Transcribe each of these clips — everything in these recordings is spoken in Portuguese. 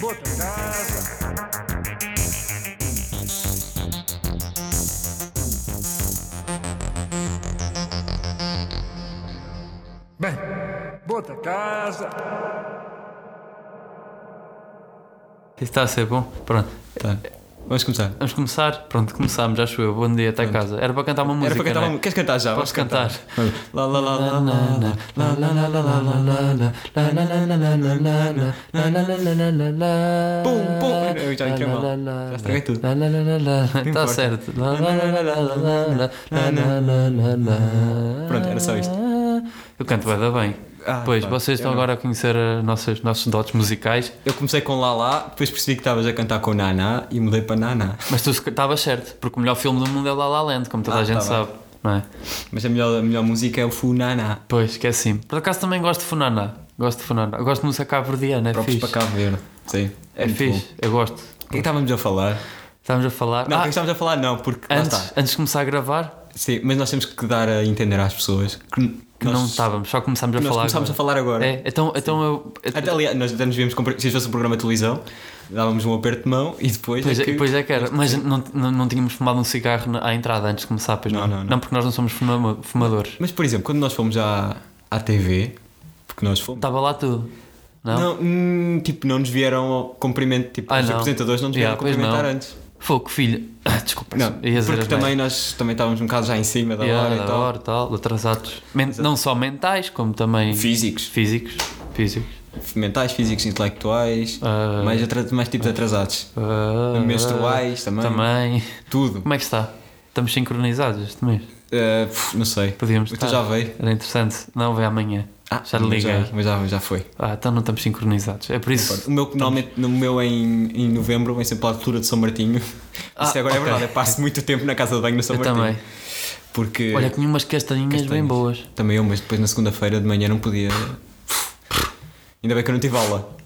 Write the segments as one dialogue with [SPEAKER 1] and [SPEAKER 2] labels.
[SPEAKER 1] Boa casa. Bem, Bota casa.
[SPEAKER 2] Está a ser bom? Pronto.
[SPEAKER 3] Tá. Vamos começar.
[SPEAKER 2] Vamos começar? Pronto, começámos, acho eu. Bom dia, até casa. Era para cantar uma música.
[SPEAKER 3] Era para cantar
[SPEAKER 2] não é?
[SPEAKER 3] uma... Queres cantar já?
[SPEAKER 2] Posso
[SPEAKER 3] Vamos
[SPEAKER 2] cantar?
[SPEAKER 3] Vamos. Lá, lá, lá, lá, lá, lá, lá, lá, lá, lá, lá, lá, lá, lá. Pum, pum. Eu já entrei mal. Já estraguei tudo.
[SPEAKER 2] Está
[SPEAKER 3] importa.
[SPEAKER 2] certo.
[SPEAKER 3] Pronto, era só isto.
[SPEAKER 2] Eu canto vai dar bem.
[SPEAKER 3] Ah,
[SPEAKER 2] pois,
[SPEAKER 3] pá,
[SPEAKER 2] vocês
[SPEAKER 3] eu
[SPEAKER 2] estão
[SPEAKER 3] não.
[SPEAKER 2] agora a conhecer os nossos, nossos dotes musicais,
[SPEAKER 3] Eu comecei com lá, lá, depois percebi que estavas a cantar com Naná e mudei para Naná.
[SPEAKER 2] mas tu se- estavas certo, porque o melhor filme do mundo é La La Land, como toda
[SPEAKER 3] Ah,
[SPEAKER 2] a gente
[SPEAKER 3] tá bem.
[SPEAKER 2] sabe, não é?
[SPEAKER 3] Mas a melhor, a melhor música é o Funaná.
[SPEAKER 2] Pois, esqueci-me. Por acaso também gosto de Funaná. Gosto de Funaná. Gosto de música cabo-verdiana, é
[SPEAKER 3] Próprios
[SPEAKER 2] fixe.
[SPEAKER 3] para Cabo Verde. Sim.
[SPEAKER 2] É
[SPEAKER 3] muito bom.
[SPEAKER 2] fixe,
[SPEAKER 3] O
[SPEAKER 2] eu gosto.
[SPEAKER 3] que é que estávamos a falar?
[SPEAKER 2] Estávamos a falar.
[SPEAKER 3] Não, o
[SPEAKER 2] Ah,
[SPEAKER 3] que é que estávamos a falar? Não, porque lá
[SPEAKER 2] antes,
[SPEAKER 3] está.
[SPEAKER 2] antes de começar a gravar,
[SPEAKER 3] Sim, mas nós temos que dar a entender às pessoas que,
[SPEAKER 2] que não estávamos, só começámos a
[SPEAKER 3] Nós
[SPEAKER 2] falar.
[SPEAKER 3] começámos a falar agora.
[SPEAKER 2] É, então, então eu.
[SPEAKER 3] Até, aliás, nós até nos víamos, com- se isto fosse um programa de televisão, dávamos um aperto de mão e depois.
[SPEAKER 2] Pois
[SPEAKER 3] é
[SPEAKER 2] é,
[SPEAKER 3] que-
[SPEAKER 2] pois é que era, mas não, não, não tínhamos fumado um cigarro na- à entrada antes de começar, pois não?
[SPEAKER 3] Não, não, não.
[SPEAKER 2] porque nós não somos fuma- fumadores.
[SPEAKER 3] Mas, por exemplo, quando nós fomos à, à TV, porque nós fomos.
[SPEAKER 2] Estava lá tudo. Não?
[SPEAKER 3] Não, hum, tipo, não nos vieram ao cumprimento, tipo,
[SPEAKER 2] Ah,
[SPEAKER 3] os
[SPEAKER 2] não.
[SPEAKER 3] apresentadores não nos vieram
[SPEAKER 2] Yeah, pois
[SPEAKER 3] cumprimentar
[SPEAKER 2] não.
[SPEAKER 3] antes.
[SPEAKER 2] Fogo, filho. Desculpa,
[SPEAKER 3] Não,
[SPEAKER 2] ia dizer
[SPEAKER 3] porque
[SPEAKER 2] as
[SPEAKER 3] também
[SPEAKER 2] merdas.
[SPEAKER 3] nós também estávamos um bocado já em cima da
[SPEAKER 2] Yeah,
[SPEAKER 3] hora
[SPEAKER 2] da
[SPEAKER 3] e tal.
[SPEAKER 2] hora, tal, atrasados. Men- não só mentais, como também
[SPEAKER 3] Físicos,
[SPEAKER 2] físicos. Físicos.
[SPEAKER 3] mentais, físicos, intelectuais,
[SPEAKER 2] Ah.
[SPEAKER 3] mais, atra- mais tipos de atrasados.
[SPEAKER 2] Ah,
[SPEAKER 3] Menstruais também.
[SPEAKER 2] Também.
[SPEAKER 3] Tudo.
[SPEAKER 2] Como é que está? Estamos sincronizados este mês.
[SPEAKER 3] Ah, pff, não sei.
[SPEAKER 2] Podíamos
[SPEAKER 3] Tu
[SPEAKER 2] estar.
[SPEAKER 3] já veio?
[SPEAKER 2] Era interessante. Não, vem amanhã.
[SPEAKER 3] Ah,
[SPEAKER 2] tá. já lhe
[SPEAKER 3] mas
[SPEAKER 2] liguei.
[SPEAKER 3] Mas já, já foi.
[SPEAKER 2] Ah, então não estamos sincronizados. É por isso.
[SPEAKER 3] O meu, normalmente, no meu em, em novembro, vem sempre a altura de São Martinho.
[SPEAKER 2] Ah,
[SPEAKER 3] Isso agora
[SPEAKER 2] ok.
[SPEAKER 3] é verdade, eu passo muito tempo na casa de banho no São
[SPEAKER 2] Eu
[SPEAKER 3] Martinho.
[SPEAKER 2] também.
[SPEAKER 3] Porque
[SPEAKER 2] Olha, tinha umas castanhinhas bem
[SPEAKER 3] Castanhas.
[SPEAKER 2] boas.
[SPEAKER 3] também eu, mas depois na segunda-feira de manhã não podia. Ainda bem que eu não tive aula.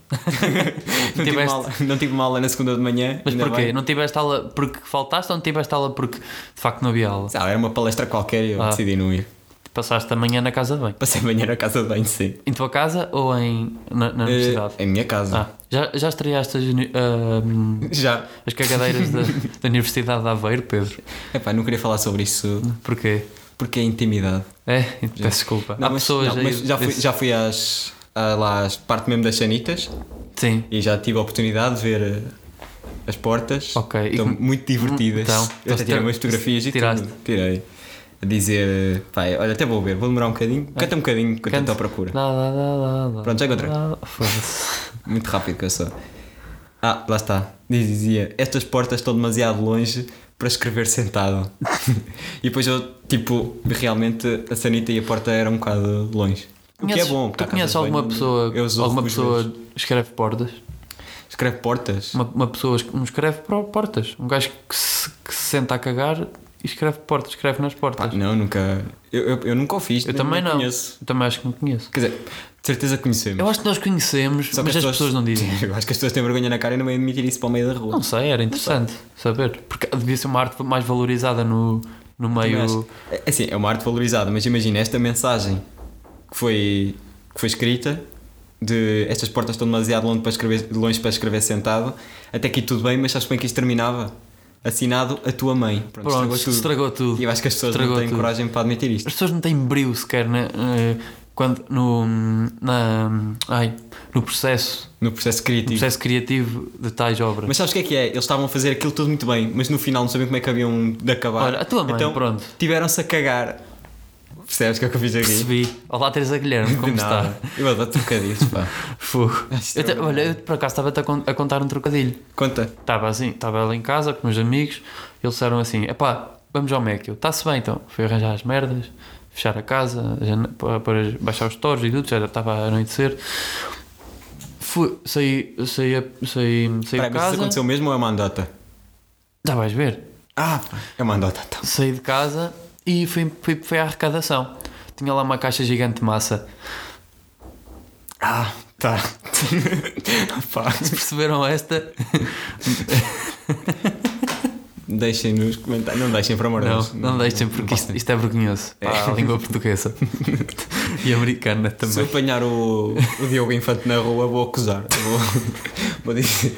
[SPEAKER 3] não, tive
[SPEAKER 2] Tiveste?
[SPEAKER 3] aula não tive uma aula na segunda de manhã.
[SPEAKER 2] Mas
[SPEAKER 3] ainda
[SPEAKER 2] porquê?
[SPEAKER 3] bem.
[SPEAKER 2] Não tiveste aula porque faltaste ou não tiveste aula porque de facto não havia aula?
[SPEAKER 3] Sabe, Ah, era uma palestra qualquer e eu
[SPEAKER 2] Ah.
[SPEAKER 3] decidi não ir.
[SPEAKER 2] Passaste a manhã na casa de banho.
[SPEAKER 3] Passei amanhã na casa de banho, sim.
[SPEAKER 2] Em tua casa ou em, na, na universidade?
[SPEAKER 3] Eh, em minha casa.
[SPEAKER 2] Ah, já, já estreaste as, uni- ah,
[SPEAKER 3] Já.
[SPEAKER 2] as cagadeiras da, da Universidade de Aveiro, Pedro?
[SPEAKER 3] Epá, não queria falar sobre isso
[SPEAKER 2] Porquê?
[SPEAKER 3] porque é intimidade.
[SPEAKER 2] É? Peço desculpa.
[SPEAKER 3] Não,
[SPEAKER 2] Há
[SPEAKER 3] mas-
[SPEAKER 2] pessoas
[SPEAKER 3] não,
[SPEAKER 2] aí
[SPEAKER 3] mas já fui,
[SPEAKER 2] desse-
[SPEAKER 3] já fui às, à- lá às parte mesmo das Sanitas
[SPEAKER 2] Sim.
[SPEAKER 3] e já tive a oportunidade de ver eh, as portas.
[SPEAKER 2] Ok, e
[SPEAKER 3] Estão
[SPEAKER 2] como-
[SPEAKER 3] muito divertidas.
[SPEAKER 2] Então,
[SPEAKER 3] eu até tirei
[SPEAKER 2] então,
[SPEAKER 3] umas fotografias e
[SPEAKER 2] tiraste.
[SPEAKER 3] tudo. Tirei. A dizer, eh, pai, olha, até vou ver, vou demorar um bocadinho. Canta um bocadinho enquanto eu estou à procura.
[SPEAKER 2] Lá, lá, lá, lá, lá.
[SPEAKER 3] Pronto, já encontrei.
[SPEAKER 2] Lá, lá. Foda-se.
[SPEAKER 3] Muito rápido que eu sou. Ah, lá está. Dizia, estas portas estão demasiado longe para escrever sentado. e depois eu, tipo, realmente a sanita e a porta eram um bocado longe. O que é
[SPEAKER 2] Conheces-
[SPEAKER 3] bom. porque
[SPEAKER 2] Tu
[SPEAKER 3] há
[SPEAKER 2] conheces
[SPEAKER 3] casas de
[SPEAKER 2] alguma
[SPEAKER 3] banho-
[SPEAKER 2] pessoa,
[SPEAKER 3] Eu zoo
[SPEAKER 2] alguma
[SPEAKER 3] com os
[SPEAKER 2] pessoa
[SPEAKER 3] meus.
[SPEAKER 2] escreve portas?
[SPEAKER 3] Escreve portas?
[SPEAKER 2] Uma, uma pessoa es- um escreve pro- portas. Um gajo que se, que se senta a cagar e escreve portas, escreve nas portas.
[SPEAKER 3] Não, nunca. Eu, eu, eu nunca o fiz.
[SPEAKER 2] eu
[SPEAKER 3] nem-
[SPEAKER 2] também
[SPEAKER 3] nem
[SPEAKER 2] não.
[SPEAKER 3] Conheço.
[SPEAKER 2] Eu também acho que não conheço.
[SPEAKER 3] Quer dizer, de certeza conhecemos.
[SPEAKER 2] Eu acho que nós conhecemos,
[SPEAKER 3] Só que
[SPEAKER 2] mas as pessoas não dizem.
[SPEAKER 3] Eu acho que as pessoas têm vergonha na cara e não vêm admitir isso para o meio da rua.
[SPEAKER 2] Não sei, era interessante saber. Porque devia ser uma arte mais valorizada no, no
[SPEAKER 3] Também
[SPEAKER 2] meio.
[SPEAKER 3] acho. É- é Assim, é uma arte valorizada, mas imagina esta mensagem que foi, que foi escrita de estas portas estão demasiado longe para escrever, longe para escrever sentado, até aqui tudo bem, mas sabes como é que isto terminava? Assinado a tua mãe. Pronto,
[SPEAKER 2] Pronto,
[SPEAKER 3] estragou
[SPEAKER 2] estragou
[SPEAKER 3] tudo.
[SPEAKER 2] tudo.
[SPEAKER 3] E eu acho que as pessoas
[SPEAKER 2] Estragou
[SPEAKER 3] não têm
[SPEAKER 2] tudo.
[SPEAKER 3] coragem para admitir isto.
[SPEAKER 2] As pessoas não têm brilho sequer né? Eh, quando, no, na, ai, no processo,
[SPEAKER 3] No processo
[SPEAKER 2] no
[SPEAKER 3] crítico.
[SPEAKER 2] processo criativo de tais obras.
[SPEAKER 3] Mas sabes o que é que é? Eles estavam a fazer aquilo tudo muito bem, mas no final não sabiam como é que haviam de acabar.
[SPEAKER 2] Olha, a tua mãe,
[SPEAKER 3] então,
[SPEAKER 2] pronto.
[SPEAKER 3] Tiveram-se a cagar. Percebes o que é que eu fiz aqui?
[SPEAKER 2] Percebi. Olá, Teresa Guilherme, como
[SPEAKER 3] De nada.
[SPEAKER 2] está?
[SPEAKER 3] Eu adoro trocadilhos, pá.
[SPEAKER 2] Fogo.
[SPEAKER 3] Isto
[SPEAKER 2] Eu te-
[SPEAKER 3] é
[SPEAKER 2] olha, eu por acaso estava-te a, con- a contar um trocadilho.
[SPEAKER 3] Conta.
[SPEAKER 2] Estava assim, estava lá em casa com meus amigos, eles disseram assim: epá, vamos ao Mac. Eu, está-se bem então. Fui arranjar as merdas, fechar a casa, a jana- para, para baixar os torres e tudo, já estava a anoitecer. Fui, saí, saí, a- saí, saí
[SPEAKER 3] Peraí,
[SPEAKER 2] de
[SPEAKER 3] mas isso
[SPEAKER 2] casa.
[SPEAKER 3] aconteceu mesmo ou é uma andota?
[SPEAKER 2] Já vais ver.
[SPEAKER 3] Ah, pá, é uma andota, então.
[SPEAKER 2] Saí de casa e fui, fui, fui à arrecadação. Tinha lá uma caixa gigante de massa.
[SPEAKER 3] Ah, tá. pá.
[SPEAKER 2] Perceberam esta?
[SPEAKER 3] Deixem nos comentários. Não deixem, por amor de
[SPEAKER 2] Não,
[SPEAKER 3] Deus.
[SPEAKER 2] não deixem, porque isto,
[SPEAKER 3] podem.
[SPEAKER 2] isto é vergonhoso. Pá, a língua portuguesa e americana
[SPEAKER 3] Se eu
[SPEAKER 2] também.
[SPEAKER 3] apanhar o, o Diogo Infante na rua, vou acusar. Vou, vou dizer.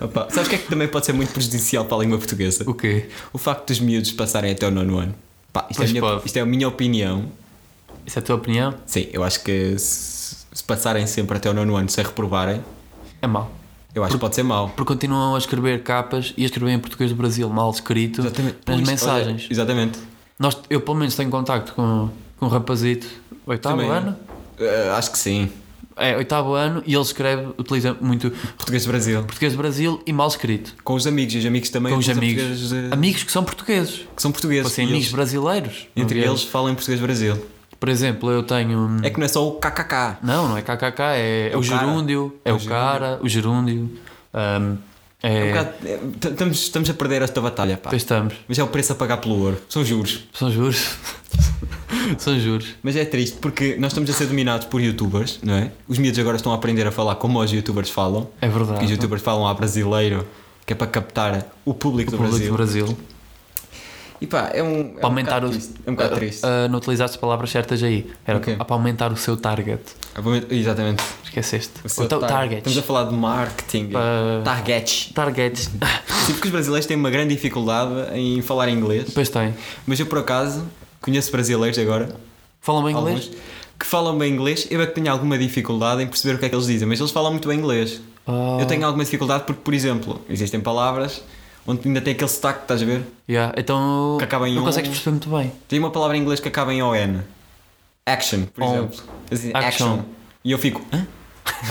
[SPEAKER 3] Opa, sabes o que é que também pode ser muito prejudicial para a língua portuguesa?
[SPEAKER 2] O quê?
[SPEAKER 3] O facto dos miúdos passarem até o nono ano. Pá, isto, é a
[SPEAKER 2] Pois
[SPEAKER 3] minha,
[SPEAKER 2] pode.
[SPEAKER 3] isto é a minha opinião.
[SPEAKER 2] Isso é a tua opinião?
[SPEAKER 3] Sim, eu acho que se, se passarem sempre até o nono ano sem reprovarem,
[SPEAKER 2] É mau.
[SPEAKER 3] eu acho que pode ser mau.
[SPEAKER 2] Porque continuam a escrever capas e a escrever em português do Brasil, mal escrito, nas
[SPEAKER 3] Pois,
[SPEAKER 2] mensagens.
[SPEAKER 3] olha, exatamente.
[SPEAKER 2] Nós, eu pelo menos tenho contacto com, com um rapazito, oitavo
[SPEAKER 3] Também- é.
[SPEAKER 2] ano.
[SPEAKER 3] Eh, acho que sim.
[SPEAKER 2] É, oitavo ano e ele escreve, utiliza muito
[SPEAKER 3] Português do Brasil.
[SPEAKER 2] português do Brasil e mal escrito.
[SPEAKER 3] Com os amigos, e os amigos também
[SPEAKER 2] Com os
[SPEAKER 3] usam
[SPEAKER 2] amigos.
[SPEAKER 3] português, eh,
[SPEAKER 2] Amigos que são portugueses.
[SPEAKER 3] que são portugueses.
[SPEAKER 2] Assim,
[SPEAKER 3] e
[SPEAKER 2] amigos
[SPEAKER 3] eles-
[SPEAKER 2] brasileiros.
[SPEAKER 3] entre
[SPEAKER 2] Aliás,
[SPEAKER 3] eles falam em português do Brasil.
[SPEAKER 2] Por exemplo, eu tenho. hum,
[SPEAKER 3] É que não é só o KKK.
[SPEAKER 2] Não, não é KKK, é, é o,
[SPEAKER 3] o cara.
[SPEAKER 2] gerúndio, é,
[SPEAKER 3] É o
[SPEAKER 2] o cara, o gerúndio. hum, é,
[SPEAKER 3] É um bocado- é, t- estamos, estamos a perder esta batalha, pá.
[SPEAKER 2] pois estamos.
[SPEAKER 3] Mas é o preço a pagar pelo ouro. São juros.
[SPEAKER 2] São juros. são juros.
[SPEAKER 3] Mas é triste porque nós estamos a ser dominados por youtubers, não é? Os miúdos agora estão a aprender a falar como os youtubers falam.
[SPEAKER 2] É
[SPEAKER 3] Que os
[SPEAKER 2] verdade.
[SPEAKER 3] youtubers falam a brasileiro, que é para captar o público,
[SPEAKER 2] O
[SPEAKER 3] do,
[SPEAKER 2] público
[SPEAKER 3] Brasil.
[SPEAKER 2] do Brasil.
[SPEAKER 3] E pá, é um. É
[SPEAKER 2] para aumentar
[SPEAKER 3] um
[SPEAKER 2] o.
[SPEAKER 3] bocado triste. É um bocado
[SPEAKER 2] ah,
[SPEAKER 3] triste.
[SPEAKER 2] ah, não utilizaste as palavras certas aí. Era
[SPEAKER 3] Ok.
[SPEAKER 2] ah, para aumentar o seu target.
[SPEAKER 3] Aument- Exatamente.
[SPEAKER 2] Esqueceste.
[SPEAKER 3] O seu
[SPEAKER 2] o teu
[SPEAKER 3] tar-
[SPEAKER 2] target.
[SPEAKER 3] Estamos a falar de marketing.
[SPEAKER 2] Ah.
[SPEAKER 3] Targets.
[SPEAKER 2] Targets.
[SPEAKER 3] Sim, porque os brasileiros têm uma grande dificuldade em falar inglês.
[SPEAKER 2] Depois tem.
[SPEAKER 3] Mas eu, por acaso, conheço brasileiros agora.
[SPEAKER 2] Falam bem inglês?
[SPEAKER 3] Alguns que falam bem inglês, eu é que tenho alguma dificuldade em perceber o que é que eles dizem, mas eles falam muito bem inglês.
[SPEAKER 2] Ah.
[SPEAKER 3] Eu tenho alguma dificuldade porque, por exemplo, existem palavras onde ainda tem aquele sotaque, estás a ver?
[SPEAKER 2] Yeah, Então
[SPEAKER 3] Que acaba em
[SPEAKER 2] não
[SPEAKER 3] um-
[SPEAKER 2] consegues perceber muito bem.
[SPEAKER 3] Tem uma palavra em inglês que acaba em ON. Action, por
[SPEAKER 2] On.
[SPEAKER 3] exemplo. Assim,
[SPEAKER 2] Oh. Action.
[SPEAKER 3] action. E eu fico. Hã?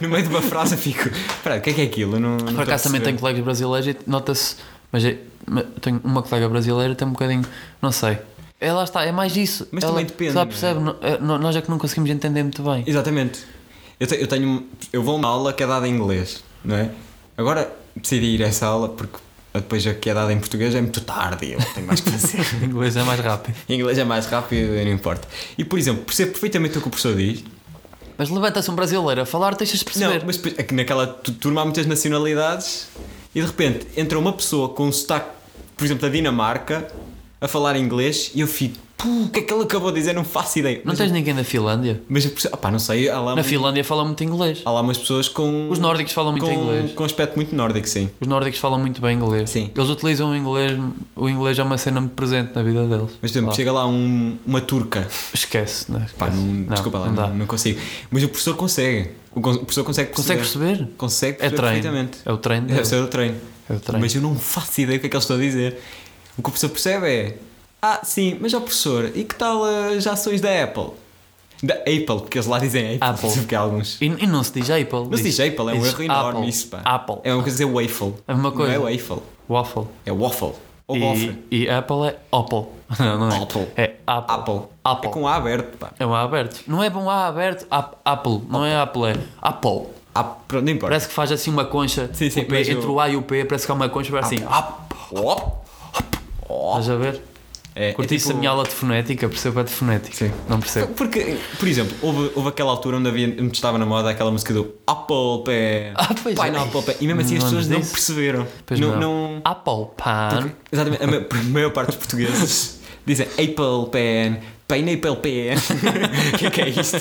[SPEAKER 3] no meio de uma frase eu fico. Espera, o que é que é aquilo? Eu Não, não
[SPEAKER 2] Por
[SPEAKER 3] estou a
[SPEAKER 2] acaso também
[SPEAKER 3] perceber."
[SPEAKER 2] tenho colegas brasileiros e nota-se. Mas é- ma- tenho uma colega brasileira tem um bocadinho. Não sei. Ela está, é mais isso.
[SPEAKER 3] Mas
[SPEAKER 2] Ela
[SPEAKER 3] também depende,
[SPEAKER 2] Só
[SPEAKER 3] não é?
[SPEAKER 2] percebe, no- eh, no- nós é que não conseguimos entender muito bem.
[SPEAKER 3] Exatamente. Eu, te- eu tenho. Eu vou a uma aula que é dada em inglês, não é? Agora decidi ir a essa aula porque depois a que é dada em português é muito tarde e eu tenho mais que fazer.
[SPEAKER 2] O inglês é mais rápido.
[SPEAKER 3] em inglês é mais rápido e não importa. E por exemplo, percebo perfeitamente o que o professor diz.
[SPEAKER 2] Mas levanta-se um brasileiro a falar, deixas de perceber.
[SPEAKER 3] Não, mas depois- é que naquela tu- turma há muitas nacionalidades e de repente entra uma pessoa com um sotaque, por exemplo, da Dinamarca, a falar inglês e eu fico, "Puh, o que é que ele acabou de dizer? Não faço ideia.
[SPEAKER 2] Não
[SPEAKER 3] mas,
[SPEAKER 2] tens ninguém da Finlândia?
[SPEAKER 3] mas eu percebo, opá, não sei, há lá,
[SPEAKER 2] Na Finlândia falam muito inglês.
[SPEAKER 3] há lá umas pessoas com.
[SPEAKER 2] Os nórdicos falam muito
[SPEAKER 3] com,
[SPEAKER 2] inglês.
[SPEAKER 3] Com um aspecto muito nórdico, sim.
[SPEAKER 2] Os nórdicos falam muito bem inglês.
[SPEAKER 3] Sim.
[SPEAKER 2] Eles utilizam o inglês, o inglês é uma cena muito presente na vida deles.
[SPEAKER 3] Mas, por exemplo,
[SPEAKER 2] Lá.
[SPEAKER 3] chega lá um- uma turca.
[SPEAKER 2] Esquece, né? Esquece.
[SPEAKER 3] Pá, não, desculpa lá,
[SPEAKER 2] não dá.
[SPEAKER 3] não, não consigo. Mas o professor consegue. O con- o professor consegue perceber.
[SPEAKER 2] Consegue perceber?
[SPEAKER 3] Consegue
[SPEAKER 2] É
[SPEAKER 3] perceber
[SPEAKER 2] treino.
[SPEAKER 3] perfeitamente.
[SPEAKER 2] É o treino
[SPEAKER 3] Deve
[SPEAKER 2] dele.
[SPEAKER 3] ser o treino.
[SPEAKER 2] É o treino.
[SPEAKER 3] Mas eu não faço ideia do que é que eles estão a dizer. O que o professor percebe é: Ah, sim, mas ó professor, e que tal as ações da Apple? Da Apple, porque eles lá dizem Apple.
[SPEAKER 2] Apple.
[SPEAKER 3] Porque há alguns.
[SPEAKER 2] E, e não se diz Apple.
[SPEAKER 3] Mas diz Apple, é um
[SPEAKER 2] diz
[SPEAKER 3] erro enorme
[SPEAKER 2] Apple.
[SPEAKER 3] isso, pá.
[SPEAKER 2] Apple.
[SPEAKER 3] É uma coisa de dizer waffle.
[SPEAKER 2] É uma coisa.
[SPEAKER 3] Não é waffle,
[SPEAKER 2] Waffle.
[SPEAKER 3] é waffle. Ou waffle.
[SPEAKER 2] E, e Apple é Opel. Não, não é.
[SPEAKER 3] Apple.
[SPEAKER 2] É Apple.
[SPEAKER 3] Apple.
[SPEAKER 2] Apple.
[SPEAKER 3] É com A aberto, pá.
[SPEAKER 2] É um A aberto. Não é bom A aberto. Ap- Apple. Não é Apple, é Apple.
[SPEAKER 3] Ah, pronto, não importa.
[SPEAKER 2] Parece que faz assim uma concha.
[SPEAKER 3] Sim, Ah, sim,
[SPEAKER 2] o P-
[SPEAKER 3] mas
[SPEAKER 2] entre
[SPEAKER 3] o-
[SPEAKER 2] o A e o P, parece que há uma concha. Parece assim.
[SPEAKER 3] Apple.
[SPEAKER 2] Estás a ver?
[SPEAKER 3] É, é
[SPEAKER 2] Curtiste
[SPEAKER 3] tipo-
[SPEAKER 2] a minha aula de fonética, percebo a de fonética.
[SPEAKER 3] Sim.
[SPEAKER 2] Não percebo.
[SPEAKER 3] Porque, por exemplo, houve, houve aquela altura onde, havia, onde estava na moda aquela música do Apple Pé.
[SPEAKER 2] Ah, pois é.
[SPEAKER 3] Pineapple Pé. E mesmo assim as
[SPEAKER 2] Não
[SPEAKER 3] pessoas não
[SPEAKER 2] disse.
[SPEAKER 3] perceberam.
[SPEAKER 2] Pois
[SPEAKER 3] não,
[SPEAKER 2] não. Ah,
[SPEAKER 3] não- Tipo,
[SPEAKER 2] Apple Pan.
[SPEAKER 3] Exatamente. A ma- a maior parte dos portugueses dizem Apple Pen, Pineapple Pen. O que é que é isto?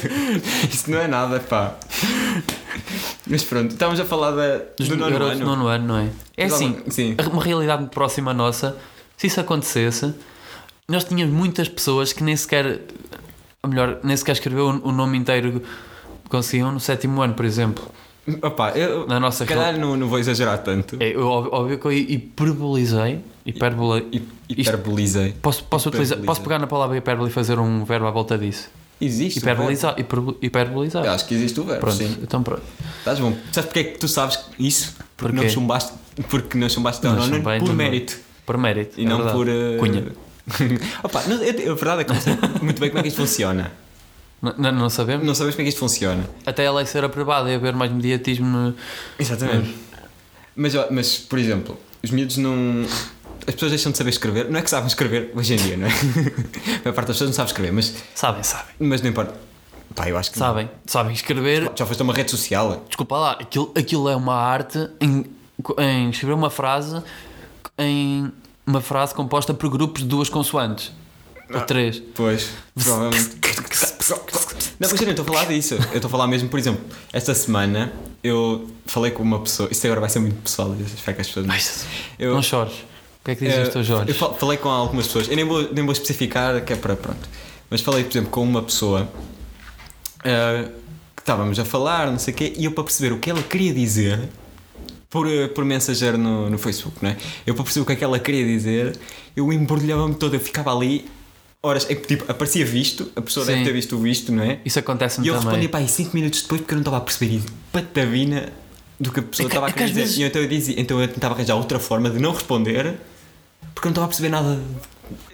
[SPEAKER 3] Isto não é nada, pá. Mas pronto, estávamos a falar da,
[SPEAKER 2] Dos
[SPEAKER 3] do nono
[SPEAKER 2] garotos
[SPEAKER 3] ano.
[SPEAKER 2] do nono ano, não é? É
[SPEAKER 3] Mas
[SPEAKER 2] assim,
[SPEAKER 3] algum- sim.
[SPEAKER 2] uma realidade muito próxima à nossa. Se isso acontecesse, nós tínhamos muitas pessoas que nem sequer, ou melhor, nem sequer escreveu o o nome inteiro que conseguiam no sétimo ano, por exemplo.
[SPEAKER 3] Opa, eu,
[SPEAKER 2] Na nossa
[SPEAKER 3] se calhar não, não vou exagerar tanto.
[SPEAKER 2] É eu- óbvio, óbvio que eu hiperbolizei. hiperbolei-
[SPEAKER 3] Hi- Hiperbolizei.
[SPEAKER 2] Posso, posso, utilizar,
[SPEAKER 3] hiperboliza.
[SPEAKER 2] posso pegar na palavra hipérbole e fazer um verbo à volta disso?
[SPEAKER 3] Existe. o verbo.
[SPEAKER 2] Hiperbolizar. hiperbo- Hiperbolizar.
[SPEAKER 3] Eu acho que existe o verbo,
[SPEAKER 2] Pronto,
[SPEAKER 3] sim.
[SPEAKER 2] então pronto.
[SPEAKER 3] Estás bom. Sabes porque é que tu sabes isso? Porque
[SPEAKER 2] Porquê?
[SPEAKER 3] não chumbaste, porque não chumbaste teu
[SPEAKER 2] Não
[SPEAKER 3] nono
[SPEAKER 2] chumbei,
[SPEAKER 3] por
[SPEAKER 2] não.
[SPEAKER 3] mérito
[SPEAKER 2] Por mérito.
[SPEAKER 3] e
[SPEAKER 2] é
[SPEAKER 3] não
[SPEAKER 2] verdade.
[SPEAKER 3] por. eh,
[SPEAKER 2] Cunha.
[SPEAKER 3] Opa, não, eu- a verdade é que não sei muito bem como é que isto funciona.
[SPEAKER 2] N- n- não sabemos?
[SPEAKER 3] Não sabemos como é que isto funciona.
[SPEAKER 2] Até ela é ser aprovada e haver mais mediatismo.
[SPEAKER 3] Exatamente. Mas, ó, mas, por exemplo, os miúdos não. As pessoas deixam de saber escrever. Não é que sabem escrever hoje em dia, não é? A maior parte das pessoas não sabe escrever, mas,
[SPEAKER 2] Sabem, sabem.
[SPEAKER 3] mas não importa. Pá, eu acho que. não.
[SPEAKER 2] Sabem. Sabem escrever.
[SPEAKER 3] Já foste a uma rede social?
[SPEAKER 2] Desculpa lá, aquilo, aquilo é uma arte em, em escrever uma frase em uma frase composta por grupos de duas consoantes. Ou três.
[SPEAKER 3] Pois, Ah, provavelmente. Não, mas eu não estou a falar disso. Eu estou a falar mesmo, por exemplo, esta semana eu falei com uma pessoa. Isto agora vai ser muito pessoal, eu espero que as pessoas. não-
[SPEAKER 2] Ai, Jesus.
[SPEAKER 3] Eu-
[SPEAKER 2] Não chores. O que é que dizem os
[SPEAKER 3] Eh,
[SPEAKER 2] teus
[SPEAKER 3] Eu
[SPEAKER 2] olhos?
[SPEAKER 3] fal- falei com algumas pessoas, eu nem vou, nem vou especificar que é para pronto. Mas falei, por exemplo, com uma pessoa eh, que estávamos a falar, não sei o quê, e eu para perceber o que ela queria dizer por, eh, por mensageiro no, no Facebook, não é? Eu para perceber o que é que ela queria dizer, eu embrulhava-me todo, eu ficava ali horas, é que, tipo, aparecia visto, a pessoa deve
[SPEAKER 2] Sim.
[SPEAKER 3] ter visto o visto, não é?
[SPEAKER 2] Isso acontece-me
[SPEAKER 3] E eu
[SPEAKER 2] Então também.
[SPEAKER 3] respondi para aí 5 minutos depois porque eu não estava a perceber patavina do que a pessoa
[SPEAKER 2] É que-
[SPEAKER 3] estava a
[SPEAKER 2] é que
[SPEAKER 3] querer
[SPEAKER 2] às
[SPEAKER 3] dizer.
[SPEAKER 2] vezes-
[SPEAKER 3] E eu, então eu dizia, então eu tentava arranjar outra forma de não responder porque eu não estava a perceber nada.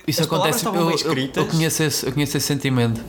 [SPEAKER 2] Isso
[SPEAKER 3] As palavras
[SPEAKER 2] acontece. Eu,
[SPEAKER 3] estavam bem
[SPEAKER 2] eu,
[SPEAKER 3] escritas.
[SPEAKER 2] eu, conheço esse, eu conheço esse sentimento.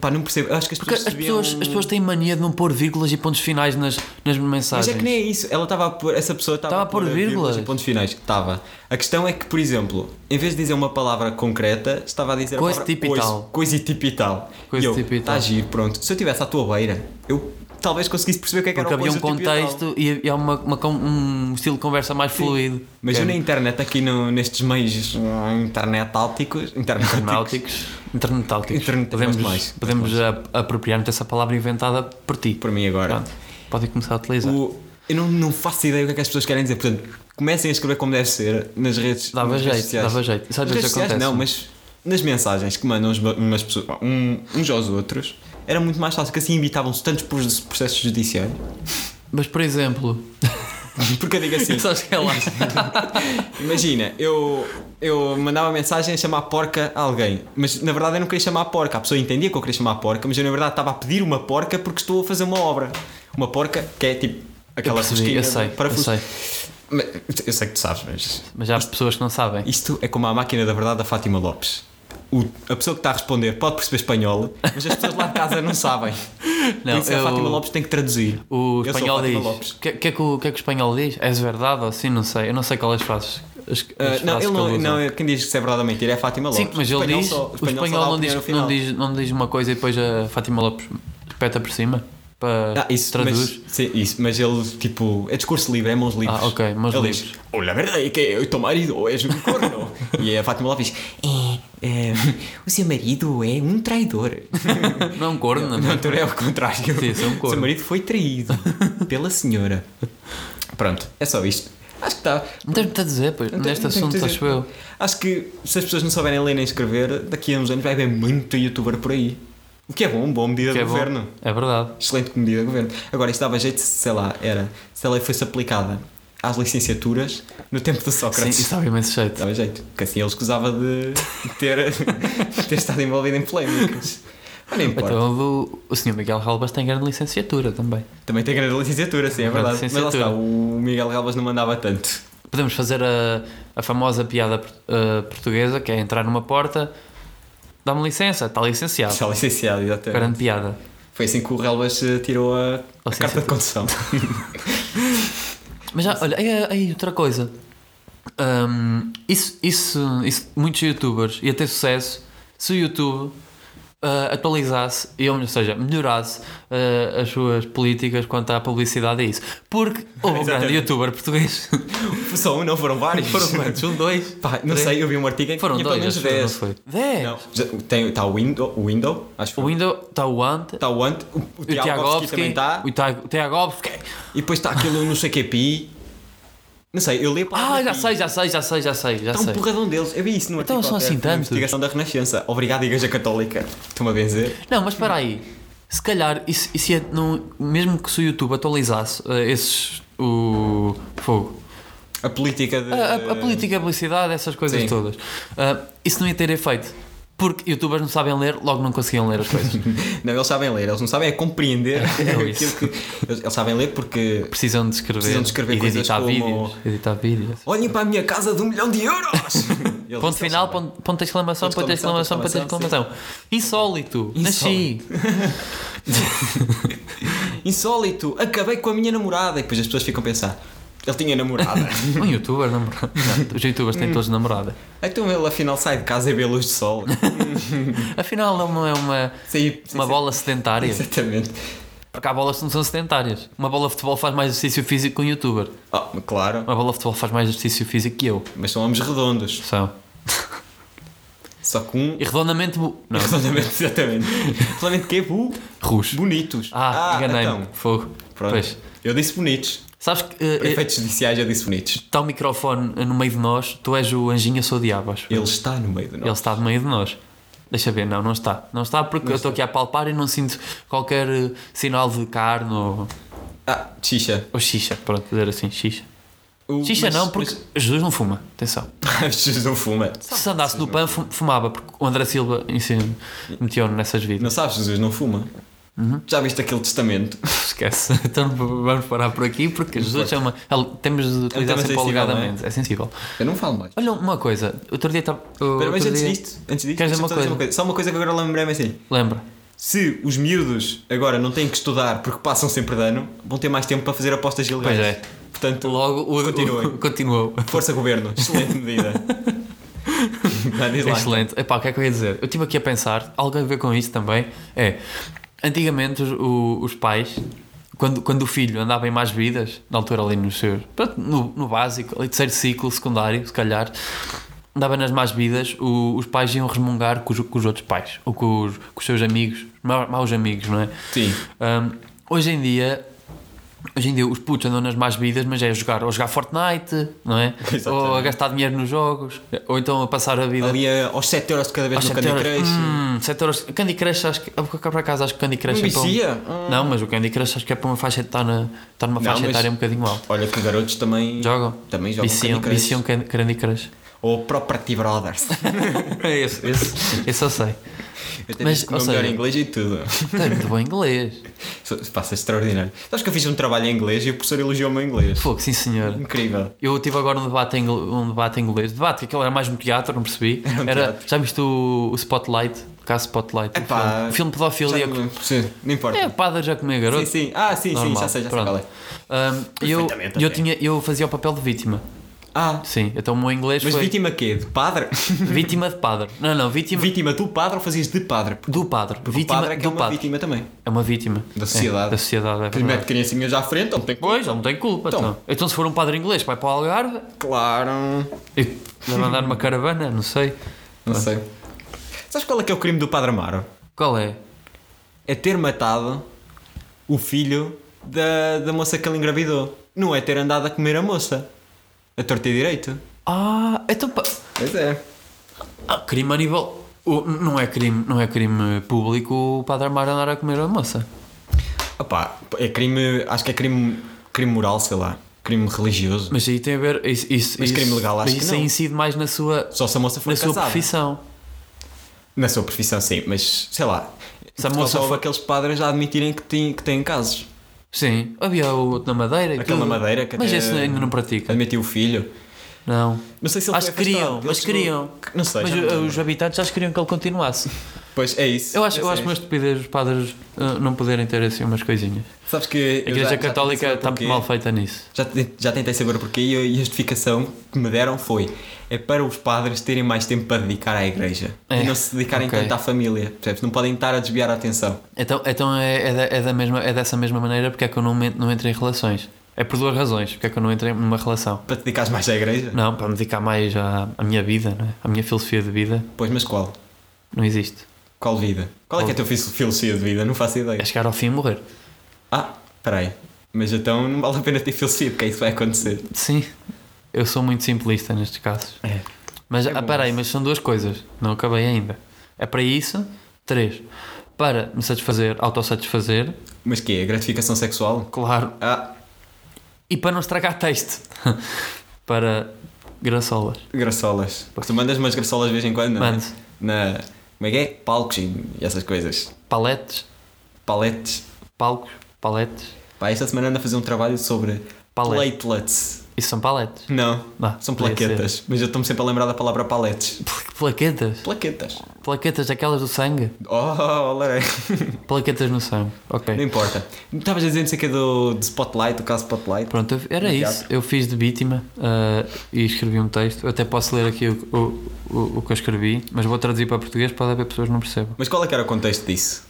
[SPEAKER 3] Pá, não percebo. Eu acho que as
[SPEAKER 2] Porque
[SPEAKER 3] pessoas.
[SPEAKER 2] as
[SPEAKER 3] deviam-
[SPEAKER 2] pessoas, as pessoas têm mania de não pôr vírgulas e pontos finais nas, nas
[SPEAKER 3] um- Mas
[SPEAKER 2] mensagens.
[SPEAKER 3] é que nem é isso. Ela estava a pôr, essa pessoa estava
[SPEAKER 2] Estava a pôr vírgulas.
[SPEAKER 3] e pontos finais. Estava. A questão é que, por exemplo, em vez de dizer uma palavra concreta, estava a dizer a
[SPEAKER 2] Coisa
[SPEAKER 3] palavra
[SPEAKER 2] tipo e tal.
[SPEAKER 3] Coisa e tipo e tal.
[SPEAKER 2] Coisa
[SPEAKER 3] e eu,
[SPEAKER 2] tipo e
[SPEAKER 3] tá
[SPEAKER 2] tal.
[SPEAKER 3] giro, pronto. Se eu estivesse à tua beira, eu talvez conseguisse perceber o que é que
[SPEAKER 2] Porque
[SPEAKER 3] era o
[SPEAKER 2] havia um
[SPEAKER 3] coisa, tipo e tal.
[SPEAKER 2] contexto e, e há uma, uma con- um estilo de conversa mais fluido.
[SPEAKER 3] Mas
[SPEAKER 2] Que
[SPEAKER 3] eu
[SPEAKER 2] é
[SPEAKER 3] na internet, aqui no- nestes meios ah, internet álticos, internet
[SPEAKER 2] Náuticos, internauticos.
[SPEAKER 3] Internet- é
[SPEAKER 2] podemos
[SPEAKER 3] mais, mais,
[SPEAKER 2] podemos ap- apropriar-nos dessa palavra inventada por ti.
[SPEAKER 3] para mim agora.
[SPEAKER 2] Pronto, podem começar a utilizar.
[SPEAKER 3] O- eu não, não faço ideia o que é que as pessoas querem dizer. Portanto, comecem a escrever como deve ser nas redes,
[SPEAKER 2] Dava
[SPEAKER 3] nas redes
[SPEAKER 2] jeito,
[SPEAKER 3] sociais.
[SPEAKER 2] dava jeito. Isso às
[SPEAKER 3] Nas
[SPEAKER 2] vezes
[SPEAKER 3] redes sociais
[SPEAKER 2] acontece.
[SPEAKER 3] não, mas nas mensagens que mandam uns- umas pessoas, um- uns aos outros, era muito mais fácil, que assim evitavam-se tantos pro- processos judiciais.
[SPEAKER 2] Mas por exemplo,
[SPEAKER 3] Porque eu digo assim,
[SPEAKER 2] sabes que é lá.
[SPEAKER 3] imagina, eu, eu mandava mensagem a chamar porca a alguém, mas na verdade eu não queria chamar porca. A pessoa entendia que eu queria chamar porca, mas eu na verdade estava a pedir uma porca porque estou a fazer uma obra. Uma porca que é tipo aquela
[SPEAKER 2] percebi,
[SPEAKER 3] rosquinha
[SPEAKER 2] eu sei,
[SPEAKER 3] de parafuso.
[SPEAKER 2] eu sei.
[SPEAKER 3] Mas- eu sei que tu sabes, mas
[SPEAKER 2] Mas há pessoas que não sabem.
[SPEAKER 3] isto é como a máquina da verdade da Fátima Lopes. O- a pessoa que está a responder pode perceber espanhol, mas as pessoas lá de casa não sabem.
[SPEAKER 2] Não,
[SPEAKER 3] Por isso é a
[SPEAKER 2] eu-
[SPEAKER 3] Fátima Lopes tem que traduzir.
[SPEAKER 2] O
[SPEAKER 3] Eu sou
[SPEAKER 2] espanhol
[SPEAKER 3] Fátima
[SPEAKER 2] diz.
[SPEAKER 3] Lopes.
[SPEAKER 2] O que, que é que o que é que o espanhol diz? És verdade ou sim? Não sei. Eu não sei qual é as frases. As,
[SPEAKER 3] Ah,
[SPEAKER 2] as
[SPEAKER 3] não,
[SPEAKER 2] frases
[SPEAKER 3] ele
[SPEAKER 2] que
[SPEAKER 3] não,
[SPEAKER 2] usa.
[SPEAKER 3] não, quem diz que se é verdade ou mentira é a Fátima Lopes.
[SPEAKER 2] Sim, mas ele diz.
[SPEAKER 3] só-
[SPEAKER 2] o
[SPEAKER 3] só
[SPEAKER 2] espanhol
[SPEAKER 3] dá
[SPEAKER 2] não
[SPEAKER 3] opinião no
[SPEAKER 2] diz,
[SPEAKER 3] final.
[SPEAKER 2] não, diz, não diz uma coisa e depois a Fátima Lopes espeta por cima para
[SPEAKER 3] Ah, isso,
[SPEAKER 2] traduz.
[SPEAKER 3] Mas, sim, isso, mas ele, tipo, é discurso livre, é mãos livres.
[SPEAKER 2] Ah, ok, mãos
[SPEAKER 3] ele
[SPEAKER 2] livres.
[SPEAKER 3] Diz, Olha, a verdade é que eu teu marido és um corno. e a Fátima Lopes diz: é, é, O seu marido é um traidor.
[SPEAKER 2] Não é um corno, não,
[SPEAKER 3] Não, então é o contrário.
[SPEAKER 2] Sim, sou um corno.
[SPEAKER 3] Seu marido foi traído pela senhora. Pronto, é só isto. Acho que está.
[SPEAKER 2] Não tens muito a dizer, pois.
[SPEAKER 3] Não tenho-
[SPEAKER 2] Neste
[SPEAKER 3] não tenho
[SPEAKER 2] assunto,
[SPEAKER 3] que dizer. É
[SPEAKER 2] acho eu.
[SPEAKER 3] Acho que se as pessoas não souberem ler nem escrever, daqui a uns anos vai haver muito youtuber por aí. O que é bom, boa medida
[SPEAKER 2] Que
[SPEAKER 3] do
[SPEAKER 2] é bom.
[SPEAKER 3] governo.
[SPEAKER 2] É verdade.
[SPEAKER 3] Excelente medida do governo. Agora, isto dava jeito, se, sei lá, era se a lei fosse aplicada às licenciaturas no tempo do
[SPEAKER 2] Sim,
[SPEAKER 3] Sócrates.
[SPEAKER 2] isso dá imenso jeito.
[SPEAKER 3] Dava jeito, que assim ele escusava de ter, de ter estado envolvido em polémicas. Mas não importa.
[SPEAKER 2] Então o, o senhor Miguel Relbas tem grande licenciatura também.
[SPEAKER 3] Também tem grande licenciatura, sim, é
[SPEAKER 2] Grande
[SPEAKER 3] verdade. Mas lá está,
[SPEAKER 2] licenciatura.
[SPEAKER 3] o Miguel Galvas não mandava tanto.
[SPEAKER 2] Podemos fazer a, a famosa piada por- eh, portuguesa, que é entrar numa porta, dá-me licença, está licenciado.
[SPEAKER 3] Está licenciado, exatamente.
[SPEAKER 2] Ah. Grande piada.
[SPEAKER 3] Foi assim que o Relvas eh, tirou a, a
[SPEAKER 2] Licenciatura.
[SPEAKER 3] carta de condução.
[SPEAKER 2] Mas já, olha, aí, aí outra coisa. Hum, isso, isso, isso, muitos youtubers ia ter sucesso se o YouTube ah, atualizasse, e, ou seja, melhorasse ah, as suas políticas quanto à publicidade e isso. Porque houve um grande
[SPEAKER 3] Exatamente.
[SPEAKER 2] youtuber português.
[SPEAKER 3] Só um, não foram vários.
[SPEAKER 2] Foram quantos? Um, dois?
[SPEAKER 3] Pá, não
[SPEAKER 2] Três?
[SPEAKER 3] sei, eu vi um artigo em que
[SPEAKER 2] Foram
[SPEAKER 3] tinha
[SPEAKER 2] dois,
[SPEAKER 3] pelo menos
[SPEAKER 2] acho que
[SPEAKER 3] 10.
[SPEAKER 2] não foi. Dez?
[SPEAKER 3] Não, já- tem, está o Window, o Window, acho que
[SPEAKER 2] O
[SPEAKER 3] foi.
[SPEAKER 2] Windows está o Ante,
[SPEAKER 3] Está Tá o Ant, o, o
[SPEAKER 2] o
[SPEAKER 3] Tiagovski também está.
[SPEAKER 2] o Tiago- o Tiagovski.
[SPEAKER 3] E depois está aquele não sei que é pi. Não sei, eu li a palavra
[SPEAKER 2] Ah, já
[SPEAKER 3] pi.
[SPEAKER 2] sei, já sei, já sei, já sei, já
[SPEAKER 3] Está um
[SPEAKER 2] sei.
[SPEAKER 3] porradão deles. Eu vi isso no
[SPEAKER 2] Então, são
[SPEAKER 3] artigo. qualquer,
[SPEAKER 2] assim
[SPEAKER 3] foi uma
[SPEAKER 2] tantos?
[SPEAKER 3] investigação da Renascença. Obrigado, Igreja Católica. Estou-me a benzer.
[SPEAKER 2] Não, mas espera aí. Se calhar, isso, isso ia- não, mesmo que se o YouTube atualizasse eh, esses. o. fogo.
[SPEAKER 3] A política de.
[SPEAKER 2] A, a- a política, a publicidade, essas coisas
[SPEAKER 3] Sim.
[SPEAKER 2] todas. Ah, isso não ia ter efeito. Porque youtubers não sabem ler, logo não conseguiam ler as coisas.
[SPEAKER 3] Não, eles sabem ler, eles não sabem é compreender aquilo
[SPEAKER 2] isso.
[SPEAKER 3] que. Eles, eles sabem ler porque.
[SPEAKER 2] Precisam de escrever.
[SPEAKER 3] Precisam de escrever
[SPEAKER 2] e de
[SPEAKER 3] coisas
[SPEAKER 2] editar
[SPEAKER 3] como-
[SPEAKER 2] vídeos. Editar vídeos.
[SPEAKER 3] Olhem para a minha casa de um milhão de euros! Eles-
[SPEAKER 2] Ponto
[SPEAKER 3] eles
[SPEAKER 2] final,
[SPEAKER 3] sabem.
[SPEAKER 2] ponto, ponto de exclamação,
[SPEAKER 3] Ponto
[SPEAKER 2] ponto
[SPEAKER 3] de
[SPEAKER 2] de exclamação, ponto de
[SPEAKER 3] exclamação,
[SPEAKER 2] exclamação. Insólito. Nasci.
[SPEAKER 3] Insólito, acabei com a minha namorada. E depois as pessoas ficam a pensar: ele tinha namorada.
[SPEAKER 2] Um youtuber namorado. Não, Os youtubers têm todos namorada.
[SPEAKER 3] então ele afinal sai de casa e vê a luz de sol.
[SPEAKER 2] Afinal, ele não é uma,
[SPEAKER 3] Sem- sem
[SPEAKER 2] uma
[SPEAKER 3] ser-
[SPEAKER 2] bola sedentária.
[SPEAKER 3] Exatamente.
[SPEAKER 2] Porque há bolas que não são sedentárias. Uma bola de futebol faz mais exercício físico que um youtuber.
[SPEAKER 3] Oh, claro,
[SPEAKER 2] Uma bola de futebol faz mais exercício físico que eu.
[SPEAKER 3] mas são homens redondos.
[SPEAKER 2] São.
[SPEAKER 3] Só que um.
[SPEAKER 2] E redondamente. bu- Não,
[SPEAKER 3] Redondamente, exatamente. Redondamente que é bu-
[SPEAKER 2] russo.
[SPEAKER 3] bonitos.
[SPEAKER 2] Ah, enganei-me.
[SPEAKER 3] então,
[SPEAKER 2] Fogo.
[SPEAKER 3] pronto.
[SPEAKER 2] Pois.
[SPEAKER 3] Eu disse bonitos.
[SPEAKER 2] Sabes que eh, eh,
[SPEAKER 3] Prefeitos judiciais, eu disse bonitos.
[SPEAKER 2] está o microfone no meio de nós, tu és o anjinho, eu sou o diabo, acho.
[SPEAKER 3] Ele está no meio de
[SPEAKER 2] Ele
[SPEAKER 3] nós.
[SPEAKER 2] está no meio de nós. Deixa ver, não, não está. Não está porque eu estou aqui a palpar e não sinto qualquer eh, sinal de carne ou,
[SPEAKER 3] Ah, xixa.
[SPEAKER 2] ou xixa. Pronto, dizer assim, xixa.
[SPEAKER 3] O-
[SPEAKER 2] Xixa
[SPEAKER 3] mas-
[SPEAKER 2] não, porque Jesus não fuma. Atenção.
[SPEAKER 3] mas- Jesus não fuma.
[SPEAKER 2] Se andasse no PAN, fu- fumava, porque o André Silva ensina- meteu-no nessas
[SPEAKER 3] Não
[SPEAKER 2] vidas.
[SPEAKER 3] sabes, Jesus não fuma.
[SPEAKER 2] Uhum.
[SPEAKER 3] Já viste aquele testamento?
[SPEAKER 2] Esquece. Então vamos parar por aqui, porque Jesus é chama. ele- Temos de
[SPEAKER 3] tema
[SPEAKER 2] utilizar sempre
[SPEAKER 3] sensível,
[SPEAKER 2] alegadamente. É? sensível.
[SPEAKER 3] Eu não falo mais.
[SPEAKER 2] Olha, uma coisa. Outro dia estava.
[SPEAKER 3] Espera, mas
[SPEAKER 2] outro
[SPEAKER 3] antes
[SPEAKER 2] dia-
[SPEAKER 3] disto, antes
[SPEAKER 2] Queres
[SPEAKER 3] disto, deixa-me
[SPEAKER 2] uma
[SPEAKER 3] só
[SPEAKER 2] coisa?
[SPEAKER 3] dizer Só uma coisa que agora lembrei-me assim:
[SPEAKER 2] Lembra?
[SPEAKER 3] se os miúdos agora não têm que estudar porque passam sempre de ano, vão ter mais tempo para fazer apostas ilegais.
[SPEAKER 2] Pois é.
[SPEAKER 3] Portanto,
[SPEAKER 2] Logo o.
[SPEAKER 3] Continuem.
[SPEAKER 2] o- continuou.
[SPEAKER 3] força governo, excelente medida. Vai, diz lá.
[SPEAKER 2] Excelente. Epá, o que é que eu ia dizer? Eu estive aqui a pensar, algo a ver com isso também, é antigamente os, o- os pais, quando, quando o filho andava em mais vidas, na altura ali nos seus, pronto, no, no básico, ali terceiro ciclo, secundário, se calhar, andava nas más vidas, o- os pais iam resmungar com os, com os outros pais, ou com os, com os seus amigos, ma- maus amigos, não é?
[SPEAKER 3] Sim.
[SPEAKER 2] Hum, hoje em dia. Hoje em dia os putos andam nas más vidas, mas é jogar, ou jogar Fortnite, não é?
[SPEAKER 3] Exatamente.
[SPEAKER 2] Ou a gastar dinheiro nos jogos, ou então a passar a vida
[SPEAKER 3] Ali a- aos 7 euros de cada vez no Candy Crush.
[SPEAKER 2] é Hum, sete euros. Candy Crush, acho que. Cá para casa, acho que Candy Crush
[SPEAKER 3] Não
[SPEAKER 2] é para um-
[SPEAKER 3] vicia?
[SPEAKER 2] Não, mas o Candy Crush acho que é para uma faixa. Está, na, está numa
[SPEAKER 3] Não,
[SPEAKER 2] faixa
[SPEAKER 3] mas-
[SPEAKER 2] etária um bocadinho alta.
[SPEAKER 3] Olha que garotos também
[SPEAKER 2] Jogam?
[SPEAKER 3] Também jogam
[SPEAKER 2] Viciam
[SPEAKER 3] Candy Crush.
[SPEAKER 2] viciam Can- Candy Crush.
[SPEAKER 3] Ou Property Brothers.
[SPEAKER 2] É esse, esse, esse eu sei.
[SPEAKER 3] Eu até
[SPEAKER 2] Mas,
[SPEAKER 3] disse que
[SPEAKER 2] ou
[SPEAKER 3] o meu melhor
[SPEAKER 2] seja-
[SPEAKER 3] inglês e tudo.
[SPEAKER 2] Tem muito bom inglês.
[SPEAKER 3] Isso Passa extraordinário. Sabes que eu fiz um trabalho em inglês e o professor elogiou o meu inglês.
[SPEAKER 2] Fogo, sim senhor.
[SPEAKER 3] Incrível.
[SPEAKER 2] Eu tive agora um debate, em, ingl- um debate em inglês. Debate, que aquilo era mais um teatro, não percebi.
[SPEAKER 3] Era um
[SPEAKER 2] Era,
[SPEAKER 3] teatro.
[SPEAKER 2] já viste o, o Spotlight? O caso Spotlight?
[SPEAKER 3] Epá,
[SPEAKER 2] o filme, o filme pedofilia.
[SPEAKER 3] Já não- Sim, não importa.
[SPEAKER 2] É, o padre já comeu garoto.
[SPEAKER 3] sim, sim. Ah, sim, sim,
[SPEAKER 2] Normal,
[SPEAKER 3] já sei, já sei
[SPEAKER 2] pronto.
[SPEAKER 3] qual é.
[SPEAKER 2] Hum, eu,
[SPEAKER 3] Perfeitamente
[SPEAKER 2] eu,
[SPEAKER 3] até.
[SPEAKER 2] tinha, eu fazia o papel de vítima.
[SPEAKER 3] Ah,
[SPEAKER 2] Sim, então o meu inglês
[SPEAKER 3] mas
[SPEAKER 2] foi
[SPEAKER 3] vítima quê? De padre?
[SPEAKER 2] vítima de padre. Não, não, vítima
[SPEAKER 3] vítima do padre ou fazias de padre? Porque
[SPEAKER 2] do padre.
[SPEAKER 3] o
[SPEAKER 2] vítima
[SPEAKER 3] padre é que
[SPEAKER 2] do
[SPEAKER 3] é uma
[SPEAKER 2] padre.
[SPEAKER 3] vítima também.
[SPEAKER 2] É uma vítima.
[SPEAKER 3] Da sociedade.
[SPEAKER 2] É, da sociedade, é
[SPEAKER 3] Primeiro
[SPEAKER 2] verdade.
[SPEAKER 3] de criancinhas à frente, não tem
[SPEAKER 2] Pois, ele não tem culpa. Então.
[SPEAKER 3] Então.
[SPEAKER 2] Então. se for um padre inglês, vai para o Algarve
[SPEAKER 3] Claro.
[SPEAKER 2] e vai mandar numa caravana, não sei.
[SPEAKER 3] Não sei. Sabes qual é que é o crime do padre Amaro?
[SPEAKER 2] Qual é?
[SPEAKER 3] É ter matado o filho da, da moça que ele engravidou. Não é ter andado a comer a moça. A torta e direito.
[SPEAKER 2] Ah, então. pa-
[SPEAKER 3] Pois é.
[SPEAKER 2] Ah, crime a nível. O- não, é crime, não é crime público o padre Amaro andar a comer a moça.
[SPEAKER 3] Opá, é crime. Acho que é crime, crime moral, sei lá. Crime religioso.
[SPEAKER 2] Mas aí tem a ver. Isso, isso,
[SPEAKER 3] Mas
[SPEAKER 2] isso-
[SPEAKER 3] crime legal, acho
[SPEAKER 2] isso
[SPEAKER 3] que não.
[SPEAKER 2] incide mais na sua,
[SPEAKER 3] Só se a moça for
[SPEAKER 2] na sua
[SPEAKER 3] casada.
[SPEAKER 2] profissão.
[SPEAKER 3] Na sua profissão, sim, mas sei lá.
[SPEAKER 2] Se a
[SPEAKER 3] Só
[SPEAKER 2] moça
[SPEAKER 3] houve
[SPEAKER 2] for-
[SPEAKER 3] aqueles padres a admitirem que têm, que têm casos.
[SPEAKER 2] Sim, havia o outro na Madeira e
[SPEAKER 3] Aquele
[SPEAKER 2] tudo.
[SPEAKER 3] na Madeira que
[SPEAKER 2] Mas
[SPEAKER 3] até-
[SPEAKER 2] esse ainda não pratica.
[SPEAKER 3] Admitiu o filho.
[SPEAKER 2] Não.
[SPEAKER 3] Não sei se ele
[SPEAKER 2] Acho que
[SPEAKER 3] foi afastado,
[SPEAKER 2] queriam,
[SPEAKER 3] ele
[SPEAKER 2] mas
[SPEAKER 3] chegou-
[SPEAKER 2] queriam.
[SPEAKER 3] Não sei.
[SPEAKER 2] Mas
[SPEAKER 3] já não
[SPEAKER 2] o-
[SPEAKER 3] lembro.
[SPEAKER 2] os habitantes acho que queriam que ele continuasse.
[SPEAKER 3] Pois é isso.
[SPEAKER 2] Eu acho, eu
[SPEAKER 3] Esse
[SPEAKER 2] acho
[SPEAKER 3] é
[SPEAKER 2] uma
[SPEAKER 3] isso.
[SPEAKER 2] estupidez os padres ah, não poderem ter assim umas coisinhas.
[SPEAKER 3] Sabes que.
[SPEAKER 2] A Igreja Católica está muito mal feita nisso.
[SPEAKER 3] Já, te- já tentei saber o porquê e a e a justificação que me deram foi: é para os padres terem mais tempo para dedicar à igreja
[SPEAKER 2] É,
[SPEAKER 3] e não se dedicarem
[SPEAKER 2] ok.
[SPEAKER 3] tanto à família. Percebes? Não podem estar a desviar a atenção.
[SPEAKER 2] Então, então é, é da, é da mesma, é dessa mesma maneira porque é que eu não, men- não entro em relações. É por duas razões porque é que eu não entro em uma relação.
[SPEAKER 3] Para te dedicares mais à igreja?
[SPEAKER 2] Não, para me dedicar mais à, à minha vida, não é? à minha filosofia de vida,
[SPEAKER 3] Pois, mas qual?
[SPEAKER 2] não existe.
[SPEAKER 3] Qual vida? Qual é que é a tua fil- filosofia de vida? Não faço ideia.
[SPEAKER 2] É chegar ao fim e morrer.
[SPEAKER 3] Ah, peraí. Mas então não vale a pena ter filosofia, porque é isso que vai acontecer.
[SPEAKER 2] Sim, eu sou muito simplista nestes casos.
[SPEAKER 3] É.
[SPEAKER 2] Mas, ah,
[SPEAKER 3] bom
[SPEAKER 2] peraí, mas são duas coisas. Não acabei ainda. É para isso, três. Para me satisfazer, autossatisfazer,
[SPEAKER 3] Mas que é? Gratificação sexual?
[SPEAKER 2] claro.
[SPEAKER 3] Ah,
[SPEAKER 2] E para não estragar texto. para graçolas.
[SPEAKER 3] graçolas. Porque tu mandas umas graçolas de vez em quando, não é?
[SPEAKER 2] Mando.
[SPEAKER 3] Na. Como é que é? Palcos e e essas coisas.
[SPEAKER 2] Paletes,
[SPEAKER 3] Paletes.
[SPEAKER 2] palcos, paletes.
[SPEAKER 3] Pá, esta semana anda a fazer um trabalho sobre
[SPEAKER 2] Palete.
[SPEAKER 3] platelets.
[SPEAKER 2] Isso são paletes.
[SPEAKER 3] Não,
[SPEAKER 2] Ah,
[SPEAKER 3] são
[SPEAKER 2] podia
[SPEAKER 3] plaquetas. Mas eu estou-me sempre a lembrar da palavra paletes.
[SPEAKER 2] Pla- Plaquetas.
[SPEAKER 3] Plaquetas.
[SPEAKER 2] Plaquetas daquelas do sangue.
[SPEAKER 3] Oh, olha
[SPEAKER 2] Plaquetas no sangue. Ok.
[SPEAKER 3] Não importa. Estavas a dizer não sei o que é do, do Spotlight, do caso Spotlight.
[SPEAKER 2] Pronto, eu- era
[SPEAKER 3] No
[SPEAKER 2] isso. Eu fiz de vítima ah, e escrevi um texto. Eu até posso ler aqui o, o, o, o que eu escrevi, mas vou traduzir para português para haver pessoas que não percebam.
[SPEAKER 3] Mas qual é que era o contexto disso?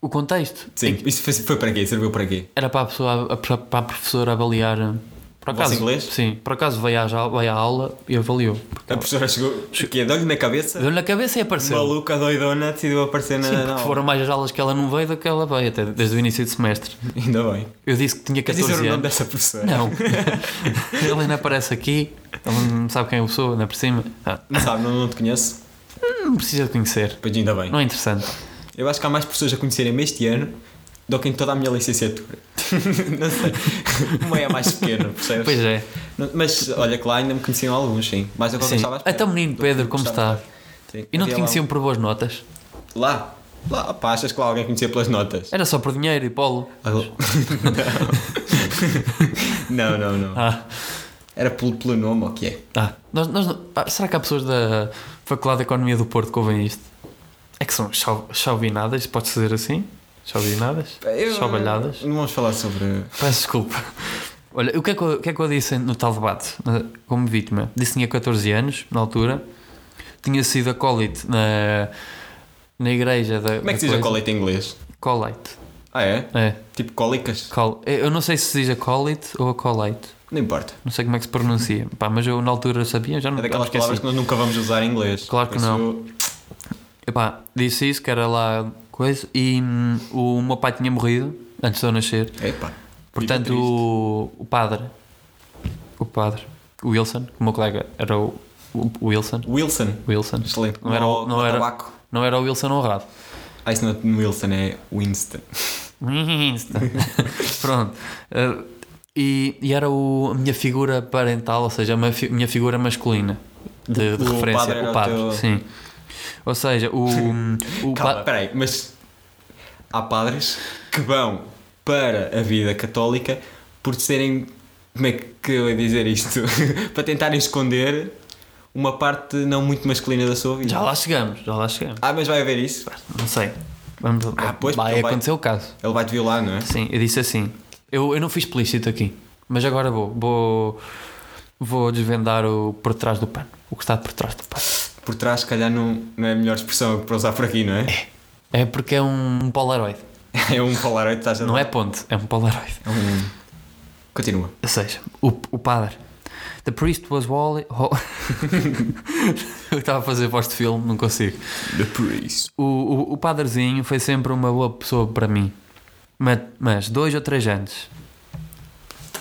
[SPEAKER 2] o contexto.
[SPEAKER 3] Sim, isso foi, foi para quê? Serviu para quê?
[SPEAKER 2] Era para a, pessoa, a- para para a professora avaliar. eh, Por
[SPEAKER 3] vosso
[SPEAKER 2] acaso,
[SPEAKER 3] inglês?
[SPEAKER 2] Sim, por acaso veio à, ja- veio à aula e avaliou.
[SPEAKER 3] A professora chegou, que deu-lhe na cabeça,
[SPEAKER 2] Deu-lhe na cabeça e apareceu.
[SPEAKER 3] maluca, doidona, decidiu aparecer na.
[SPEAKER 2] Sim,
[SPEAKER 3] na
[SPEAKER 2] porque
[SPEAKER 3] aula.
[SPEAKER 2] foram mais as aulas que ela não veio do que ela veio, até desde o início do semestre.
[SPEAKER 3] Ainda bem.
[SPEAKER 2] Eu disse que tinha
[SPEAKER 3] Queres
[SPEAKER 2] 14
[SPEAKER 3] dizer o nome
[SPEAKER 2] anos.
[SPEAKER 3] dessa professora?
[SPEAKER 2] Não, ele ainda aparece aqui, ele não sabe quem eu sou, ainda por cima. Ah,
[SPEAKER 3] Não sabe, não, não te conheço?
[SPEAKER 2] não precisa de conhecer,
[SPEAKER 3] Pois ainda bem.
[SPEAKER 2] não é interessante.
[SPEAKER 3] Eu acho que há mais pessoas a conhecerem-me este ano do que em toda a minha licenciatura. não sei. O meio é mais pequeno, percebes?
[SPEAKER 2] Pois é.
[SPEAKER 3] Não- Mas olha que lá ainda me conheciam alguns, sim. Mas eu
[SPEAKER 2] Sim.
[SPEAKER 3] estava à espera.
[SPEAKER 2] Então, menino
[SPEAKER 3] Do que
[SPEAKER 2] Pedro, como
[SPEAKER 3] gostava.
[SPEAKER 2] está?
[SPEAKER 3] Sim.
[SPEAKER 2] E não te
[SPEAKER 3] Havia um-
[SPEAKER 2] conheciam por boas notas?
[SPEAKER 3] Lá, lá, lá pá, achas que lá alguém conhecia pelas notas?
[SPEAKER 2] Era só por dinheiro e polo?
[SPEAKER 3] não, não, não.
[SPEAKER 2] Ah,
[SPEAKER 3] Era pelo, pelo nome, ou que é?
[SPEAKER 2] ah, nós, nós não- ah, será que há pessoas da Faculdade de Economia do Porto que ouvem isto? É que são chau- chauvinadas, pode-se dizer assim? Chauvinadas?
[SPEAKER 3] Eu-
[SPEAKER 2] Chauvalhadas?
[SPEAKER 3] Não vamos falar sobre.
[SPEAKER 2] Peço desculpa. Olha, o que, é que eu, o que é que eu disse no tal debate, na- como vítima? Disse que tinha 14 anos, na altura. Tinha sido acólito na, na igreja da.
[SPEAKER 3] Como é que se diz a
[SPEAKER 2] acólito?
[SPEAKER 3] coleta em inglês?
[SPEAKER 2] Colite.
[SPEAKER 3] Ah, é?
[SPEAKER 2] É.
[SPEAKER 3] Tipo cólicas?
[SPEAKER 2] Col, eu não sei se se diz acólito ou acolite.
[SPEAKER 3] Não importa.
[SPEAKER 2] Não sei como é que se pronuncia. Pá, mas eu na altura sabia, já não
[SPEAKER 3] Uhum. É daquelas
[SPEAKER 2] já me esqueci.
[SPEAKER 3] palavras que nós nunca vamos usar em inglês.
[SPEAKER 2] Claro que
[SPEAKER 3] Por isso,
[SPEAKER 2] não. Epá, disse isso, que era lá coisa. E hum, o meu pai tinha morrido antes de eu nascer.
[SPEAKER 3] Epá.
[SPEAKER 2] Portanto,
[SPEAKER 3] Fica triste.
[SPEAKER 2] o, o padre, o padre, o Wilson, que o meu colega era o, o- o Wilson,
[SPEAKER 3] Wilson.
[SPEAKER 2] Wilson,
[SPEAKER 3] Excelente.
[SPEAKER 2] Não era o-
[SPEAKER 3] Como
[SPEAKER 2] não
[SPEAKER 3] o
[SPEAKER 2] era-
[SPEAKER 3] tabaco.
[SPEAKER 2] não era o Wilson honrado.
[SPEAKER 3] Ah, isso não é Wilson, é Winston.
[SPEAKER 2] Insta. Pronto. Eh, e, e era o, a minha figura parental, ou seja, a minha, fi- minha figura masculina de, de
[SPEAKER 3] O
[SPEAKER 2] referência,
[SPEAKER 3] padre era
[SPEAKER 2] o
[SPEAKER 3] o
[SPEAKER 2] padre,
[SPEAKER 3] teu-
[SPEAKER 2] sim. Ou seja, o, o
[SPEAKER 3] Calma,
[SPEAKER 2] pa-
[SPEAKER 3] peraí, mas há padres que vão para a vida católica por serem. Como é que eu ia dizer isto? para tentarem esconder uma parte não muito masculina da sua vida.
[SPEAKER 2] já lá chegamos, já lá chegamos.
[SPEAKER 3] Ah, mas vai haver isso.
[SPEAKER 2] Não sei. Vamos,
[SPEAKER 3] Ah, pois,
[SPEAKER 2] vai
[SPEAKER 3] porque ele vai-
[SPEAKER 2] acontecer o caso.
[SPEAKER 3] Ele vai te violar, não é?
[SPEAKER 2] Sim, eu disse assim. Eu, eu não fui explícito aqui, mas agora vou. Vou, vou desvendar o por trás do pano. O que está por trás do pano.
[SPEAKER 3] Por trás, se calhar, não, não é a melhor expressão para usar por aqui, não é?
[SPEAKER 2] É porque é um Polaroid.
[SPEAKER 3] É um polaroid, estás a
[SPEAKER 2] Não é ponte, é um Polaroid.
[SPEAKER 3] É um. Continua.
[SPEAKER 2] Ou seja, o, o padre. The priest was Wally. Ho- eu estava a fazer voz de filme, não consigo.
[SPEAKER 3] The priest.
[SPEAKER 2] O, o, o padrezinho foi sempre uma boa pessoa para mim. Mas, mas dois ou três anos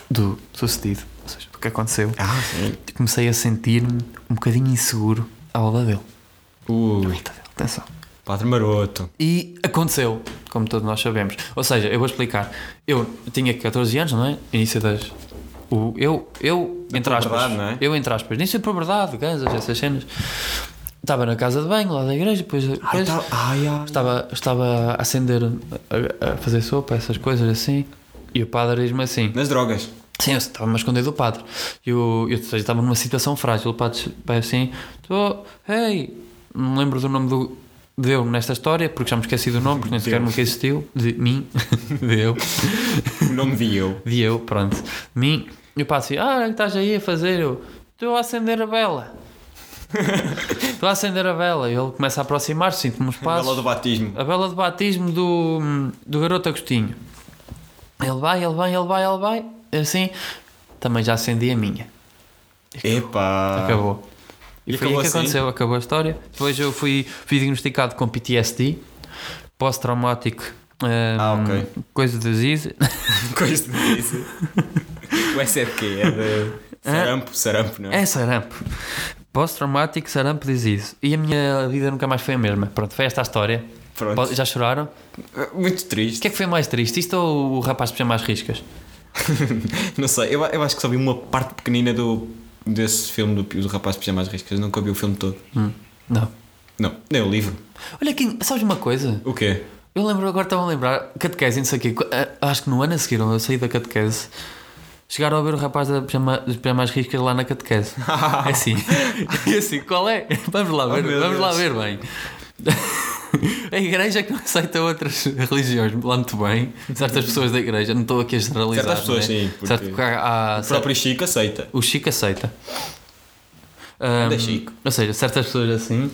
[SPEAKER 2] do sucedido, ou seja, do que aconteceu,
[SPEAKER 3] Ah, sim.
[SPEAKER 2] comecei a sentir-me um bocadinho inseguro ao lado dele.
[SPEAKER 3] Ui,
[SPEAKER 2] Volta dele, Atenção.
[SPEAKER 3] padre maroto.
[SPEAKER 2] E aconteceu, como todos nós sabemos. Ou seja, eu vou explicar. Eu tinha 14 anos, não é? Início das. O, eu, eu,
[SPEAKER 3] Da
[SPEAKER 2] entre aspas.
[SPEAKER 3] puberdade, não é?
[SPEAKER 2] Eu, entre aspas. Início de puberdade, gansas, essas cenas. Estava na casa de banho, lá da igreja, depois.
[SPEAKER 3] Ai,
[SPEAKER 2] depois
[SPEAKER 3] tá, ai, ai.
[SPEAKER 2] estava, estava a acender, a, a fazer sopa, essas coisas assim. E o padre diz-me assim:
[SPEAKER 3] Nas drogas.
[SPEAKER 2] Sim, eu estava-me a esconder do padre. E o- eu, ou seja, estava numa situação frágil. O padre vai assim: Tô, Ei, não me lembro do nome do, de eu nesta história, porque já me esqueci do nome, porque nem sequer
[SPEAKER 3] Deus.
[SPEAKER 2] nunca existiu. De mim, de eu,
[SPEAKER 3] O nome de eu.
[SPEAKER 2] de eu, pronto. De mim. E o padre assim: Ah, o que estás aí a fazer? Eu estou a acender a vela. Estou a acender a vela. E ele começa a aproximar-se, sinto-me um uns
[SPEAKER 3] A
[SPEAKER 2] passos.
[SPEAKER 3] bela do batismo.
[SPEAKER 2] A vela de batismo do, do garoto Agostinho. Ele vai, ele vai, ele vai, ele vai. Assim, também já acendi a minha.
[SPEAKER 3] Epá.
[SPEAKER 2] Acabou. E,
[SPEAKER 3] Ah. E
[SPEAKER 2] foi aí
[SPEAKER 3] acabou
[SPEAKER 2] que
[SPEAKER 3] assim?
[SPEAKER 2] aconteceu, acabou a história. Depois eu fui, fui diagnosticado com PTSD, pós-traumático. hum,
[SPEAKER 3] Ah, ok.
[SPEAKER 2] Coisa de disease.
[SPEAKER 3] Coisa de disso. o S é de quê? É de sarampo, sarampo, não é?
[SPEAKER 2] É sarampo. Pós-traumático sarampo disease. E a minha vida nunca mais foi a mesma. Pronto, foi esta a história.
[SPEAKER 3] Pronto.
[SPEAKER 2] Po- Já choraram?
[SPEAKER 3] Muito
[SPEAKER 2] O
[SPEAKER 3] triste.
[SPEAKER 2] que é que foi mais triste? Isto ou o rapaz puxar mais riscas?
[SPEAKER 3] Não sei, eu, eu acho que só vi uma parte pequenina do, desse filme do, do Rapaz de Pijamas Riscas. Nunca vi o filme todo.
[SPEAKER 2] Hum, não.
[SPEAKER 3] Não, nem o livro.
[SPEAKER 2] Olha aqui, sabes uma coisa?
[SPEAKER 3] O quê?
[SPEAKER 2] Eu lembro, agora estava a lembrar, catequese, não sei o quê, qu- ah, acho que no ano a seguir, onde eu saí da catequese, chegaram a ver o rapaz da pijama- dos pijamas riscas lá na catequese. É assim. E assim, qual é? Vamos lá ver,
[SPEAKER 3] Oh, meu
[SPEAKER 2] vamos lá ver
[SPEAKER 3] Deus.
[SPEAKER 2] bem. A igreja que não aceita outras religiões lá muito bem, certas pessoas da igreja, não estou aqui a generalizar.
[SPEAKER 3] Certas pessoas,
[SPEAKER 2] não é?
[SPEAKER 3] sim, porque-
[SPEAKER 2] Certo, porque há- há-
[SPEAKER 3] O próprio Chico aceita.
[SPEAKER 2] o Chico aceita.
[SPEAKER 3] Anda,
[SPEAKER 2] Ahm,
[SPEAKER 3] Chico.
[SPEAKER 2] Ou seja, certas pessoas assim.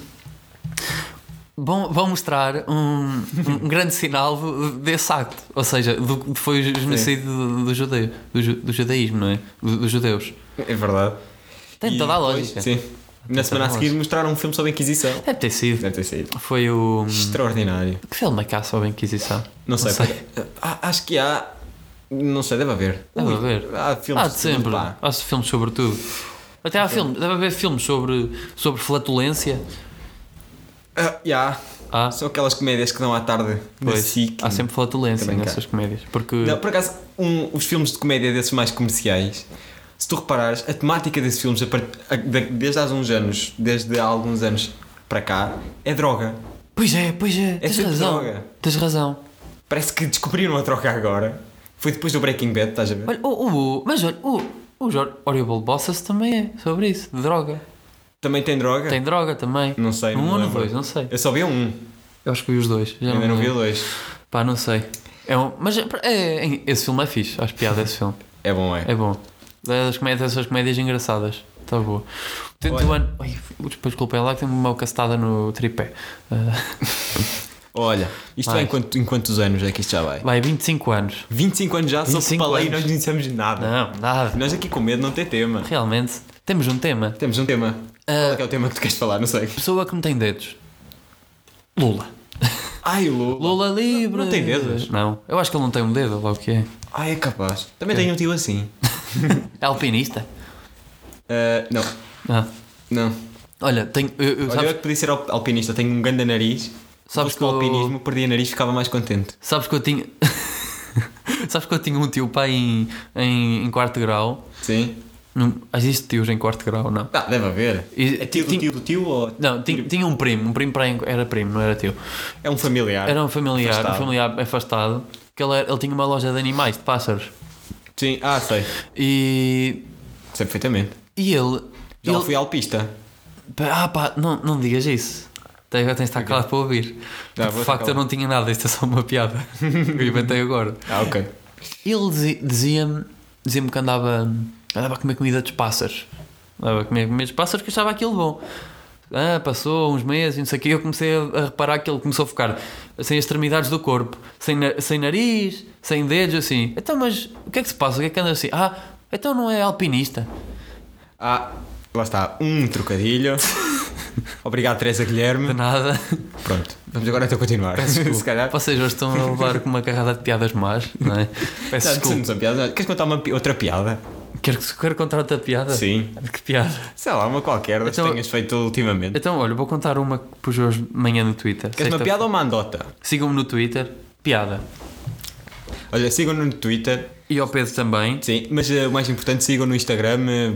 [SPEAKER 2] vão, vão mostrar um, um grande sinal desse acto. Ou seja, do, que foi o genocídio do, do judeu, do, ju- do judaísmo, não é? Do- dos judeus.
[SPEAKER 3] É verdade.
[SPEAKER 2] Tem
[SPEAKER 3] E
[SPEAKER 2] toda a
[SPEAKER 3] depois-
[SPEAKER 2] lógica.
[SPEAKER 3] Sim. Na semana a seguir mostraram um filme sobre a Inquisição.
[SPEAKER 2] Deve ter sido.
[SPEAKER 3] Deve ter sido.
[SPEAKER 2] Foi o.
[SPEAKER 3] Extraordinário.
[SPEAKER 2] Que filme é que há sobre a Inquisição?
[SPEAKER 3] Não sei. porque- ah, acho que há. Não sei, deve haver.
[SPEAKER 2] Deve
[SPEAKER 3] Ui,
[SPEAKER 2] haver.
[SPEAKER 3] Há filmes
[SPEAKER 2] há de sempre.
[SPEAKER 3] pá.
[SPEAKER 2] Há filmes sobre tudo. Até há filmes, deve haver filmes sobre, sobre flatulência.
[SPEAKER 3] Ah, e há.
[SPEAKER 2] Há,
[SPEAKER 3] São aquelas comédias que dão à tarde na
[SPEAKER 2] pois,
[SPEAKER 3] SIC.
[SPEAKER 2] há sempre flatulência
[SPEAKER 3] Também cá.
[SPEAKER 2] nessas comédias. Porque
[SPEAKER 3] Não, por acaso, um- os filmes de comédia desses mais comerciais, se tu reparares, a temática desses filmes, a part- a- de- desde há uns anos, desde há alguns anos para cá, é droga.
[SPEAKER 2] Pois é, pois é, tens
[SPEAKER 3] sempre
[SPEAKER 2] razão.
[SPEAKER 3] droga.
[SPEAKER 2] Tens razão.
[SPEAKER 3] Parece que descobriram a droga agora. Foi depois do Breaking Bad, estás a ver?
[SPEAKER 2] Olha, o, o- mas olha, o, o Jorge Horrible Bosses também é sobre isso, de droga.
[SPEAKER 3] Também tem droga?
[SPEAKER 2] Tem droga também.
[SPEAKER 3] Não sei.
[SPEAKER 2] Um
[SPEAKER 3] não
[SPEAKER 2] ou no
[SPEAKER 3] lembro.
[SPEAKER 2] dois, não sei.
[SPEAKER 3] Eu só vi um.
[SPEAKER 2] Eu acho que vi um. os dois. Já
[SPEAKER 3] Ainda
[SPEAKER 2] me
[SPEAKER 3] não vi
[SPEAKER 2] lembro.
[SPEAKER 3] o dois.
[SPEAKER 2] Pá, não sei. É um, mas é, é- esse filme é fixe, acho piada esse filme.
[SPEAKER 3] É bom, é.
[SPEAKER 2] É bom. Das comédias, essas comédias engraçadas. Está boa. Tem- tem
[SPEAKER 3] Olha.
[SPEAKER 2] uma- Ai, desculpa, desculpem lá que tem uma castada no tripé. Ah,
[SPEAKER 3] Olha, isto vai
[SPEAKER 2] Vai.
[SPEAKER 3] em, quanto, em quantos anos é que isto já vai?
[SPEAKER 2] vai, 25 anos.
[SPEAKER 3] 25 anos já, só que
[SPEAKER 2] 25
[SPEAKER 3] falei e
[SPEAKER 2] anos.
[SPEAKER 3] nós não dissemos nada.
[SPEAKER 2] Não, nada.
[SPEAKER 3] Nós aqui com medo não tem tema.
[SPEAKER 2] Realmente, temos um tema.
[SPEAKER 3] Temos um tema. Qual é
[SPEAKER 2] Ah,
[SPEAKER 3] que é o tema que tu queres falar? Não sei.
[SPEAKER 2] pessoa que não tem dedos. Lula.
[SPEAKER 3] Ai, Lula.
[SPEAKER 2] Lula livre.
[SPEAKER 3] não tem dedos?
[SPEAKER 2] Não. Eu acho que ele não tem um dedo, logo que é.
[SPEAKER 3] Ai, é capaz. Também tenho um tio assim.
[SPEAKER 2] É alpinista.
[SPEAKER 3] Ah, não,
[SPEAKER 2] Ah.
[SPEAKER 3] não.
[SPEAKER 2] Olha, tenho. Eu, eu-
[SPEAKER 3] Olha, eu é
[SPEAKER 2] sabes,
[SPEAKER 3] que podia ser al- alpinista. Tenho um grande nariz.
[SPEAKER 2] Sabes
[SPEAKER 3] Sabes que
[SPEAKER 2] que
[SPEAKER 3] o
[SPEAKER 2] eu-
[SPEAKER 3] alpinismo perdia nariz ficava mais contente.
[SPEAKER 2] sabes que eu tinha. sabes que eu tinha um tio pai em, em, em quarto grau.
[SPEAKER 3] Sim.
[SPEAKER 2] Não, existe tios em quarto grau, não.
[SPEAKER 3] Ah, deve haver.
[SPEAKER 2] E-
[SPEAKER 3] é tio do
[SPEAKER 2] tinha-
[SPEAKER 3] tio do tio ou... Tipo,
[SPEAKER 2] Não, tinha, tinha um primo, um primo para em- era primo, não era teu.
[SPEAKER 3] É um familiar.
[SPEAKER 2] Era um familiar,
[SPEAKER 3] Afastado.
[SPEAKER 2] um familiar afastado, que ele, era- ele tinha uma loja de animais, de pássaros.
[SPEAKER 3] Sim, ah, sei.
[SPEAKER 2] E,
[SPEAKER 3] Sei perfeitamente.
[SPEAKER 2] e ele.
[SPEAKER 3] Já
[SPEAKER 2] ele
[SPEAKER 3] fui alpista.
[SPEAKER 2] Ah, pá, não, não digas isso. Até agora tens de estar calado para ouvir.
[SPEAKER 3] Tá,
[SPEAKER 2] Porque,
[SPEAKER 3] vou
[SPEAKER 2] de
[SPEAKER 3] estar
[SPEAKER 2] facto, eu
[SPEAKER 3] calado.
[SPEAKER 2] não tinha nada, isto é só uma piada. que eu inventei agora.
[SPEAKER 3] Ah, ok.
[SPEAKER 2] Ele dizi- dizia-me dizia-me que andava, andava a comer comida dos pássaros. Andava a comer comida dos pássaros que achava aquilo bom. Ah, passou uns meses e não sei o que, eu comecei a a reparar que ele começou a ficar sem extremidades do corpo, sem, na- sem nariz, sem dedos, assim. Então, mas o que é que se passa? O que é que anda assim? Ah, então não é alpinista.
[SPEAKER 3] Ah, lá está. Um trocadilho. Obrigado, Teresa
[SPEAKER 2] De
[SPEAKER 3] Guilherme.
[SPEAKER 2] nada.
[SPEAKER 3] Pronto. Vamos agora então continuar. Se calhar.
[SPEAKER 2] Vocês hoje estão a levar com uma carrada de piadas más, não é? Peço
[SPEAKER 3] Não,
[SPEAKER 2] desculpa.
[SPEAKER 3] não, não, piada. Queres contar uma pi- outra piada?
[SPEAKER 2] Quero, quero contar outra piada?
[SPEAKER 3] Sim.
[SPEAKER 2] Que piada?
[SPEAKER 3] Sei lá, uma qualquer das
[SPEAKER 2] Então-
[SPEAKER 3] que tenhas feito ultimamente.
[SPEAKER 2] Então, olha, vou contar uma que pus hoje de manhã no Twitter.
[SPEAKER 3] Queres é uma
[SPEAKER 2] Sexta-
[SPEAKER 3] piada ou uma andota?
[SPEAKER 2] Sigam-me no Twitter, piada.
[SPEAKER 3] Olha, sigam-no no Twitter,
[SPEAKER 2] E ao Pedro também.
[SPEAKER 3] sim, mas eh, o mais importante, sigam no Instagram eh,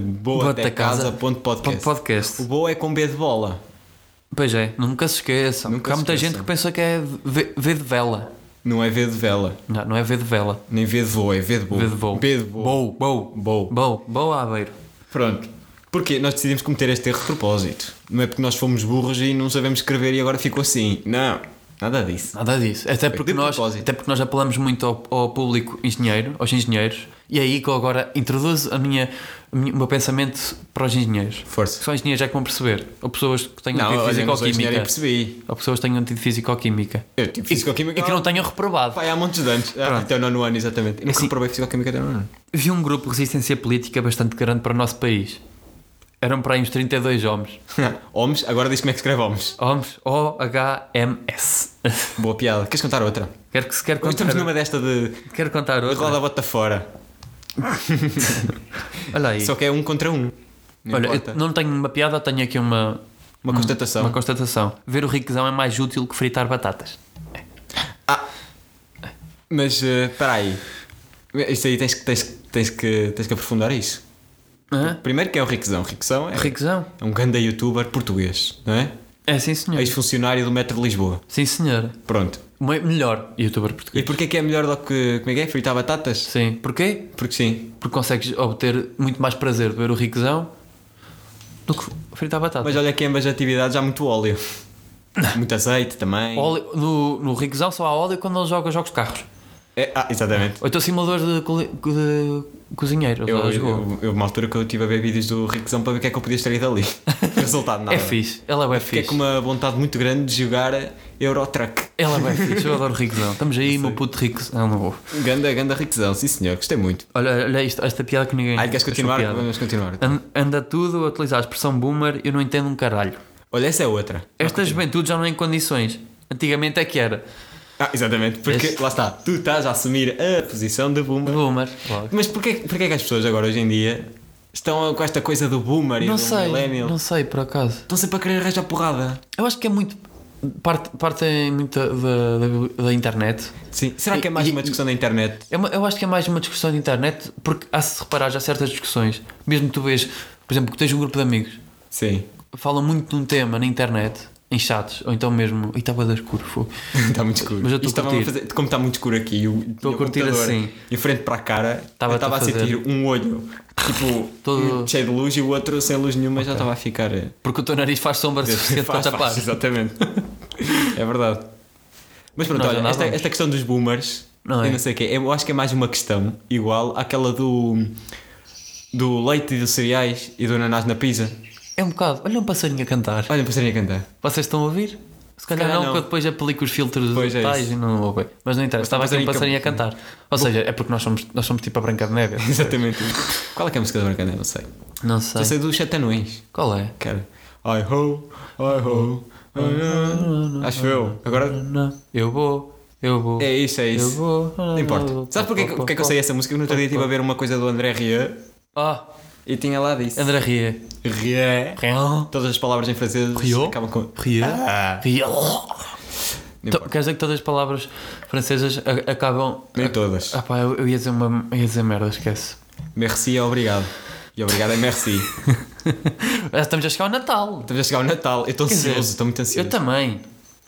[SPEAKER 3] boatecasa.podcast. O
[SPEAKER 2] Podcast.
[SPEAKER 3] boa é com B de bola.
[SPEAKER 2] Pois é, nunca se esqueçam. Porque
[SPEAKER 3] Nunca
[SPEAKER 2] há
[SPEAKER 3] se
[SPEAKER 2] muita
[SPEAKER 3] esqueçam.
[SPEAKER 2] gente que pensa que é V, v de vela.
[SPEAKER 3] Não é V de vela,
[SPEAKER 2] Não, não é V de vela.
[SPEAKER 3] nem V de voo, é V de boa.
[SPEAKER 2] V de voo.
[SPEAKER 3] B de boa.
[SPEAKER 2] Bou, bou,
[SPEAKER 3] Boa.
[SPEAKER 2] bou, bou a aveiro.
[SPEAKER 3] Pronto. Porque nós decidimos cometer este erro de propósito. Não é porque nós fomos burros e não sabemos escrever e agora ficou assim. Não, nada disso.
[SPEAKER 2] Nada disso. Até porque,
[SPEAKER 3] de
[SPEAKER 2] nós,
[SPEAKER 3] propósito.
[SPEAKER 2] até porque nós apelamos muito ao, ao público engenheiro, aos engenheiros, e é aí que eu agora introduzo a minha, a minha- o meu pensamento para os engenheiros.
[SPEAKER 3] Força.
[SPEAKER 2] Só engenheiros é que vão perceber. Ou pessoas que tenham
[SPEAKER 3] Não,
[SPEAKER 2] tido
[SPEAKER 3] olha, não sou engenheiro e
[SPEAKER 2] físico-química.
[SPEAKER 3] percebi.
[SPEAKER 2] Ou pessoas que tenham tido físico-química.
[SPEAKER 3] Eu tive
[SPEAKER 2] E é
[SPEAKER 3] físico-química.
[SPEAKER 2] que não tenham reprovado.
[SPEAKER 3] Pai, há montes de anos. Ah,
[SPEAKER 2] Pronto.
[SPEAKER 3] até o nono ano, exatamente. Eu nunca
[SPEAKER 2] Assim-
[SPEAKER 3] reprovei físico-química até o nono ano.
[SPEAKER 2] Vi um grupo de resistência política bastante grande para o nosso país. Eram para aí uns 32 homens.
[SPEAKER 3] Homens, agora diz como é que escreve homens.
[SPEAKER 2] Homens, O-H-M-S.
[SPEAKER 3] Boa piada. Queres contar outra?
[SPEAKER 2] Quero que se quer
[SPEAKER 3] Nós
[SPEAKER 2] contar,
[SPEAKER 3] estamos numa desta de
[SPEAKER 2] quero contar outra.
[SPEAKER 3] roda a bota fora.
[SPEAKER 2] Olha aí.
[SPEAKER 3] Só que é um contra um. Não
[SPEAKER 2] Olha,
[SPEAKER 3] importa.
[SPEAKER 2] eu não tenho uma piada, tenho aqui uma, um-
[SPEAKER 3] Uma constatação.
[SPEAKER 2] uma constatação. Ver o riquezão é mais útil que fritar batatas.
[SPEAKER 3] Mas eh, espera aí. Isso aí tens que, tens, que- tens, que, tens que aprofundar isso.
[SPEAKER 2] Hã?
[SPEAKER 3] Primeiro que é o Riquezão. Riquezão é,
[SPEAKER 2] Riquezão?
[SPEAKER 3] é um grande youtuber português, não é?
[SPEAKER 2] É, sim senhor.
[SPEAKER 3] Ex-funcionário do Metro de Lisboa.
[SPEAKER 2] Sim senhor.
[SPEAKER 3] Pronto.
[SPEAKER 2] O me- melhor youtuber
[SPEAKER 3] E
[SPEAKER 2] português.
[SPEAKER 3] porquê que é melhor do que. Como é que é? Fritar batatas?
[SPEAKER 2] Sim. Porquê?
[SPEAKER 3] Porque sim.
[SPEAKER 2] Porque consegues obter muito mais prazer de ver o riquezão do que fritar batatas.
[SPEAKER 3] Mas olha que ambas as atividades há muito óleo. Muito azeite também.
[SPEAKER 2] Óleo- no, no Riquezão só há óleo quando ele joga jogos de carros.
[SPEAKER 3] É, ah, exatamente.
[SPEAKER 2] Ou então simulador de, co- de cozinheiro.
[SPEAKER 3] Eu,
[SPEAKER 2] já
[SPEAKER 3] eu,
[SPEAKER 2] jogou?
[SPEAKER 3] eu- eu- uma altura que eu tive a ver vídeos do Rickzão para ver o que é que eu podia extrair dali. Resultado, nada.
[SPEAKER 2] é fixe, ela é bem
[SPEAKER 3] Fiquei
[SPEAKER 2] fixe.
[SPEAKER 3] com uma vontade muito grande de jogar Eurotruck.
[SPEAKER 2] Ela é bem fixe, eu adoro Riquezão. Estamos aí, meu puto Riquezão. Não vou.
[SPEAKER 3] Ganda, ganda Rickzão, sim senhor, gostei muito.
[SPEAKER 2] Olha, olha isto, esta piada que ninguém.
[SPEAKER 3] Ai, Ah, queres
[SPEAKER 2] esta
[SPEAKER 3] continuar?
[SPEAKER 2] piada.
[SPEAKER 3] Vamos continuar.
[SPEAKER 2] An- Anda tudo a utilizar a expressão boomer, eu não entendo um caralho.
[SPEAKER 3] Olha, essa é outra.
[SPEAKER 2] Esta juventude já não é em condições. Antigamente é que era.
[SPEAKER 3] Ah, exatamente, porque
[SPEAKER 2] Este-
[SPEAKER 3] lá está, tu estás a assumir a posição de boomer.
[SPEAKER 2] Boomer. logo.
[SPEAKER 3] Mas porquê, porquê que as pessoas agora hoje em dia estão com esta coisa do boomer
[SPEAKER 2] Não
[SPEAKER 3] e do
[SPEAKER 2] sei,
[SPEAKER 3] millennial?
[SPEAKER 2] não sei por acaso.
[SPEAKER 3] Estão sempre a querer arranjar porrada.
[SPEAKER 2] Eu acho que é muito. Parte, parte é muito da, da, da internet.
[SPEAKER 3] Sim. Será que é mais
[SPEAKER 2] E-
[SPEAKER 3] uma discussão da internet?
[SPEAKER 2] É uma- eu acho que é mais uma discussão de internet, porque há se reparar já certas discussões. Mesmo tu vês, por exemplo, que tens um grupo de amigos,
[SPEAKER 3] Sim.
[SPEAKER 2] falam muito de um tema na internet, em chats, ou então mesmo. E estava da escuro, fogo.
[SPEAKER 3] Está Tá muito escuro.
[SPEAKER 2] Mas eu estou a
[SPEAKER 3] Isto estava-me
[SPEAKER 2] curtir.
[SPEAKER 3] fazer- como está muito escuro aqui, e o-
[SPEAKER 2] Estou a
[SPEAKER 3] e o
[SPEAKER 2] curtir
[SPEAKER 3] computador
[SPEAKER 2] assim.
[SPEAKER 3] Em frente para a cara,
[SPEAKER 2] Estava-te
[SPEAKER 3] eu estava
[SPEAKER 2] a
[SPEAKER 3] a sentir um olho tipo
[SPEAKER 2] Todo-
[SPEAKER 3] cheio de luz e o outro sem luz nenhuma já estava a ficar. eh,
[SPEAKER 2] Porque o teu nariz faz sombra suficiente para
[SPEAKER 3] Faz,
[SPEAKER 2] tapar.
[SPEAKER 3] faz, exatamente. é verdade. Mas pronto,
[SPEAKER 2] Nós
[SPEAKER 3] olha, esta,
[SPEAKER 2] andávamos.
[SPEAKER 3] esta questão dos boomers,
[SPEAKER 2] Não
[SPEAKER 3] e
[SPEAKER 2] é?
[SPEAKER 3] não sei o quê, eu acho que é mais uma questão igual àquela do, do leite e dos cereais e do ananás na pizza.
[SPEAKER 2] É um bocado. Olha um passarinho a cantar.
[SPEAKER 3] Olha, passarinho a cantar.
[SPEAKER 2] Vocês estão a ouvir? Se calhar
[SPEAKER 3] calhar
[SPEAKER 2] não,
[SPEAKER 3] não.
[SPEAKER 2] porque eu depois apelico os filtros
[SPEAKER 3] Pois é
[SPEAKER 2] tais
[SPEAKER 3] isso.
[SPEAKER 2] e não ouve. Mas não interessa,
[SPEAKER 3] Mas tem
[SPEAKER 2] estava aqui um passarinho
[SPEAKER 3] passarinho
[SPEAKER 2] a cantar. Ou seja, é porque nós somos, nós somos tipo a Branca de Neve.
[SPEAKER 3] Exatamente. Qual é que é a música da Branca de Neve? Não sei.
[SPEAKER 2] Não
[SPEAKER 3] Só
[SPEAKER 2] sei.
[SPEAKER 3] sei dos Sete Anões.
[SPEAKER 2] Qual é?
[SPEAKER 3] Cara, I ho, I ho. I ho. Acho eu. Agora
[SPEAKER 2] Não. Eu vou, eu vou.
[SPEAKER 3] é isso, é
[SPEAKER 2] Eu
[SPEAKER 3] isso.
[SPEAKER 2] vou.
[SPEAKER 3] Não importa. Sabes porquê que- porque é que eu sei essa música? No outro dia estive a ver uma coisa do André Rieu
[SPEAKER 2] Ah,
[SPEAKER 3] e tinha lá disso.
[SPEAKER 2] André Rie.
[SPEAKER 3] Rieu.
[SPEAKER 2] Rian.
[SPEAKER 3] Todas as palavras em francês
[SPEAKER 2] Rio?
[SPEAKER 3] acabam com.
[SPEAKER 2] Rie.
[SPEAKER 3] Ah,
[SPEAKER 2] Rie.
[SPEAKER 3] não
[SPEAKER 2] To-
[SPEAKER 3] importa.
[SPEAKER 2] Quer dizer que todas as palavras francesas a- acabam.
[SPEAKER 3] Nem todas.
[SPEAKER 2] Ah pá, eu, eu ia dizer uma. eu ia dizer merda, esquece.
[SPEAKER 3] Merci é obrigado. E obrigado é merci.
[SPEAKER 2] Ah, Estamos a chegar ao Natal.
[SPEAKER 3] Estamos a chegar ao Natal. Eu estou
[SPEAKER 2] Quer dizer,
[SPEAKER 3] ansioso, estou muito ansioso.
[SPEAKER 2] Eu também.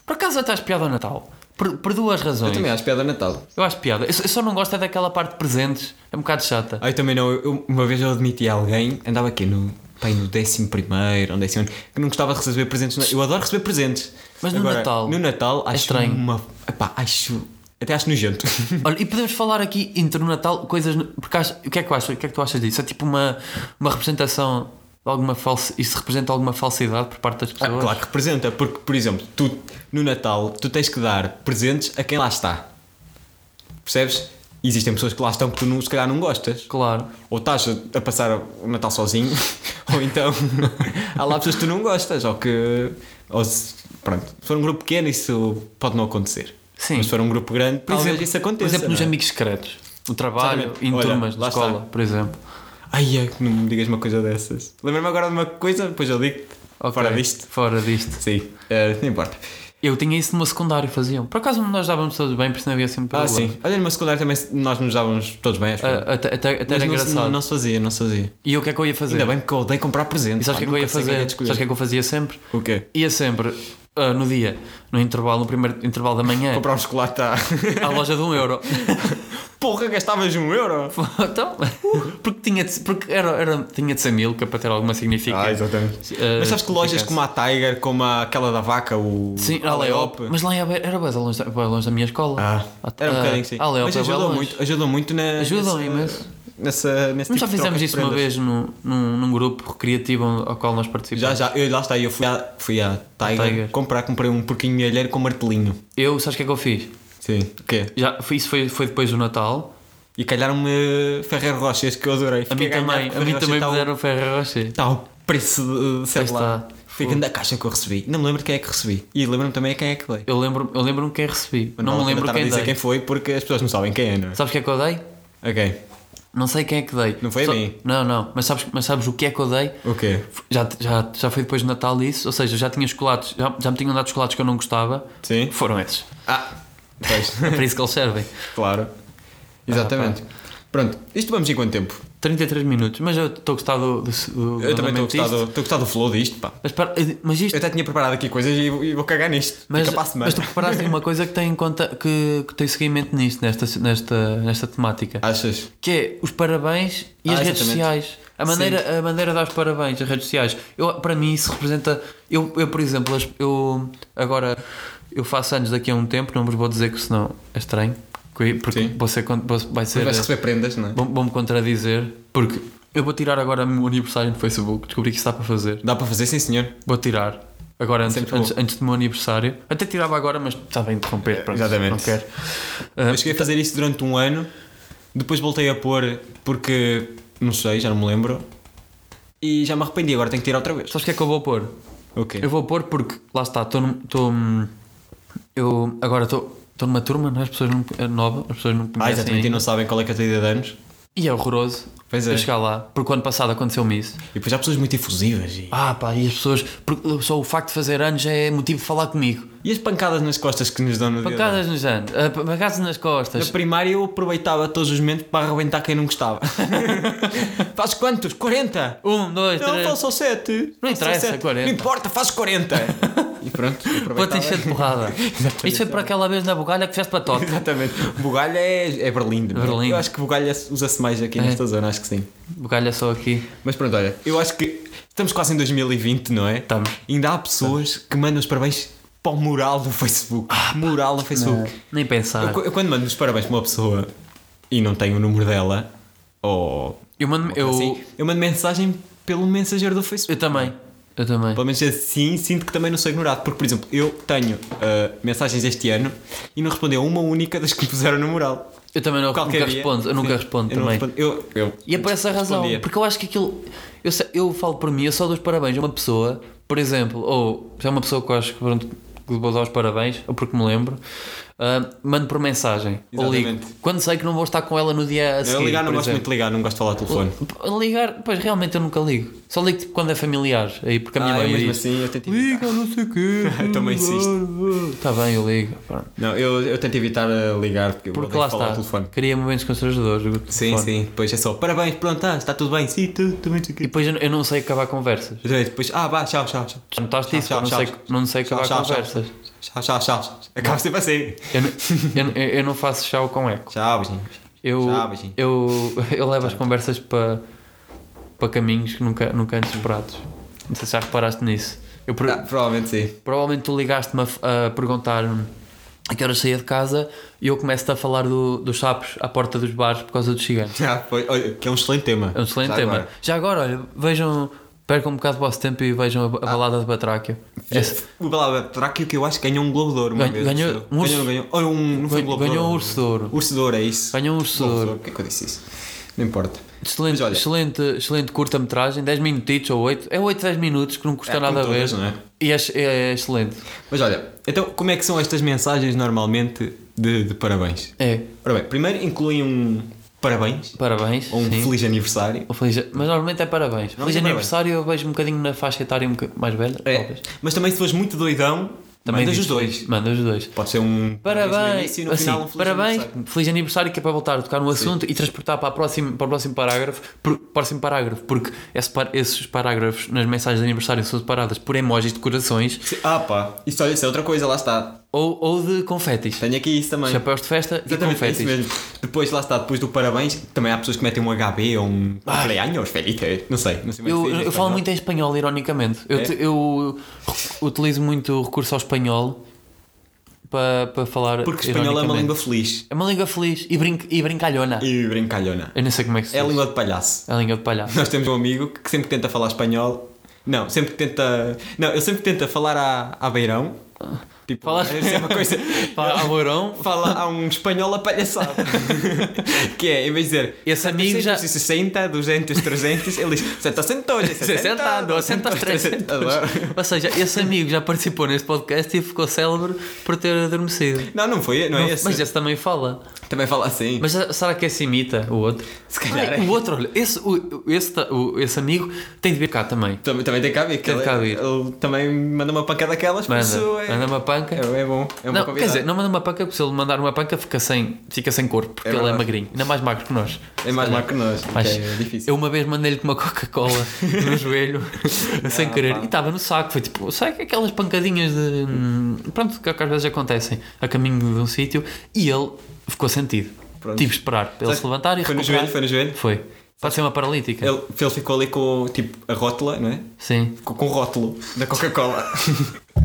[SPEAKER 2] Por acaso até acho piada ao Natal. Por, por duas razões.
[SPEAKER 3] Eu também acho piada Natal.
[SPEAKER 2] Eu acho piada. Eu, só- eu só não gosto é daquela parte de presentes. É um bocado chata.
[SPEAKER 3] Ah, eu também não. Eu- uma vez eu admiti a alguém, andava aqui no. Pai, no 11 primeiro, ou 11 que não gostava de receber presentes. no- Eu adoro receber presentes.
[SPEAKER 2] Mas no
[SPEAKER 3] Agora,
[SPEAKER 2] Natal, É
[SPEAKER 3] No Natal, acho
[SPEAKER 2] estranho.
[SPEAKER 3] uma. Epá, acho. Até acho nojento.
[SPEAKER 2] Olha, e podemos falar aqui entre o Natal coisas. no- Porque acho- o que é que tu achas? O que é que tu achas disso? É tipo uma, uma representação de alguma falsa. Isso representa alguma falsidade por parte das
[SPEAKER 3] Ah,
[SPEAKER 2] pessoas?
[SPEAKER 3] claro que representa, porque, por exemplo, tu no Natal tu tens que dar presentes a quem lá está. Percebes? Existem pessoas que lá estão que tu não, se calhar não gostas.
[SPEAKER 2] Claro.
[SPEAKER 3] Ou estás a, a passar o Natal sozinho, ou então há lá pessoas que tu não gostas, ou que. Ou se, pronto, se for um grupo pequeno, isso pode não acontecer.
[SPEAKER 2] Sim.
[SPEAKER 3] Mas se for um grupo grande, por talvez isso
[SPEAKER 2] por
[SPEAKER 3] aconteça.
[SPEAKER 2] exemplo nos
[SPEAKER 3] não é?
[SPEAKER 2] amigos secretos. No trabalho,
[SPEAKER 3] Exatamente.
[SPEAKER 2] em
[SPEAKER 3] Olha,
[SPEAKER 2] turmas,
[SPEAKER 3] lá
[SPEAKER 2] na escola,
[SPEAKER 3] está.
[SPEAKER 2] por exemplo.
[SPEAKER 3] Ai, é que não me digas uma coisa dessas. Lembra-me agora de uma coisa, depois eu digo-te.
[SPEAKER 2] Ok,
[SPEAKER 3] Fora disto.
[SPEAKER 2] Fora disto.
[SPEAKER 3] Sim, eh, não importa.
[SPEAKER 2] Eu tinha isso no meu secundário, faziam. Por acaso nós dávamos todos bem, por isso não havia sempre
[SPEAKER 3] Ah,
[SPEAKER 2] problema.
[SPEAKER 3] sim. Olha, numa secundária também nós nos dávamos todos bem, acho que.
[SPEAKER 2] Ah, até até, até
[SPEAKER 3] Mas
[SPEAKER 2] era
[SPEAKER 3] não, se-
[SPEAKER 2] engraçado.
[SPEAKER 3] não, não se fazia, não se fazia.
[SPEAKER 2] E o que é que eu ia fazer?
[SPEAKER 3] Ainda bem porque eu odeio comprar presentes.
[SPEAKER 2] E sabes o que é que eu ia fazer? Sabes o que é que eu fazia sempre?
[SPEAKER 3] O quê?
[SPEAKER 2] Ia sempre, ah, no dia, no intervalo, no primeiro intervalo da manhã,
[SPEAKER 3] Comprar um chocolate à...
[SPEAKER 2] à loja de um euro.
[SPEAKER 3] Porra, gastavas um euro?
[SPEAKER 2] então, porque tinha de, porque era, era, tinha de ser mil, que é para ter alguma significância.
[SPEAKER 3] Ah, exatamente.
[SPEAKER 2] Ah,
[SPEAKER 3] Mas sabes que lojas como a Tiger, como a- aquela da vaca, o...
[SPEAKER 2] Sim, a Leop. Mas lá em Aveiro era bem longe, da- bué longe da minha escola.
[SPEAKER 3] Ah, era um
[SPEAKER 2] Ah,
[SPEAKER 3] bocadinho sim.
[SPEAKER 2] A Leop
[SPEAKER 3] Mas
[SPEAKER 2] é bué
[SPEAKER 3] ajudou
[SPEAKER 2] longe.
[SPEAKER 3] muito, ajudou muito na...
[SPEAKER 2] Ajudou
[SPEAKER 3] nessa-
[SPEAKER 2] imenso.
[SPEAKER 3] Nessa, nesse
[SPEAKER 2] Nós
[SPEAKER 3] tipo
[SPEAKER 2] já
[SPEAKER 3] de
[SPEAKER 2] fizemos
[SPEAKER 3] trocas de
[SPEAKER 2] isso uma
[SPEAKER 3] prendas.
[SPEAKER 2] vez num, num, num grupo recreativo ao qual nós participamos.
[SPEAKER 3] Já, já, eu, lá está, eu fui à, fui à Tiger,
[SPEAKER 2] Tiger.
[SPEAKER 3] comprar, comprei um porquinho milheiro com martelinho.
[SPEAKER 2] Eu, sabes o que é que eu fiz?
[SPEAKER 3] Sim. O quê?
[SPEAKER 2] Já, foi- isso foi, foi depois do Natal.
[SPEAKER 3] E calharam-me eh, Ferreiro Rochas, que eu adorei.
[SPEAKER 2] A mim também, a mim também me deram Ferreiro Rocher.
[SPEAKER 3] Está o preço de, sei
[SPEAKER 2] Aí
[SPEAKER 3] lá.
[SPEAKER 2] está.
[SPEAKER 3] Foi grande a caixa que eu recebi. Não me lembro de quem é que recebi. E lembro-me também a quem é que dei.
[SPEAKER 2] Eu lembro-me eu lembro quem recebi.
[SPEAKER 3] Mas
[SPEAKER 2] não
[SPEAKER 3] vale
[SPEAKER 2] me
[SPEAKER 3] a pena
[SPEAKER 2] lembro
[SPEAKER 3] estar a
[SPEAKER 2] quem
[SPEAKER 3] dizer
[SPEAKER 2] dei.
[SPEAKER 3] quem foi porque as pessoas não sabem quem é, não é?
[SPEAKER 2] Sabes o que é que eu dei?
[SPEAKER 3] Ok.
[SPEAKER 2] Não sei quem é que dei.
[SPEAKER 3] Não foi a mim?
[SPEAKER 2] Não, não. Mas sabes, mas sabes o que é que eu dei?
[SPEAKER 3] O quê?
[SPEAKER 2] Já, já, já foi depois de Natal isso. Ou seja, já tinha chocolates. Já, já me tinham dado chocolates que eu não gostava.
[SPEAKER 3] Sim?
[SPEAKER 2] Foram esses.
[SPEAKER 3] Ah! Pois.
[SPEAKER 2] É para isso que eles servem.
[SPEAKER 3] claro. Exatamente.
[SPEAKER 2] Ah,
[SPEAKER 3] Pronto, isto vamos em quanto tempo?
[SPEAKER 2] 33 minutos. Mas eu estou a gostar do, do, do
[SPEAKER 3] Eu também estou a
[SPEAKER 2] andamento
[SPEAKER 3] gostar
[SPEAKER 2] disto.
[SPEAKER 3] do- estou a gostar do flow disto, pá.
[SPEAKER 2] Mas, espera, mas isto
[SPEAKER 3] Eu até tinha preparado aqui coisas e, e vou cagar nisto.
[SPEAKER 2] Mas,
[SPEAKER 3] Fica para a semana.
[SPEAKER 2] mas tu preparaste aí uma coisa que tem em conta que, que tem seguimento nisto, nesta, nesta, nesta temática,
[SPEAKER 3] Achas?
[SPEAKER 2] que é os parabéns e
[SPEAKER 3] Ah,
[SPEAKER 2] as redes
[SPEAKER 3] exatamente.
[SPEAKER 2] sociais. A maneira, a maneira de dar os parabéns, as redes sociais. Eu, para mim isso representa. Eu, eu por exemplo, as- eu agora eu faço anos daqui a um tempo, não vos vou dizer que senão é estranho. Porque porque
[SPEAKER 3] Sim.
[SPEAKER 2] você, con- você vai ser.
[SPEAKER 3] Mas vais receber prendas, não é?
[SPEAKER 2] vão- Vão-me contradizer. Porque eu vou tirar agora o meu aniversário no Facebook. Descobri que isso dá para fazer.
[SPEAKER 3] Dá para fazer, sim senhor.
[SPEAKER 2] Vou tirar. Agora, antes,
[SPEAKER 3] Sempre bom.
[SPEAKER 2] antes, antes do meu aniversário. Até tirava agora, mas estava a interromper. Pronto,
[SPEAKER 3] Exatamente.
[SPEAKER 2] Não quero. Ah.
[SPEAKER 3] Eu cheguei a fazer isso durante um ano, depois voltei a pôr porque não sei, já não me lembro. E já me arrependi, agora tenho que tirar outra vez.
[SPEAKER 2] Sabes o que é que eu vou pôr?
[SPEAKER 3] Ok.
[SPEAKER 2] Eu vou pôr porque, lá está, estou. num- estou, hum, Eu agora estou. Estou numa turma, não é? as pessoas não, é nova, as pessoas não me
[SPEAKER 3] Ah,
[SPEAKER 2] conhecem.
[SPEAKER 3] exatamente, e
[SPEAKER 2] ainda.
[SPEAKER 3] não sabem qual é que é a tua ideia de anos.
[SPEAKER 2] E é horroroso
[SPEAKER 3] Pois é.
[SPEAKER 2] eu chegar lá, porque o ano passado aconteceu-me isso.
[SPEAKER 3] E depois há pessoas muito efusivas. E,
[SPEAKER 2] Ah, pá, e as pessoas. porque Só o facto de fazer anos já é motivo de falar comigo.
[SPEAKER 3] e as pancadas nas costas que nos dão no dia de anos?
[SPEAKER 2] Pancadas nos anos, ah, pancadas nas costas.
[SPEAKER 3] Na primária eu aproveitava todos os momentos para arrebentar quem não gostava. faz quantos? Então 40?
[SPEAKER 2] Um, dois,
[SPEAKER 3] Não,
[SPEAKER 2] três.
[SPEAKER 3] faz só 7.
[SPEAKER 2] Não interessa, 40.
[SPEAKER 3] Não importa, faz 40. e pronto,
[SPEAKER 2] Vou te
[SPEAKER 3] aproveitava.
[SPEAKER 2] encher de porrada. Isto foi para aquela vez na bugalha que fizeste patota.
[SPEAKER 3] Exatamente. Bugalha é, é Berlim. não é?
[SPEAKER 2] Berlim.
[SPEAKER 3] Eu acho que Bugalha usa-se mais aqui nesta zona, acho que sim.
[SPEAKER 2] Bugalha só aqui.
[SPEAKER 3] Mas pronto, olha, eu acho que estamos quase em 2020, não é?
[SPEAKER 2] Estamos.
[SPEAKER 3] Ainda há pessoas que mandam os parabéns para o mural do Facebook. mural do Facebook.
[SPEAKER 2] Nem pensar.
[SPEAKER 3] Eu,
[SPEAKER 2] Eu,
[SPEAKER 3] qu- eu quando mando os parabéns para uma pessoa e não tenho o número dela, ou
[SPEAKER 2] mando.
[SPEAKER 3] eu,
[SPEAKER 2] Eu,
[SPEAKER 3] assim, eu mando mensagem pelo mensageiro do Facebook.
[SPEAKER 2] eu também. Eu também.
[SPEAKER 3] Pelo menos assim sinto que também não sou ignorado, porque, por exemplo, eu tenho ah, mensagens este ano e não respondeu uma única das que puseram no mural.
[SPEAKER 2] Eu também não, nunca
[SPEAKER 3] Qualquer dia.
[SPEAKER 2] respondo. Eu nunca
[SPEAKER 3] Sim,
[SPEAKER 2] respondo
[SPEAKER 3] eu não
[SPEAKER 2] também.
[SPEAKER 3] respondo. Eu, eu-
[SPEAKER 2] E é por essa razão,
[SPEAKER 3] respondia.
[SPEAKER 2] porque eu acho que aquilo. Eu, sei- eu falo por mim, eu só dou os parabéns a uma pessoa, por exemplo, ou já uma pessoa que eu acho que pronto, que vou dar os parabéns, ou porque me lembro, ah, mando por mensagem, ou ligo.
[SPEAKER 3] Exatamente.
[SPEAKER 2] Quando sei que não vou estar com ela no dia a
[SPEAKER 3] Eu
[SPEAKER 2] seguir.
[SPEAKER 3] ligar não
[SPEAKER 2] por
[SPEAKER 3] gosto muito
[SPEAKER 2] exemplo.
[SPEAKER 3] de ligar, não gosto de falar ao telefone.
[SPEAKER 2] Ligar, pois realmente eu nunca ligo. Só ligo tipo, quando é familiar, aí porque a minha
[SPEAKER 3] Ah, eu
[SPEAKER 2] mãe
[SPEAKER 3] mesmo
[SPEAKER 2] diz,
[SPEAKER 3] assim, eu tento evitar.
[SPEAKER 2] Liga, não sei o quê.
[SPEAKER 3] Eu também
[SPEAKER 2] Está Tá bem, eu ligo. pronto.
[SPEAKER 3] Não, eu, eu tento evitar ah, ligar porque, eu
[SPEAKER 2] Porque
[SPEAKER 3] odeio
[SPEAKER 2] lá
[SPEAKER 3] falar
[SPEAKER 2] está,
[SPEAKER 3] ao telefone.
[SPEAKER 2] queria momentos constrangedores. do
[SPEAKER 3] Sim,
[SPEAKER 2] telefone.
[SPEAKER 3] sim, depois é só parabéns, pronto, ah, está tudo bem, sim, tudo, tudo bem, tudo
[SPEAKER 2] E
[SPEAKER 3] bem.
[SPEAKER 2] depois eu- eu não sei acabar conversas.
[SPEAKER 3] Depois, ah, vá, tchau, tchau, tchau.
[SPEAKER 2] Já notaste isso?
[SPEAKER 3] Tchau,
[SPEAKER 2] não,
[SPEAKER 3] tchau,
[SPEAKER 2] sei,
[SPEAKER 3] tchau.
[SPEAKER 2] não sei é
[SPEAKER 3] Tchau,
[SPEAKER 2] acabar
[SPEAKER 3] tchau,
[SPEAKER 2] conversas.
[SPEAKER 3] Tchau, tchau, tchau. tchau. Acaba sempre assim.
[SPEAKER 2] Eu, não- eu não- eu não faço chau com eco.
[SPEAKER 3] Tchau, beijinho.
[SPEAKER 2] Eu,
[SPEAKER 3] Chau, beijinho.
[SPEAKER 2] eu, eu levo as conversas para, para caminhos que nunca, nunca antes esperados. Não sei se já reparaste nisso. Eu, pro-
[SPEAKER 3] Ah, provavelmente sim.
[SPEAKER 2] Provavelmente tu ligaste-me a, f- a perguntar-me a que horas saía de casa e eu começo-te a falar do- dos sapos à porta dos bares por causa dos ciganos.
[SPEAKER 3] Ah, foi, olha, que é um excelente tema.
[SPEAKER 2] É um excelente
[SPEAKER 3] Já
[SPEAKER 2] tema.
[SPEAKER 3] agora.
[SPEAKER 2] Já agora, olha, vejam, percam um bocado do vosso tempo e vejam
[SPEAKER 3] Ah.
[SPEAKER 2] a, a balada de Batráquio. Esse-
[SPEAKER 3] O Balaba Tráquio que eu acho que ganhou um Globo de Ouro uma
[SPEAKER 2] Ganhou-
[SPEAKER 3] vez.
[SPEAKER 2] ganhou
[SPEAKER 3] não sei.
[SPEAKER 2] um urso-
[SPEAKER 3] Ganhou, ganhou. Olha, um, não foi
[SPEAKER 2] ganhou
[SPEAKER 3] um Globo de Ouro.
[SPEAKER 2] um urso de ouro.
[SPEAKER 3] Urso de Ouro, é isso.
[SPEAKER 2] Ganhou um urso de
[SPEAKER 3] Globo
[SPEAKER 2] ouro.
[SPEAKER 3] Porquê que eu disse isso? Não importa.
[SPEAKER 2] Excelente,
[SPEAKER 3] Mas olha-
[SPEAKER 2] excelente, excelente curta-metragem, 10 minutitos ou 8, é 8, 10 minutos que não custa
[SPEAKER 3] É, como
[SPEAKER 2] nada a ver.
[SPEAKER 3] todas, não é?
[SPEAKER 2] E é, é excelente.
[SPEAKER 3] Mas olha, então como é que são estas mensagens normalmente de, de parabéns?
[SPEAKER 2] É,
[SPEAKER 3] Ora bem, primeiro incluem um parabéns
[SPEAKER 2] parabéns.
[SPEAKER 3] ou um
[SPEAKER 2] sim.
[SPEAKER 3] feliz aniversário.
[SPEAKER 2] Ou feliz- Mas normalmente é parabéns. feliz
[SPEAKER 3] é parabéns.
[SPEAKER 2] aniversário eu vejo um bocadinho na faixa etária um bocadinho mais velha.
[SPEAKER 3] É.
[SPEAKER 2] talvez.
[SPEAKER 3] Mas também se fores muito doidão, também mandas os
[SPEAKER 2] diz
[SPEAKER 3] dois.
[SPEAKER 2] feliz- Mandas os dois.
[SPEAKER 3] Pode ser um no
[SPEAKER 2] Parabéns,
[SPEAKER 3] início e no
[SPEAKER 2] assim,
[SPEAKER 3] final um feliz
[SPEAKER 2] parabéns,
[SPEAKER 3] aniversário.
[SPEAKER 2] feliz aniversário que é para voltar a tocar no assunto e transportar para, a próxima, para o próximo parágrafo, por- próximo parágrafo porque esse par- esses parágrafos nas mensagens de aniversário são separadas por emojis de corações
[SPEAKER 3] Ah pá, isso, olha, isso é outra coisa, lá está.
[SPEAKER 2] ou, ou de confetis,
[SPEAKER 3] Tenho aqui isso também.
[SPEAKER 2] chapéus de festa e
[SPEAKER 3] Exatamente, é
[SPEAKER 2] confetis.
[SPEAKER 3] isso mesmo. Depois, lá está, depois do parabéns, também há pessoas que metem um HB ou um cumpleaños, feliz. Não sei,
[SPEAKER 2] Ah. Eu,
[SPEAKER 3] não sei como é que se diz
[SPEAKER 2] eu
[SPEAKER 3] em
[SPEAKER 2] falo
[SPEAKER 3] espanhol.
[SPEAKER 2] muito em espanhol, ironicamente. Eu, te-
[SPEAKER 3] É?
[SPEAKER 2] eu utilizo muito o recurso ao espanhol para, para falar.
[SPEAKER 3] Porque espanhol é uma
[SPEAKER 2] ironicamente.
[SPEAKER 3] língua feliz
[SPEAKER 2] É uma língua feliz e, brinc, e brincalhona.
[SPEAKER 3] e brincalhona.
[SPEAKER 2] Eu não sei como é que se
[SPEAKER 3] É a
[SPEAKER 2] diz.
[SPEAKER 3] língua de palhaço.
[SPEAKER 2] É a língua de palhaço.
[SPEAKER 3] Nós temos um amigo que sempre que tenta falar espanhol. Não, sempre que tenta. Não, eu sempre que tenta falar à, à beirão. Tipo,
[SPEAKER 2] Fala-
[SPEAKER 3] é sempre uma coisa.
[SPEAKER 2] Fala a lourão.
[SPEAKER 3] Fala a um espanhol apalhaçado. que é, em vez de dizer.
[SPEAKER 2] Esse amigo já-
[SPEAKER 3] 60, 200, 300, ele diz 700, 60, 200, 300.
[SPEAKER 2] Ou seja, esse amigo já participou neste podcast e ficou célebre por ter adormecido.
[SPEAKER 3] Não, não foi, não, é esse.
[SPEAKER 2] Mas esse também fala.
[SPEAKER 3] Também fala assim.
[SPEAKER 2] Mas será que esse imita o outro?
[SPEAKER 3] Se calhar
[SPEAKER 2] Ai,
[SPEAKER 3] é.
[SPEAKER 2] O outro, olha, esse, o- esse, ta- o- esse amigo tem de vir cá também.
[SPEAKER 3] Também, também tem cá ver que
[SPEAKER 2] Tem
[SPEAKER 3] ele,
[SPEAKER 2] cá ver.
[SPEAKER 3] ele também manda uma pancada daquelas, por
[SPEAKER 2] Manda,
[SPEAKER 3] isso é,
[SPEAKER 2] manda uma panca.
[SPEAKER 3] é, é bom. É um
[SPEAKER 2] não, quer
[SPEAKER 3] bom convidado.
[SPEAKER 2] dizer, não manda uma panca, porque se ele mandar uma panca fica sem, fica sem corpo, porque
[SPEAKER 3] É
[SPEAKER 2] ele é
[SPEAKER 3] verdade.
[SPEAKER 2] magrinho, ainda mais magro que nós.
[SPEAKER 3] É mais magro que nós,
[SPEAKER 2] Mas
[SPEAKER 3] que é difícil.
[SPEAKER 2] eu uma vez mandei-lhe com uma Coca-Cola no joelho, sem querer,
[SPEAKER 3] Ah, pá.
[SPEAKER 2] e estava no saco. Foi tipo, sabe aquelas pancadinhas de. hum, Pronto, que às vezes acontecem a caminho de um sítio, e ele ficou sentido.
[SPEAKER 3] Pronto.
[SPEAKER 2] Tive de esperar para ele
[SPEAKER 3] Sabe-
[SPEAKER 2] se levantar e
[SPEAKER 3] Foi no
[SPEAKER 2] recuperar.
[SPEAKER 3] joelho, foi no joelho.
[SPEAKER 2] Foi. Pode ser uma paralítica.
[SPEAKER 3] Ele, ele ficou ali com tipo a rótula, não é?
[SPEAKER 2] Sim.
[SPEAKER 3] Ficou com o rótulo da Coca-Cola.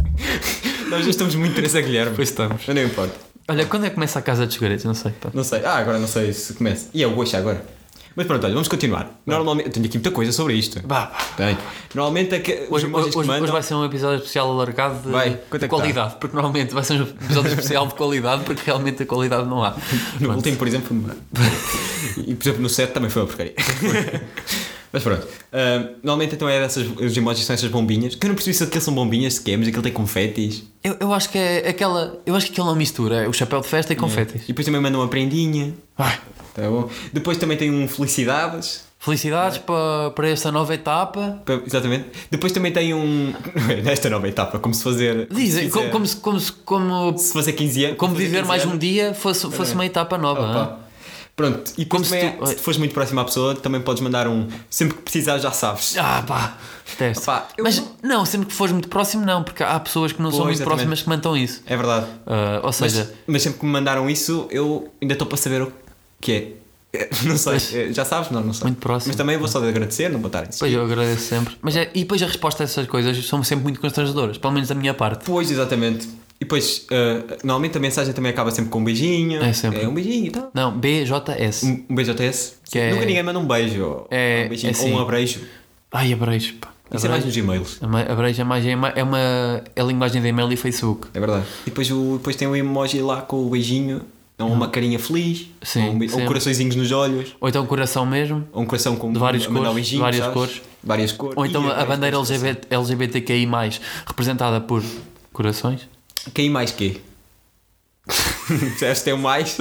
[SPEAKER 3] nós já estamos muito interessados, Guilherme.
[SPEAKER 2] Pois estamos.
[SPEAKER 3] Mas não importa.
[SPEAKER 2] Olha, quando é que começa a casa dos segredos? Não sei. Pá.
[SPEAKER 3] Não sei. Ah, agora não sei se começa. E é o Oxa agora. Mas pronto, olha, vamos continuar. Normalmente. Eu tenho aqui muita coisa sobre isto.
[SPEAKER 2] Bah, bah.
[SPEAKER 3] Tenho. Normalmente é que.
[SPEAKER 2] Hoje,
[SPEAKER 3] os emojis
[SPEAKER 2] hoje-
[SPEAKER 3] que
[SPEAKER 2] hoje-
[SPEAKER 3] mandam-
[SPEAKER 2] hoje vai ser um episódio especial alargado de,
[SPEAKER 3] Vai,
[SPEAKER 2] de
[SPEAKER 3] quanto é que
[SPEAKER 2] qualidade, porque normalmente vai ser um episódio especial de qualidade, porque realmente a qualidade não há.
[SPEAKER 3] No
[SPEAKER 2] Pronto.
[SPEAKER 3] último, por exemplo. e por exemplo, no 7 também foi uma porcaria. Mas pronto. Ahm, normalmente então é dessas. Os emojis são essas bombinhas. Que eu não percebi se aquilo são bombinhas sequer, mas aquilo tem confetis.
[SPEAKER 2] Eu, eu acho que é aquela. Eu acho que aquilo não mistura, é o chapéu de festa e
[SPEAKER 3] E
[SPEAKER 2] confetes.
[SPEAKER 3] depois também mandam uma prendinha.
[SPEAKER 2] Ai,
[SPEAKER 3] Tá bom. Depois também tem um Felicidades.
[SPEAKER 2] felicidades
[SPEAKER 3] É.
[SPEAKER 2] para, para esta nova etapa.
[SPEAKER 3] Pa- Exatamente. Depois também tem um. Nesta nova etapa, como se fazer.
[SPEAKER 2] Dizem,
[SPEAKER 3] se
[SPEAKER 2] como,
[SPEAKER 3] fizer-
[SPEAKER 2] como, se- como, se- como,
[SPEAKER 3] se fazer 15 anos.
[SPEAKER 2] como
[SPEAKER 3] fazer
[SPEAKER 2] viver
[SPEAKER 3] 15
[SPEAKER 2] mais um
[SPEAKER 3] anos.
[SPEAKER 2] dia fosse, fosse uma etapa nova. é? hã?
[SPEAKER 3] Opa. Pronto, e
[SPEAKER 2] Como
[SPEAKER 3] como
[SPEAKER 2] se
[SPEAKER 3] também, se,
[SPEAKER 2] tu-
[SPEAKER 3] tu... fores muito próximo à pessoa, também podes mandar um. Sempre que precisar, já sabes.
[SPEAKER 2] Ah, pá, detesto.
[SPEAKER 3] Opa, eu
[SPEAKER 2] Mas
[SPEAKER 3] não-
[SPEAKER 2] não, sempre que fores muito próximo, não, porque há pessoas que não são
[SPEAKER 3] Pois,
[SPEAKER 2] muito
[SPEAKER 3] exatamente.
[SPEAKER 2] próximas que mantam isso.
[SPEAKER 3] É verdade.
[SPEAKER 2] Ah, ou
[SPEAKER 3] Mas,
[SPEAKER 2] seja,
[SPEAKER 3] mas sempre que me mandaram isso, eu ainda estou para saber o que é. Não sei,
[SPEAKER 2] Pois.
[SPEAKER 3] eh, já sabes? Não, não sei.
[SPEAKER 2] Muito próximo.
[SPEAKER 3] Mas também vou só de agradecer, não vou estar a insistir.
[SPEAKER 2] Pois eu agradeço sempre. Mas é- e depois a resposta a essas coisas são sempre muito constrangedoras, pelo menos da minha parte.
[SPEAKER 3] Pois, exatamente. E depois, eh, normalmente a mensagem também acaba sempre com um beijinho.
[SPEAKER 2] É sempre.
[SPEAKER 3] um beijinho e tal.
[SPEAKER 2] Não, BJS.
[SPEAKER 3] Um, um beijo ATS.
[SPEAKER 2] Que é-
[SPEAKER 3] Nunca ninguém manda um beijo.
[SPEAKER 2] É-
[SPEAKER 3] ou um beijinho,
[SPEAKER 2] é assim. Tá
[SPEAKER 3] ou um abreijo.
[SPEAKER 2] Ai, abreijo, pá.
[SPEAKER 3] Isso é mais
[SPEAKER 2] Abreijo.
[SPEAKER 3] nos e-mails.
[SPEAKER 2] A ma- Abreijo é mais é uma, é uma é a linguagem de e-mail e Facebook.
[SPEAKER 3] É verdade. E depois, o, depois tem um emoji lá com o beijinho, ou uma carinha feliz,
[SPEAKER 2] Sim,
[SPEAKER 3] ou, um, be- ou
[SPEAKER 2] sempre.
[SPEAKER 3] coraçõezinhos nos olhos,
[SPEAKER 2] Ou então coração mesmo.
[SPEAKER 3] ou um coração com
[SPEAKER 2] De várias
[SPEAKER 3] a mandar um
[SPEAKER 2] cores,
[SPEAKER 3] beijinho,
[SPEAKER 2] de várias
[SPEAKER 3] sabes?
[SPEAKER 2] cores.
[SPEAKER 3] Várias cores.
[SPEAKER 2] Ou então
[SPEAKER 3] E é
[SPEAKER 2] a
[SPEAKER 3] várias
[SPEAKER 2] bandeira
[SPEAKER 3] cores.
[SPEAKER 2] LGBT, LGBTQI, representada por corações.
[SPEAKER 3] Quem mais quê? Disseste tem um mais?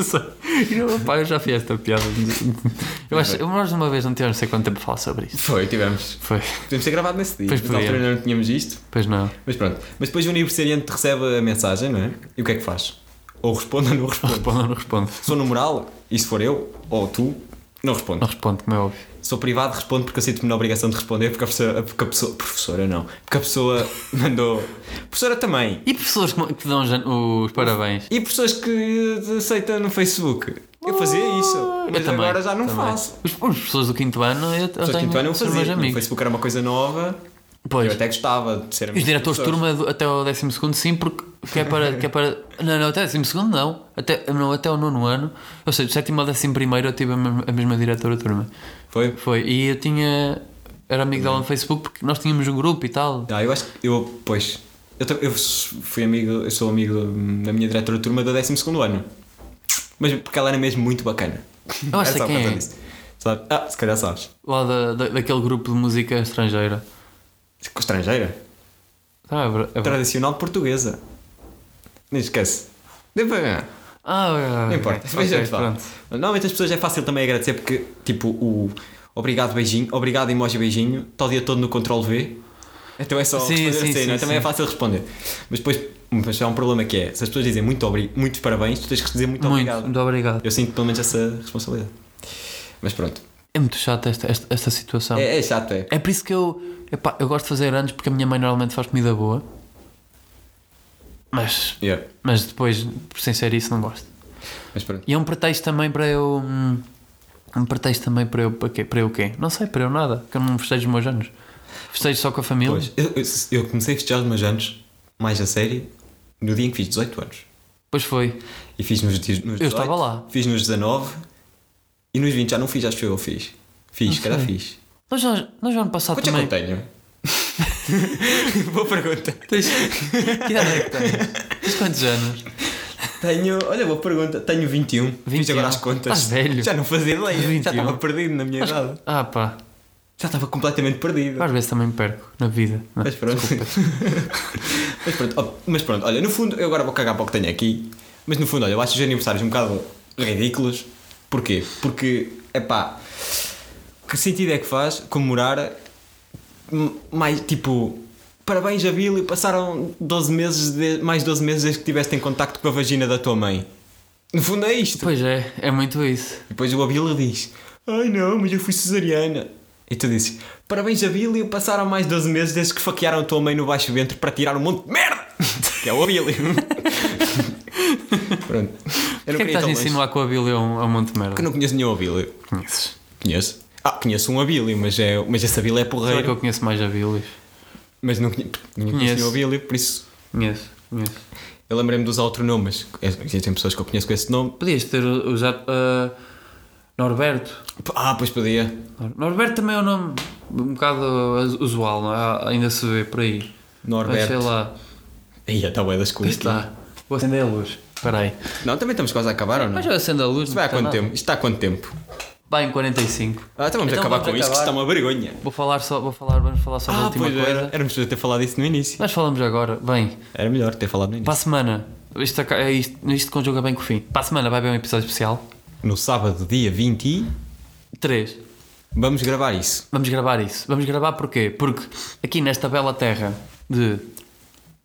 [SPEAKER 2] Eu, pá, eu já fiz esta piada. Eu acho, nós uma vez não tivemos não sei quanto tempo a falar sobre isso.
[SPEAKER 3] Foi, tivemos.
[SPEAKER 2] Foi.
[SPEAKER 3] Podemos ter gravado nesse dia.
[SPEAKER 2] Pois
[SPEAKER 3] mas na altura
[SPEAKER 2] podíamos.
[SPEAKER 3] não tínhamos isto.
[SPEAKER 2] Pois não.
[SPEAKER 3] Mas pronto. Mas depois o aniversariante recebe a mensagem, não é? E o que é que faz? Ou responde ou não responde.
[SPEAKER 2] Responde ou não responde?
[SPEAKER 3] Sou numeral, e se for eu, ou tu, não responde.
[SPEAKER 2] Não responde, como é óbvio.
[SPEAKER 3] Sou privado, respondo porque eu sinto-me na obrigação de responder porque a pessoa. Porque a pessoa professora não. Porque a pessoa mandou. Professora também.
[SPEAKER 2] E pessoas que que dão jan- os parabéns.
[SPEAKER 3] E pessoas que aceitam no Facebook. Eu fazia isso.
[SPEAKER 2] Ah, Eu
[SPEAKER 3] Mas
[SPEAKER 2] também,
[SPEAKER 3] agora já não
[SPEAKER 2] também.
[SPEAKER 3] faço.
[SPEAKER 2] Os, os pessoas do quinto ano, eu, eu
[SPEAKER 3] Pessoas
[SPEAKER 2] tenho
[SPEAKER 3] que então não
[SPEAKER 2] são meus
[SPEAKER 3] fazia. No
[SPEAKER 2] amigos.
[SPEAKER 3] Facebook era uma coisa nova.
[SPEAKER 2] Pois.
[SPEAKER 3] Eu até gostava de ser
[SPEAKER 2] E
[SPEAKER 3] amigo.
[SPEAKER 2] os diretores de
[SPEAKER 3] pessoas.
[SPEAKER 2] turma do- até ao 12 segundo sim, porque que é para, que é para. Não, não, até o 12 segundo não. Até, não, até o nono ano. Ou seja, do sétimo ao 11 primeiro eu tive a mesma, a mesma diretora de turma.
[SPEAKER 3] Foi?
[SPEAKER 2] Foi. E eu tinha. Era amigo dela no Facebook porque nós tínhamos um grupo e tal.
[SPEAKER 3] Ah, eu acho que. Eu, pois. Eu, tam- eu fui amigo. Eu sou amigo hum, da minha diretora de turma do 12 ano. Mas porque ela era mesmo muito bacana.
[SPEAKER 2] Eu acho
[SPEAKER 3] Era só
[SPEAKER 2] que
[SPEAKER 3] por
[SPEAKER 2] quem
[SPEAKER 3] causa
[SPEAKER 2] é.
[SPEAKER 3] disso. Sabe? Ah, se calhar sabes.
[SPEAKER 2] Lá da, da- daquele grupo de música estrangeira.
[SPEAKER 3] Estrangeira.
[SPEAKER 2] Ah, é ver- é ver-
[SPEAKER 3] Tradicional portuguesa. Não esquece. Depois.
[SPEAKER 2] Ah, é-
[SPEAKER 3] Não
[SPEAKER 2] é-
[SPEAKER 3] importa.
[SPEAKER 2] ok,
[SPEAKER 3] Depois a gente fala.
[SPEAKER 2] pronto.
[SPEAKER 3] Normalmente as pessoas é fácil também agradecer porque, tipo, o obrigado beijinho, obrigado emoji beijinho, está o dia todo no controle V. Então é só
[SPEAKER 2] Sim,
[SPEAKER 3] responder
[SPEAKER 2] sim,
[SPEAKER 3] assim, não é?
[SPEAKER 2] sim,
[SPEAKER 3] Também é
[SPEAKER 2] sim.
[SPEAKER 3] fácil responder. Mas depois, mas há um problema que é, se as pessoas dizem muito obri muitos parabéns, tu tens que dizer muito,
[SPEAKER 2] Muito,
[SPEAKER 3] obrigado.
[SPEAKER 2] muito obrigado.
[SPEAKER 3] Eu sinto pelo menos essa responsabilidade. Mas pronto.
[SPEAKER 2] É muito chato esta, esta, esta situação.
[SPEAKER 3] É, é chato, é.
[SPEAKER 2] É por isso que eu, epá, eu gosto de fazer anos porque a minha mãe normalmente faz comida boa. Mas,
[SPEAKER 3] Yeah.
[SPEAKER 2] mas depois, por sem ser isso, não gosto.
[SPEAKER 3] Mas pronto.
[SPEAKER 2] E é um pretexto também para eu. hum, Um pretexto também para eu para quê? Para eu quê? Não sei, para eu nada, que eu não festejo os meus anos. Festejo só com a família.
[SPEAKER 3] Pois,
[SPEAKER 2] Pois,
[SPEAKER 3] eu, eu- eu comecei a festejar os meus anos, mais a sério, no dia em que fiz 18 anos.
[SPEAKER 2] foi.
[SPEAKER 3] E fiz nos, dias- nos 18,
[SPEAKER 2] Eu estava lá.
[SPEAKER 3] Fiz nos 19 e nos 20 já não fiz, acho que eu fiz. Fiz, se calhar fiz.
[SPEAKER 2] Nós, já- nós já ano passado
[SPEAKER 3] Quantos é que
[SPEAKER 2] também.
[SPEAKER 3] eu tenho? Boa pergunta.
[SPEAKER 2] Tens... que idade é que tens? Tens quantos anos?
[SPEAKER 3] Tenho, olha, boa pergunta. Tenho 21. Fiz
[SPEAKER 2] 21.
[SPEAKER 3] agora as contas.
[SPEAKER 2] Estás velho.
[SPEAKER 3] Já não fazia ideia.
[SPEAKER 2] 21.
[SPEAKER 3] Já estava perdido na minha idade.
[SPEAKER 2] Ah pá,
[SPEAKER 3] um. Já estava completamente perdido.
[SPEAKER 2] às vezes também me perco na vida. Não, é?
[SPEAKER 3] Mas pronto. mas pronto, ó, mas pronto, olha, no fundo, eu agora vou cagar para o que tenho aqui, mas no fundo, olha, eu acho os aniversários um bocado ridículos. Porquê? Porque, é pá, que sentido é que faz comemorar m- mais tipo. Parabéns, Abílio, passaram 12 meses, de- mais 12 meses desde que estiveste em contacto com a vagina da tua mãe. No fundo é isto.
[SPEAKER 2] Pois é, é muito isso.
[SPEAKER 3] E Depois o Abílio diz: Ai não, mas eu fui cesariana. E tu dizes: Parabéns, Abílio, passaram mais 12 meses desde que faquearam a tua mãe no baixo ventre para tirar um monte de merda. Que é o Abílio.
[SPEAKER 2] Porquê
[SPEAKER 3] Pronto. Eu não
[SPEAKER 2] que
[SPEAKER 3] queria ir
[SPEAKER 2] estás
[SPEAKER 3] tão
[SPEAKER 2] a
[SPEAKER 3] longe.
[SPEAKER 2] insinuar com a Bíblia a um, a um monte de merda?
[SPEAKER 3] Porque eu não conheço nenhum Abílio.
[SPEAKER 2] conheces.
[SPEAKER 3] Conheço? Ah, conheço um Abílio, mas, é, mas esse Abílio é
[SPEAKER 2] Será
[SPEAKER 3] porreiro.
[SPEAKER 2] que eu conheço mais a Bíblia?
[SPEAKER 3] Mas não conhe- não conheço,
[SPEAKER 2] Conheço.
[SPEAKER 3] nenhum Abílio, por isso.
[SPEAKER 2] Conheço, conheço.
[SPEAKER 3] Eu lembrei-me de usar outro nome, mas existem pessoas que eu conheço com esse nome.
[SPEAKER 2] Podias ter usado ah, Norberto.
[SPEAKER 3] Ah, pois podia.
[SPEAKER 2] Nor- Norberto também é um nome um bocado uh, usual, não é? ainda se vê por aí. Mas sei
[SPEAKER 3] Norberto.
[SPEAKER 2] lá, tá.
[SPEAKER 3] Aí está bué das coisas.
[SPEAKER 2] está. Vou acender a luz. Espera aí.
[SPEAKER 3] Não, também estamos quase a acabar ou não?
[SPEAKER 2] Mas eu acendo a luz.
[SPEAKER 3] Isto
[SPEAKER 2] não
[SPEAKER 3] vai há
[SPEAKER 2] custa
[SPEAKER 3] quanto
[SPEAKER 2] nada.
[SPEAKER 3] tempo? Isto está há quanto tempo?
[SPEAKER 2] Vai em 45.
[SPEAKER 3] Ah, então vamos
[SPEAKER 2] Então
[SPEAKER 3] acabar
[SPEAKER 2] vamos
[SPEAKER 3] com isto, que isto está uma vergonha.
[SPEAKER 2] Vou falar só, vou falar, vamos falar só da
[SPEAKER 3] Ah,
[SPEAKER 2] última
[SPEAKER 3] pois
[SPEAKER 2] coisa.
[SPEAKER 3] era. Éramos preciso ter falado isso no início.
[SPEAKER 2] Nós falamos agora. Bem,
[SPEAKER 3] Era melhor ter falado no
[SPEAKER 2] para
[SPEAKER 3] início.
[SPEAKER 2] a semana. Isto, aca- é isto, isto conjuga bem com o fim. Para a semana vai haver um episódio especial.
[SPEAKER 3] No sábado, dia 20, e
[SPEAKER 2] 3.
[SPEAKER 3] vamos gravar isso.
[SPEAKER 2] Vamos gravar isso. Vamos gravar porquê? Porque aqui nesta bela terra de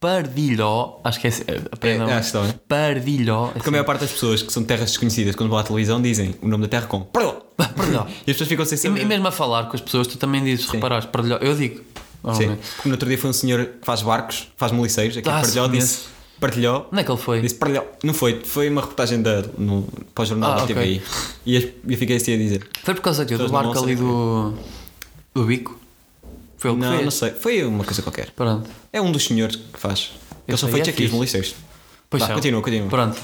[SPEAKER 2] Pardilhó, acho que é, assim- aprendam.
[SPEAKER 3] acho que está, né?
[SPEAKER 2] Pardilhó. é assim.
[SPEAKER 3] Porque a maior parte das pessoas que são de terras desconhecidas, quando vão à televisão, dizem o nome da terra com. Perdão!
[SPEAKER 2] Pardilhó.
[SPEAKER 3] E as pessoas ficam sem
[SPEAKER 2] E,
[SPEAKER 3] saber.
[SPEAKER 2] e mesmo a falar com as pessoas, tu também dizes, reparaste, Pardilhó. Eu digo.
[SPEAKER 3] Sim.
[SPEAKER 2] normalmente.
[SPEAKER 3] Como no outro dia foi um senhor que faz barcos, faz moliceiros, aqui
[SPEAKER 2] Ah,
[SPEAKER 3] ah,
[SPEAKER 2] sim,
[SPEAKER 3] partilhou, disse.
[SPEAKER 2] conheço.
[SPEAKER 3] Partilhou.
[SPEAKER 2] Onde é que ele foi?
[SPEAKER 3] Disse partilhou. Não foi, foi uma reportagem da, no, para o jornal
[SPEAKER 2] Ah,
[SPEAKER 3] da
[SPEAKER 2] ok.
[SPEAKER 3] TVI. E as- eu fiquei assim a dizer.
[SPEAKER 2] Foi por causa que, do
[SPEAKER 3] Pessoas não
[SPEAKER 2] barco
[SPEAKER 3] vão
[SPEAKER 2] ali
[SPEAKER 3] saber
[SPEAKER 2] do. do bico? Foi ele que
[SPEAKER 3] Não,
[SPEAKER 2] fez?
[SPEAKER 3] não sei. Foi uma coisa qualquer.
[SPEAKER 2] Pronto.
[SPEAKER 3] É um dos senhores que faz.
[SPEAKER 2] Eu
[SPEAKER 3] Eles são
[SPEAKER 2] sei,
[SPEAKER 3] feitos
[SPEAKER 2] é
[SPEAKER 3] aqui, os
[SPEAKER 2] fixe.
[SPEAKER 3] moliceiros.
[SPEAKER 2] Pois
[SPEAKER 3] Vá,
[SPEAKER 2] são.
[SPEAKER 3] continua, continua.
[SPEAKER 2] Pronto.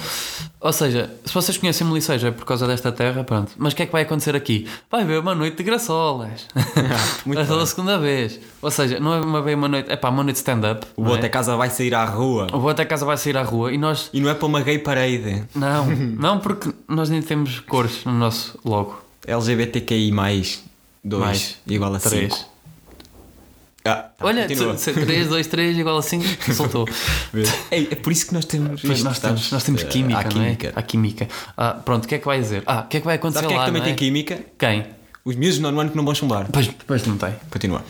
[SPEAKER 2] Ou seja, se vocês conhecem Molicejo é por causa desta terra, pronto. Mas o que é que vai acontecer aqui? Vai haver uma noite de graçolas.
[SPEAKER 3] muito
[SPEAKER 2] Mas pela
[SPEAKER 3] bem.
[SPEAKER 2] segunda vez. Ou seja, não é uma vez uma noite. É pá, uma noite de stand-up.
[SPEAKER 3] O
[SPEAKER 2] não
[SPEAKER 3] Boa
[SPEAKER 2] é?
[SPEAKER 3] até casa vai sair à rua.
[SPEAKER 2] O Boa até casa vai sair à rua e nós.
[SPEAKER 3] E não é para uma gay parede.
[SPEAKER 2] Não, não porque nós nem temos cores no nosso logo.
[SPEAKER 3] LGBTQI mais 2
[SPEAKER 2] Mais
[SPEAKER 3] igual a 3.
[SPEAKER 2] três.
[SPEAKER 3] 5. Ah, tá,
[SPEAKER 2] Olha,
[SPEAKER 3] continua.
[SPEAKER 2] 3, 2, 3 igual a 5, soltou.
[SPEAKER 3] Vê. Ei, é por isso que nós temos.
[SPEAKER 2] Pois
[SPEAKER 3] isto,
[SPEAKER 2] nós, temos,
[SPEAKER 3] sabes?
[SPEAKER 2] nós temos
[SPEAKER 3] Eh,
[SPEAKER 2] química,
[SPEAKER 3] há química.
[SPEAKER 2] não é? Há química. Ah, pronto, o que é que vai dizer? Ah, o que é que vai acontecer
[SPEAKER 3] Sabe quem é
[SPEAKER 2] lá?
[SPEAKER 3] que também
[SPEAKER 2] não
[SPEAKER 3] tem química?
[SPEAKER 2] Quem?
[SPEAKER 3] Os miúdos de nono ano que não vão chumbar.
[SPEAKER 2] Pois, pois não tem.
[SPEAKER 3] Continua.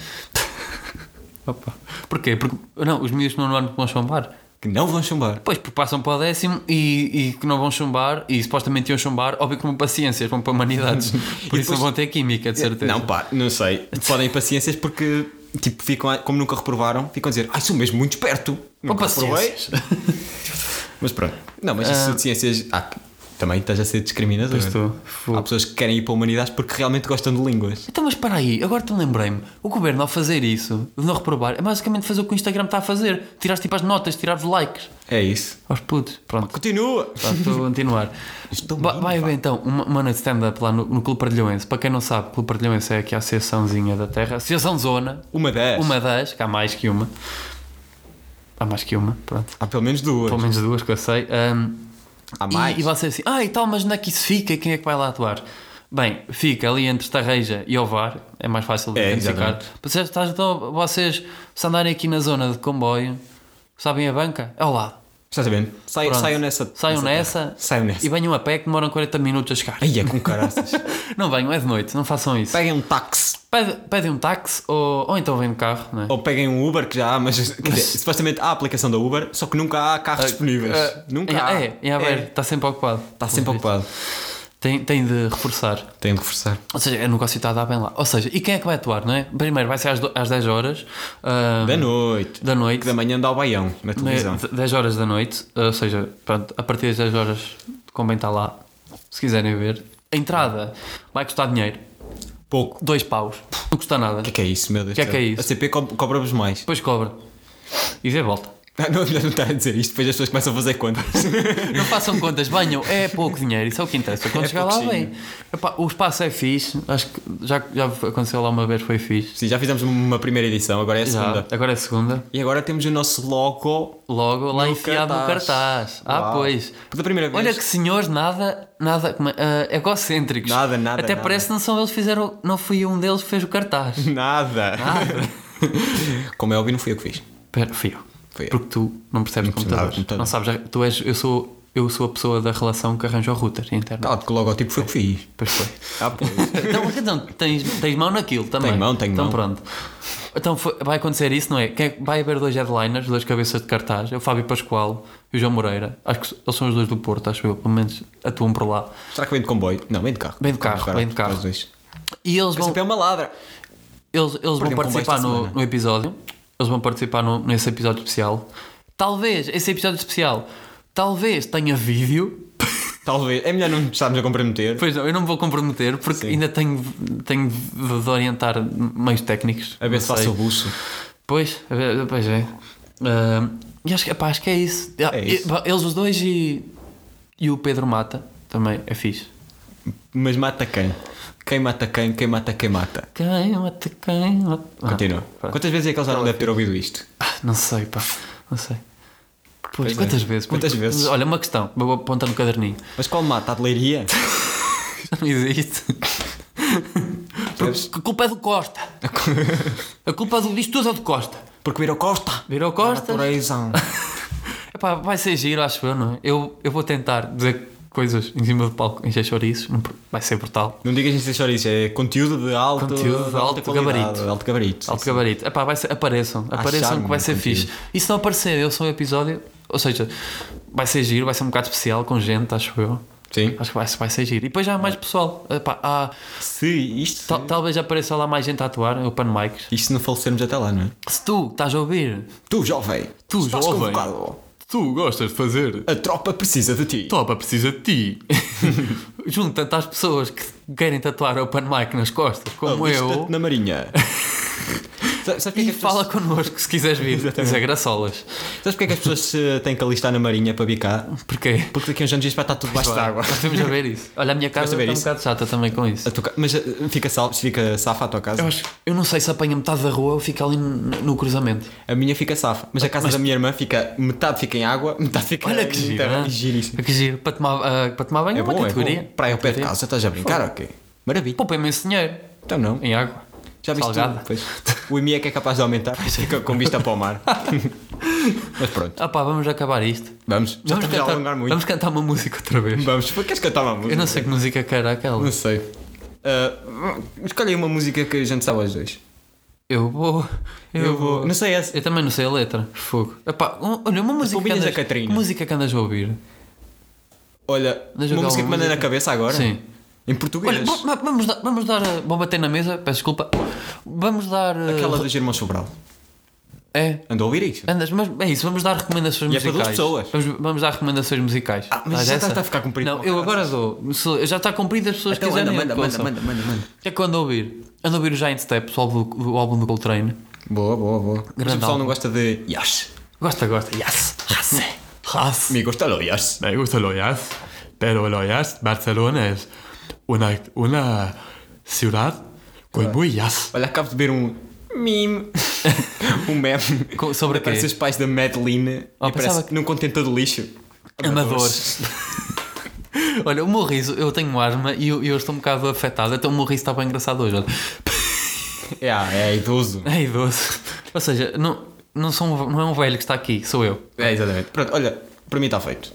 [SPEAKER 2] Opa. Porquê? Porque não, os miúdos que não ano vão chumbar.
[SPEAKER 3] Que não vão chumbar.
[SPEAKER 2] Pois, porque passam para o décimo e, e que não vão chumbar e supostamente iam chumbar, óbvio que vão para ciências, vão para humanidades. Por isso não
[SPEAKER 3] depois-
[SPEAKER 2] vão ter química, de certeza.
[SPEAKER 3] Não, pá, não sei. Podem ir para ciências porque, tipo, ficam, a- como nunca reprovaram, ficam a dizer, ai, sou mesmo muito esperto.
[SPEAKER 2] vão
[SPEAKER 3] Nunca
[SPEAKER 2] para
[SPEAKER 3] reprovei.
[SPEAKER 2] ciências.
[SPEAKER 3] Mas pronto. Não, mas isso de ciências. Ah, também estás a ser discriminador.
[SPEAKER 2] Pois estou.
[SPEAKER 3] Há pessoas que querem ir para a humanidades porque realmente gostam de línguas.
[SPEAKER 2] Então, mas para aí, agora te lembrei-me, o governo ao fazer isso, de não reprovar, é basicamente fazer o que o Instagram está a fazer: tirar tipo as notas, tirar os likes
[SPEAKER 3] É isso.
[SPEAKER 2] aos putos. Pronto.
[SPEAKER 3] Continua!
[SPEAKER 2] Pá, Estou a continuar.
[SPEAKER 3] Estou
[SPEAKER 2] Ba-
[SPEAKER 3] bem,
[SPEAKER 2] vai
[SPEAKER 3] pá.
[SPEAKER 2] haver então uma, uma noite de stand-up lá no, no Clube Pardilhoense. Para quem não sabe, o Clube Pardilhoense é aqui a associaçãozinha da terra, associação zona,
[SPEAKER 3] Uma das.
[SPEAKER 2] uma das, que há mais que uma. Há mais que uma, pronto.
[SPEAKER 3] Há pelo menos duas.
[SPEAKER 2] Pelo menos duas que eu sei. Ahm,
[SPEAKER 3] Há
[SPEAKER 2] e-
[SPEAKER 3] mais.
[SPEAKER 2] E, vai ser assim, ah, e tal, mas onde é que isso fica? E Quem é que vai lá atuar? Bem, fica ali entre Tarreja e Ovar, é mais fácil de
[SPEAKER 3] É,
[SPEAKER 2] identificar.
[SPEAKER 3] exatamente.
[SPEAKER 2] Vocês, estás- então, vocês, se andarem aqui na zona de comboio, sabem a banca? É ao lado.
[SPEAKER 3] Estás a ver? É Saiam,
[SPEAKER 2] Pronto.
[SPEAKER 3] saiam nessa.
[SPEAKER 2] Saiam nessa,
[SPEAKER 3] terra. Saiam nessa.
[SPEAKER 2] e venham a pé que demoram 40 minutos a chegar.
[SPEAKER 3] Aí é com caraças.
[SPEAKER 2] Não venham, é de noite, não façam isso.
[SPEAKER 3] peguem um táxi.
[SPEAKER 2] Pede- Pedem um táxi ou, ou então vêm de carro, não é?
[SPEAKER 3] Ou peguem um Uber, que já há, mas. Quer dizer, supostamente há a aplicação da Uber, só que nunca há carros disponíveis.
[SPEAKER 2] Ah,
[SPEAKER 3] nunca
[SPEAKER 2] é,
[SPEAKER 3] há.
[SPEAKER 2] É, é, aberto, está Tá sempre ocupado.
[SPEAKER 3] Está sempre ocupado.
[SPEAKER 2] Tem, tem de reforçar.
[SPEAKER 3] Tenho de reforçar.
[SPEAKER 2] Ou seja, é o negócio está a dar bem lá. Ou seja, e quem é que vai atuar, não é? Primeiro vai ser às, do- às 10 horas ah,
[SPEAKER 3] Da noite.
[SPEAKER 2] da noite. né?
[SPEAKER 3] Que da manhã dá ao baião na televisão.
[SPEAKER 2] de- 10 horas da noite, ah, ou seja, pronto, a partir das 10 horas convém estar lá, se quiserem ver. A entrada vai custar dinheiro,
[SPEAKER 3] Pouco.
[SPEAKER 2] dois paus, não custa nada.
[SPEAKER 3] O que é que é isso, meu Deus?
[SPEAKER 2] Que é
[SPEAKER 3] do
[SPEAKER 2] que
[SPEAKER 3] céu?
[SPEAKER 2] é isso?
[SPEAKER 3] A CP co- cobra-vos mais.
[SPEAKER 2] Depois cobra. E dê volta.
[SPEAKER 3] Ah, não, melhor não estar a dizer isto, depois as pessoas começam a fazer contas.
[SPEAKER 2] Não façam contas, banham, é pouco dinheiro, isso é o que interessa. Quando
[SPEAKER 3] É
[SPEAKER 2] chegar lá,
[SPEAKER 3] pouquinho.
[SPEAKER 2] bem. Epá, o espaço é fixe, acho que já, já aconteceu lá uma vez, foi fixe.
[SPEAKER 3] Sim, já fizemos uma primeira edição, agora é a
[SPEAKER 2] Já,
[SPEAKER 3] segunda.
[SPEAKER 2] agora é a segunda.
[SPEAKER 3] E agora temos o nosso logo.
[SPEAKER 2] Logo lá
[SPEAKER 3] No
[SPEAKER 2] enfiado no
[SPEAKER 3] cartaz.
[SPEAKER 2] cartaz. Ah,
[SPEAKER 3] Uau.
[SPEAKER 2] pois.
[SPEAKER 3] Pela primeira vez.
[SPEAKER 2] Olha que senhores nada, nada como é, ah, egocêntricos.
[SPEAKER 3] Nada, nada,
[SPEAKER 2] Até
[SPEAKER 3] nada. Uhum.
[SPEAKER 2] parece que não são eles que fizeram, não fui um deles que fez o cartaz.
[SPEAKER 3] Nada.
[SPEAKER 2] Nada.
[SPEAKER 3] Como é óbvio, não fui eu que fiz.
[SPEAKER 2] Pera, fui eu.
[SPEAKER 3] Fui eu.
[SPEAKER 2] Porque tu não percebes
[SPEAKER 3] percebo
[SPEAKER 2] computadores.
[SPEAKER 3] nada de computador.
[SPEAKER 2] Não sabes, já- tu és, eu sou, eu sou a pessoa da relação que arranja o router e a internet.
[SPEAKER 3] Ah, que o logotipo foi eu que fiz.
[SPEAKER 2] Pois foi.
[SPEAKER 3] Ah, pois.
[SPEAKER 2] Então, então, tens, tens mão naquilo também.
[SPEAKER 3] Tenho mão, tenho
[SPEAKER 2] então,
[SPEAKER 3] mão.
[SPEAKER 2] pronto. Então foi- vai acontecer isso, não é? Quem é que- vai haver dois headliners, dois cabeças de cartaz, é o Fábio Pascoal e o João Moreira. Acho que eles são os dois do Porto, acho eu, pelo menos atuam por lá.
[SPEAKER 3] Será que vem de comboio? Não, vem de carro.
[SPEAKER 2] Vem de carro,
[SPEAKER 3] Agora,
[SPEAKER 2] vem de carro.
[SPEAKER 3] os dois.
[SPEAKER 2] E eles vão,
[SPEAKER 3] Sempre é uma ladra. é
[SPEAKER 2] eles, eles vão
[SPEAKER 3] Perdi-me com mais
[SPEAKER 2] participar
[SPEAKER 3] esta
[SPEAKER 2] no,
[SPEAKER 3] semana.
[SPEAKER 2] no episódio. Eles vão participar no- nesse episódio especial. Talvez esse episódio especial talvez tenha vídeo.
[SPEAKER 3] Talvez. É melhor não estarmos a comprometer.
[SPEAKER 2] Pois não, eu não me vou comprometer porque ainda tenho, tenho de de orientar meios técnicos.
[SPEAKER 3] A ver
[SPEAKER 2] Não
[SPEAKER 3] se
[SPEAKER 2] sei.
[SPEAKER 3] faço o buço.
[SPEAKER 2] Pois, a ver- pois é. Ah, E acho, que- epá, acho que é isso. Ah,
[SPEAKER 3] É
[SPEAKER 2] e-
[SPEAKER 3] isso.
[SPEAKER 2] pá, Eles os dois e, e o Pedro Mata também é fixe.
[SPEAKER 3] Mas mata quem? Quem mata quem? Quem mata quem mata?
[SPEAKER 2] Quem mata quem mata. Ah,
[SPEAKER 3] Continua.
[SPEAKER 2] pá,
[SPEAKER 3] Quantas vezes é que eles já não devem ter ouvido isto?
[SPEAKER 2] ah, não sei, pá. Não sei. Pois,
[SPEAKER 3] Pois é.
[SPEAKER 2] quantas vezes? pois,
[SPEAKER 3] Quantas vezes?
[SPEAKER 2] Olha, uma questão. Vou apontar no caderninho.
[SPEAKER 3] Mas qual mata? A de leiria?
[SPEAKER 2] Não existe. Porque a culpa é do Costa. A culpa do- disto tudo é do Costa.
[SPEAKER 3] Porque virou Costa!
[SPEAKER 2] Virou Costa.
[SPEAKER 3] Coração.
[SPEAKER 2] Epá, vai ser giro, acho eu, não é? Eu, eu vou tentar dizer coisas em cima do palco, encher chouriços. não- Vai ser brutal.
[SPEAKER 3] Não digas isso, senhor, isso é conteúdo de alto,
[SPEAKER 2] Conteúdo de
[SPEAKER 3] de alta
[SPEAKER 2] alto
[SPEAKER 3] qualidade,
[SPEAKER 2] gabarito.
[SPEAKER 3] de Alto gabarito. sim,
[SPEAKER 2] Alto
[SPEAKER 3] sim.
[SPEAKER 2] gabarito. Epá, vai ser, apareçam.
[SPEAKER 3] Há
[SPEAKER 2] Apareçam
[SPEAKER 3] charme
[SPEAKER 2] que vai ser
[SPEAKER 3] no
[SPEAKER 2] fixe.
[SPEAKER 3] conteúdo.
[SPEAKER 2] E se não aparecer, eu sou um episódio. Ou seja, vai ser giro, vai ser um bocado especial com gente, acho eu.
[SPEAKER 3] Sim.
[SPEAKER 2] Acho que vai, vai ser giro. E depois já há mais pessoal. Epá, há-
[SPEAKER 3] Se isto,
[SPEAKER 2] tal- talvez apareça lá mais gente a atuar, o Pan Mics.
[SPEAKER 3] isto se não falecermos até lá, não é?
[SPEAKER 2] Se tu estás a ouvir,
[SPEAKER 3] Tu, jovem,
[SPEAKER 2] Tu,
[SPEAKER 3] estás
[SPEAKER 2] jovem.
[SPEAKER 3] convocado.
[SPEAKER 2] tu gostas de fazer,
[SPEAKER 3] A tropa precisa de ti.
[SPEAKER 2] topa precisa de ti. Junta-te às pessoas que querem tatuar Open Mic nas costas, como eu,
[SPEAKER 3] Alista-te na marinha. Sabe- Sabe porquê
[SPEAKER 2] e
[SPEAKER 3] que as pessoas-
[SPEAKER 2] fala connosco se quiseres vir.
[SPEAKER 3] Exatamente.
[SPEAKER 2] Diz a graçolas.
[SPEAKER 3] sabes porque é que as pessoas se têm que alistar na marinha para bicar?
[SPEAKER 2] Porque
[SPEAKER 3] Porque daqui a uns anos isto vai estar tudo debaixo d'água.
[SPEAKER 2] nós temos a ver isso. Olha, a minha casa
[SPEAKER 3] Vais
[SPEAKER 2] está
[SPEAKER 3] a ver
[SPEAKER 2] um
[SPEAKER 3] isso?
[SPEAKER 2] bocado chata também com isso.
[SPEAKER 3] A tua ca- Mas eh, fica, sal... fica safa a tua casa?
[SPEAKER 2] Eu, acho- eu não sei se apanha metade da rua ou fica ali no, no cruzamento.
[SPEAKER 3] A minha fica safa. Mas a casa da minha irmã fica. Metade fica em água, metade fica
[SPEAKER 2] Olha que
[SPEAKER 3] em
[SPEAKER 2] giro.
[SPEAKER 3] terra.
[SPEAKER 2] hã?
[SPEAKER 3] é Giríssimo.
[SPEAKER 2] Que giro. Para tomar, ah, para tomar banho é
[SPEAKER 3] É
[SPEAKER 2] uma
[SPEAKER 3] bom, é
[SPEAKER 2] categoria.
[SPEAKER 3] bom. Praia ao pé de casa, estás a brincar ok? Maravilha.
[SPEAKER 2] Poupa imenso dinheiro
[SPEAKER 3] Então não.
[SPEAKER 2] em água.
[SPEAKER 3] Já viste
[SPEAKER 2] salgada.
[SPEAKER 3] tu? Pois. O IMI é que é capaz de aumentar, fica com vista para o mar. Mas pronto,
[SPEAKER 2] Ah pá, vamos acabar isto.
[SPEAKER 3] vamos. Já
[SPEAKER 2] vamos,
[SPEAKER 3] estamos a
[SPEAKER 2] cantar,
[SPEAKER 3] alongar muito.
[SPEAKER 2] vamos cantar uma música outra vez.
[SPEAKER 3] Vamos, queres cantar uma música?
[SPEAKER 2] Eu não sei que música que era aquela.
[SPEAKER 3] Não sei. Ah, escolhe aí uma música que a gente sabe aos dois.
[SPEAKER 2] Eu vou. Eu, vou.
[SPEAKER 3] Não sei essa.
[SPEAKER 2] Eu também não sei a letra. Fogo. Epá, um- olha, uma música.
[SPEAKER 3] Bombinhas
[SPEAKER 2] andas-
[SPEAKER 3] da Catarina.
[SPEAKER 2] que música que andas a ouvir.
[SPEAKER 3] Olha,
[SPEAKER 2] Deixa eu
[SPEAKER 3] uma
[SPEAKER 2] ver
[SPEAKER 3] música que
[SPEAKER 2] alguma
[SPEAKER 3] manda na
[SPEAKER 2] música.
[SPEAKER 3] cabeça agora?
[SPEAKER 2] Sim.
[SPEAKER 3] Em
[SPEAKER 2] Olha,
[SPEAKER 3] português.
[SPEAKER 2] bo- ma- vamos dar. Vamos dar a- vou bater na mesa, peço desculpa. Vamos dar. eh,
[SPEAKER 3] Aquela
[SPEAKER 2] re-
[SPEAKER 3] dos Irmãos Sobral.
[SPEAKER 2] É.
[SPEAKER 3] Andou a ouvir isso?
[SPEAKER 2] Andas, mas é isso, vamos dar recomendações
[SPEAKER 3] E é para
[SPEAKER 2] musicais.
[SPEAKER 3] duas pessoas.
[SPEAKER 2] Vamos, vamos dar recomendações musicais.
[SPEAKER 3] Ah, mas
[SPEAKER 2] Dás
[SPEAKER 3] já
[SPEAKER 2] essa?
[SPEAKER 3] está a ficar comprido.
[SPEAKER 2] Não, eu agora dou. Se- Já está comprido, as pessoas
[SPEAKER 3] Então,
[SPEAKER 2] quiserem.
[SPEAKER 3] anda, manda,
[SPEAKER 2] que
[SPEAKER 3] manda,
[SPEAKER 2] ouçam.
[SPEAKER 3] manda, manda, manda.
[SPEAKER 2] O que é que eu ando a ouvir? Ando a ouvir o Giant Steps, o álbum do, o álbum do Coltrane.
[SPEAKER 3] Boa, boa, boa. Mas o pessoal
[SPEAKER 2] álbum.
[SPEAKER 3] não gosta de Yash.
[SPEAKER 2] Gosta, gosta. Yes! Yes! Yes!
[SPEAKER 3] Me gusta lo Yash.
[SPEAKER 4] Me gusta lo jazz, pero lo jazz Barcelona es una, una ciudad con muy jazz.
[SPEAKER 3] Olha, acabo de ver um meme. um meme.
[SPEAKER 2] Co- sobre
[SPEAKER 3] Onde aparecem
[SPEAKER 2] quê?
[SPEAKER 3] os pais da Madeline
[SPEAKER 2] Ah,
[SPEAKER 3] e aparece
[SPEAKER 2] pensava que-
[SPEAKER 3] num contentor de lixo.
[SPEAKER 2] Amadores. Olha, o meu riso, eu tenho asma e eu, eu estou um bocado afetado, até o meu riso está bem engraçado hoje. olha.
[SPEAKER 3] É, é idoso.
[SPEAKER 2] É idoso. Ou seja, não, não, sou um- não é um velho que está aqui, sou eu.
[SPEAKER 3] É, exatamente. Pronto, olha, para mim está feito.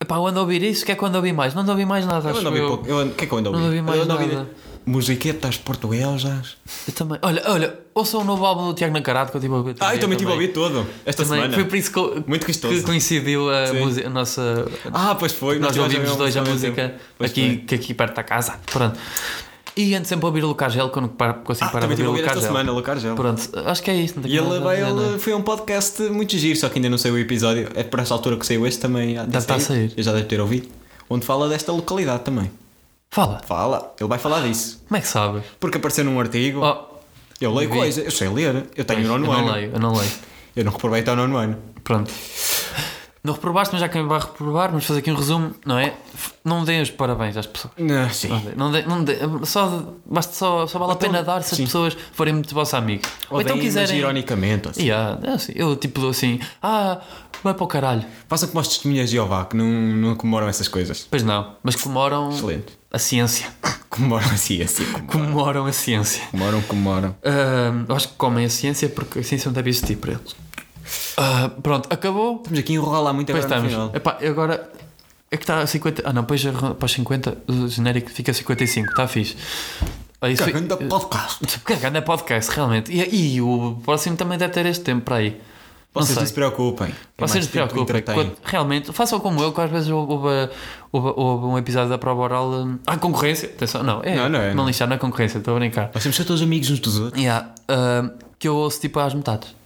[SPEAKER 2] Epá, eu ando a ouvir isso, o que é que eu ando a ouvir mais? Não ando a ouvir mais nada,
[SPEAKER 3] Eu
[SPEAKER 2] acho
[SPEAKER 3] ando a
[SPEAKER 2] eu.
[SPEAKER 3] ouvir pouco. Eu ando... O que é que eu ando a ouvir?
[SPEAKER 2] Não ouvi mais
[SPEAKER 3] eu ando a ouvir
[SPEAKER 2] nada.
[SPEAKER 3] Musiquetas portuguesas.
[SPEAKER 2] Eu também. Olha, olha, ouça o novo álbum do Tiago Nacarado que eu tive a ouvir.
[SPEAKER 3] Ah, eu também estive a ouvir todo. Esta
[SPEAKER 2] Também.
[SPEAKER 3] semana.
[SPEAKER 2] Foi por isso que, eu-
[SPEAKER 3] Muito
[SPEAKER 2] que
[SPEAKER 3] gostoso.
[SPEAKER 2] coincidiu a,
[SPEAKER 3] Sim.
[SPEAKER 2] musi- a nossa.
[SPEAKER 3] Ah, pois foi.
[SPEAKER 2] Nós
[SPEAKER 3] tivemos
[SPEAKER 2] ouvimos
[SPEAKER 3] mesma
[SPEAKER 2] dois a
[SPEAKER 3] ao mesmo
[SPEAKER 2] música
[SPEAKER 3] tempo. Pois
[SPEAKER 2] aqui,
[SPEAKER 3] foi.
[SPEAKER 2] que aqui perto da casa. Pronto. E ando sempre a ouvir o Lucas Gel quando par- consigo
[SPEAKER 3] Ah,
[SPEAKER 2] parar de ouvir
[SPEAKER 3] também tive a
[SPEAKER 2] o
[SPEAKER 3] ouvir
[SPEAKER 2] Lucas
[SPEAKER 3] esta
[SPEAKER 2] Gel.
[SPEAKER 3] semana, Lucas Gel.
[SPEAKER 2] Pronto, acho que é isso. não tenho
[SPEAKER 3] E ele,
[SPEAKER 2] nada a
[SPEAKER 3] vai,
[SPEAKER 2] dizer, não. é?
[SPEAKER 3] ele foi um podcast muito giro, só que ainda não saiu o episódio. É por esta altura que saiu este também. Já
[SPEAKER 2] Deve estar a sair.
[SPEAKER 3] Eu já deve ter ouvido. Onde fala desta localidade também.
[SPEAKER 2] Fala,
[SPEAKER 3] Fala, ele vai falar disso.
[SPEAKER 2] como é que sabes?
[SPEAKER 3] Porque apareceu num artigo.
[SPEAKER 2] Oh,
[SPEAKER 3] eu leio
[SPEAKER 2] vi.
[SPEAKER 3] coisa, eu sei ler. Eu
[SPEAKER 2] pois,
[SPEAKER 3] tenho o
[SPEAKER 2] eu
[SPEAKER 3] nono
[SPEAKER 2] não
[SPEAKER 3] ano.
[SPEAKER 2] leio, eu não leio.
[SPEAKER 3] Eu não reprovei até o nono ano.
[SPEAKER 2] Pronto. Não reprovaste, mas já quem vai reprovar, vamos fazer aqui um resumo, não é? F- Não deem os parabéns às pessoas.
[SPEAKER 3] Não, sim.
[SPEAKER 2] Não deem, não deem, não deem. Só, basta, só, só vale
[SPEAKER 3] Ou então-
[SPEAKER 2] a pena dar se as
[SPEAKER 3] sim.
[SPEAKER 2] pessoas forem muito vossos amigos. Ou então
[SPEAKER 3] Odeiem, mas
[SPEAKER 2] quiserem.
[SPEAKER 3] ironicamente. Assim.
[SPEAKER 2] Yeah, é assim, eu tipo dou assim, ah, vai para o caralho.
[SPEAKER 3] Façam como as testemunhas de Jeová, que não, não comemoram essas coisas.
[SPEAKER 2] Pois não, mas comemoram
[SPEAKER 3] Excelente.
[SPEAKER 2] a ciência.
[SPEAKER 3] Comemoram assim, assim. Comemoram,
[SPEAKER 2] Comemoram a ciência.
[SPEAKER 3] comemoram. comemoram.
[SPEAKER 2] Ahm, eu acho que comem a ciência porque a ciência não deve existir para eles. Ah, pronto, acabou.
[SPEAKER 3] Estamos aqui a enrolar muito
[SPEAKER 2] Pois
[SPEAKER 3] agora no
[SPEAKER 2] estamos.
[SPEAKER 3] final.
[SPEAKER 2] Epá, e agora é que está a 50. Ah não, depois arran- para os 50, o genérico fica 55, está tá fixe. Ah, isso-
[SPEAKER 3] Cagando a podcast.
[SPEAKER 2] Que grande podcast, realmente. E, e o próximo também deve ter este tempo para aí. Não
[SPEAKER 3] Vocês não,
[SPEAKER 2] sei.
[SPEAKER 3] se preocupem. Tem
[SPEAKER 2] Vocês não
[SPEAKER 3] mais
[SPEAKER 2] se
[SPEAKER 3] tempo de
[SPEAKER 2] preocupem.
[SPEAKER 3] entretém.
[SPEAKER 2] Quando- realmente, façam como eu, que às vezes houve, houve- houve- houve um episódio da prova oral. hum, Ah, concorrência! Atenção, não, é.
[SPEAKER 3] Não, não é, não.
[SPEAKER 2] lixar na concorrência, estou a brincar.
[SPEAKER 3] Nós temos que ser todos amigos uns dos outros.
[SPEAKER 2] Yeah, hum, que eu ouço tipo às metades.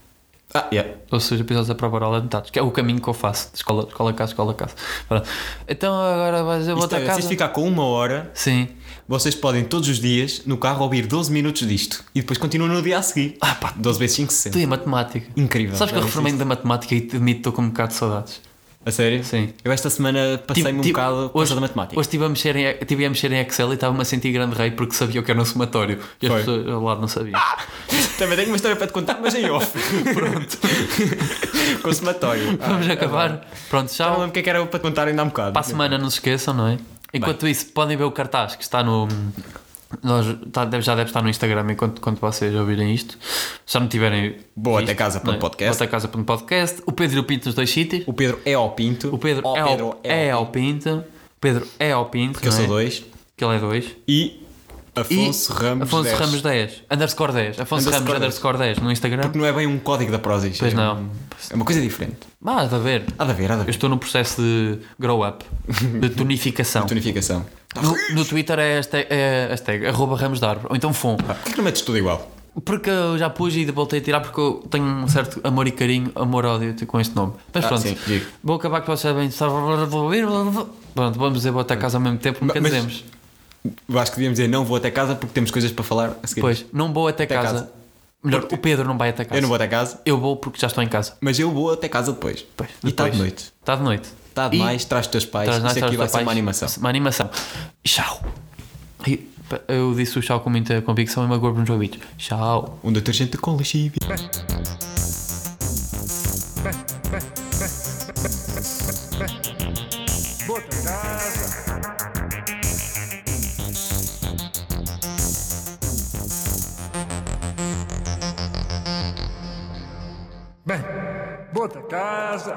[SPEAKER 3] Ah, yeah.
[SPEAKER 2] ou seja, episódios da própria aula de metades, que é o caminho que eu faço, de escola, escola a casa, escola a casa. Pronto. Então agora vais eu vou
[SPEAKER 3] Isto
[SPEAKER 2] outra
[SPEAKER 3] é,
[SPEAKER 2] casa.
[SPEAKER 3] vocês ficar com uma hora,
[SPEAKER 2] Sim.
[SPEAKER 3] vocês podem todos os dias no carro ouvir 12 minutos disto e depois continuam no dia a seguir.
[SPEAKER 2] Ah, pá.
[SPEAKER 3] 12 vezes 5, 60.
[SPEAKER 2] Tu e a matemática.
[SPEAKER 3] Incrível.
[SPEAKER 2] Sabes que eu
[SPEAKER 3] Já
[SPEAKER 2] reformei da
[SPEAKER 3] disse
[SPEAKER 2] matemática e admito que estou com um bocado de saudades.
[SPEAKER 3] isto. A sério?
[SPEAKER 2] Sim.
[SPEAKER 3] Eu esta semana
[SPEAKER 2] Tive-
[SPEAKER 3] passei-me um
[SPEAKER 2] tive-
[SPEAKER 3] bocado por causa da matemática.
[SPEAKER 2] Hoje estive a, mexer em, estive a mexer em Excel e estava-me a sentir grande rei porque sabia o que era um somatório. E as
[SPEAKER 3] Foi. Ah,
[SPEAKER 2] pessoas ao lado não sabiam.
[SPEAKER 3] Também tenho uma história para te contar, mas em off. Pronto. Consumatório.
[SPEAKER 2] Vamos acabar. Pronto,
[SPEAKER 3] Ah, Já não
[SPEAKER 2] tchau.
[SPEAKER 3] lembro o que é que era para te contar ainda há um bocado.
[SPEAKER 2] Para a semana não se esqueçam, não é? Enquanto isso, podem ver o cartaz que está no. Nós, tá- deve- já deve estar no Instagram enquanto quando vocês ouvirem isto. Se já me tiverem.
[SPEAKER 3] Boa
[SPEAKER 2] visto,
[SPEAKER 3] até casa para
[SPEAKER 2] não é?
[SPEAKER 3] um podcast.
[SPEAKER 2] Boa até casa para um podcast. O Pedro e o Pinto nos dois sítios.
[SPEAKER 3] O Pedro é ao Pinto.
[SPEAKER 2] O Pedro,
[SPEAKER 3] Ó,
[SPEAKER 2] é, ao, é,
[SPEAKER 3] ao
[SPEAKER 2] ao Pinto. O Pedro é ao Pinto.
[SPEAKER 3] Porque eu
[SPEAKER 2] não
[SPEAKER 3] sou
[SPEAKER 2] é?
[SPEAKER 3] dois.
[SPEAKER 2] Que ele é dois.
[SPEAKER 3] E Afonso Ramos.
[SPEAKER 2] Afonso
[SPEAKER 3] 10.
[SPEAKER 2] Ramos 10. Underscore 10. Afonso
[SPEAKER 3] Underscore
[SPEAKER 2] Ramos
[SPEAKER 3] 10.
[SPEAKER 2] underscore 10 no Instagram.
[SPEAKER 3] Porque não é bem um código da Prozis.
[SPEAKER 2] Pois
[SPEAKER 3] é
[SPEAKER 2] não.
[SPEAKER 3] um- é uma coisa diferente.
[SPEAKER 2] Ah, está a ver.
[SPEAKER 3] Há de haver, há de
[SPEAKER 2] Eu
[SPEAKER 3] haver.
[SPEAKER 2] estou no processo de grow up, de tonificação.
[SPEAKER 3] Tonificação.
[SPEAKER 2] No, no Twitter é hashtag, é hashtag arroba Ramos da Árvore, ou então FOM.
[SPEAKER 3] Ah, Porquê que não metes tudo igual?
[SPEAKER 2] Porque eu já pus e voltei a tirar porque eu tenho um certo amor e carinho, amor-ódio com este nome. Mas
[SPEAKER 3] Ah,
[SPEAKER 2] pronto,
[SPEAKER 3] sim, digo.
[SPEAKER 2] vou acabar que vocês sabem. Pronto, vamos dizer boa até casa ao mesmo tempo, nunca
[SPEAKER 3] Mas-
[SPEAKER 2] dizemos.
[SPEAKER 3] Eu acho que devíamos dizer não vou até casa porque temos coisas para falar a seguir.
[SPEAKER 2] Pois, não vou até, casa.
[SPEAKER 3] casa.
[SPEAKER 2] Melhor, o Pedro não vai até casa.
[SPEAKER 3] Eu não vou até casa,
[SPEAKER 2] Eu vou porque já estou em casa.
[SPEAKER 3] mas eu vou até casa depois.
[SPEAKER 2] Pois,
[SPEAKER 3] E está de
[SPEAKER 2] depois.
[SPEAKER 3] noite. Tá
[SPEAKER 2] Está de noite.
[SPEAKER 3] Está
[SPEAKER 2] E-
[SPEAKER 3] demais, traz os teus pais.
[SPEAKER 2] Traz nós,
[SPEAKER 3] Isto
[SPEAKER 2] traz
[SPEAKER 3] aqui vai
[SPEAKER 2] os
[SPEAKER 3] ser uma
[SPEAKER 2] papais.
[SPEAKER 3] animação.
[SPEAKER 2] Uma animação. Tchau. E, pá, Eu disse o tchau com muita convicção e magoou nos ouvidos. Tchau.
[SPEAKER 3] Um detergente com lexívia.
[SPEAKER 1] Bota casa. Bem, bota casa.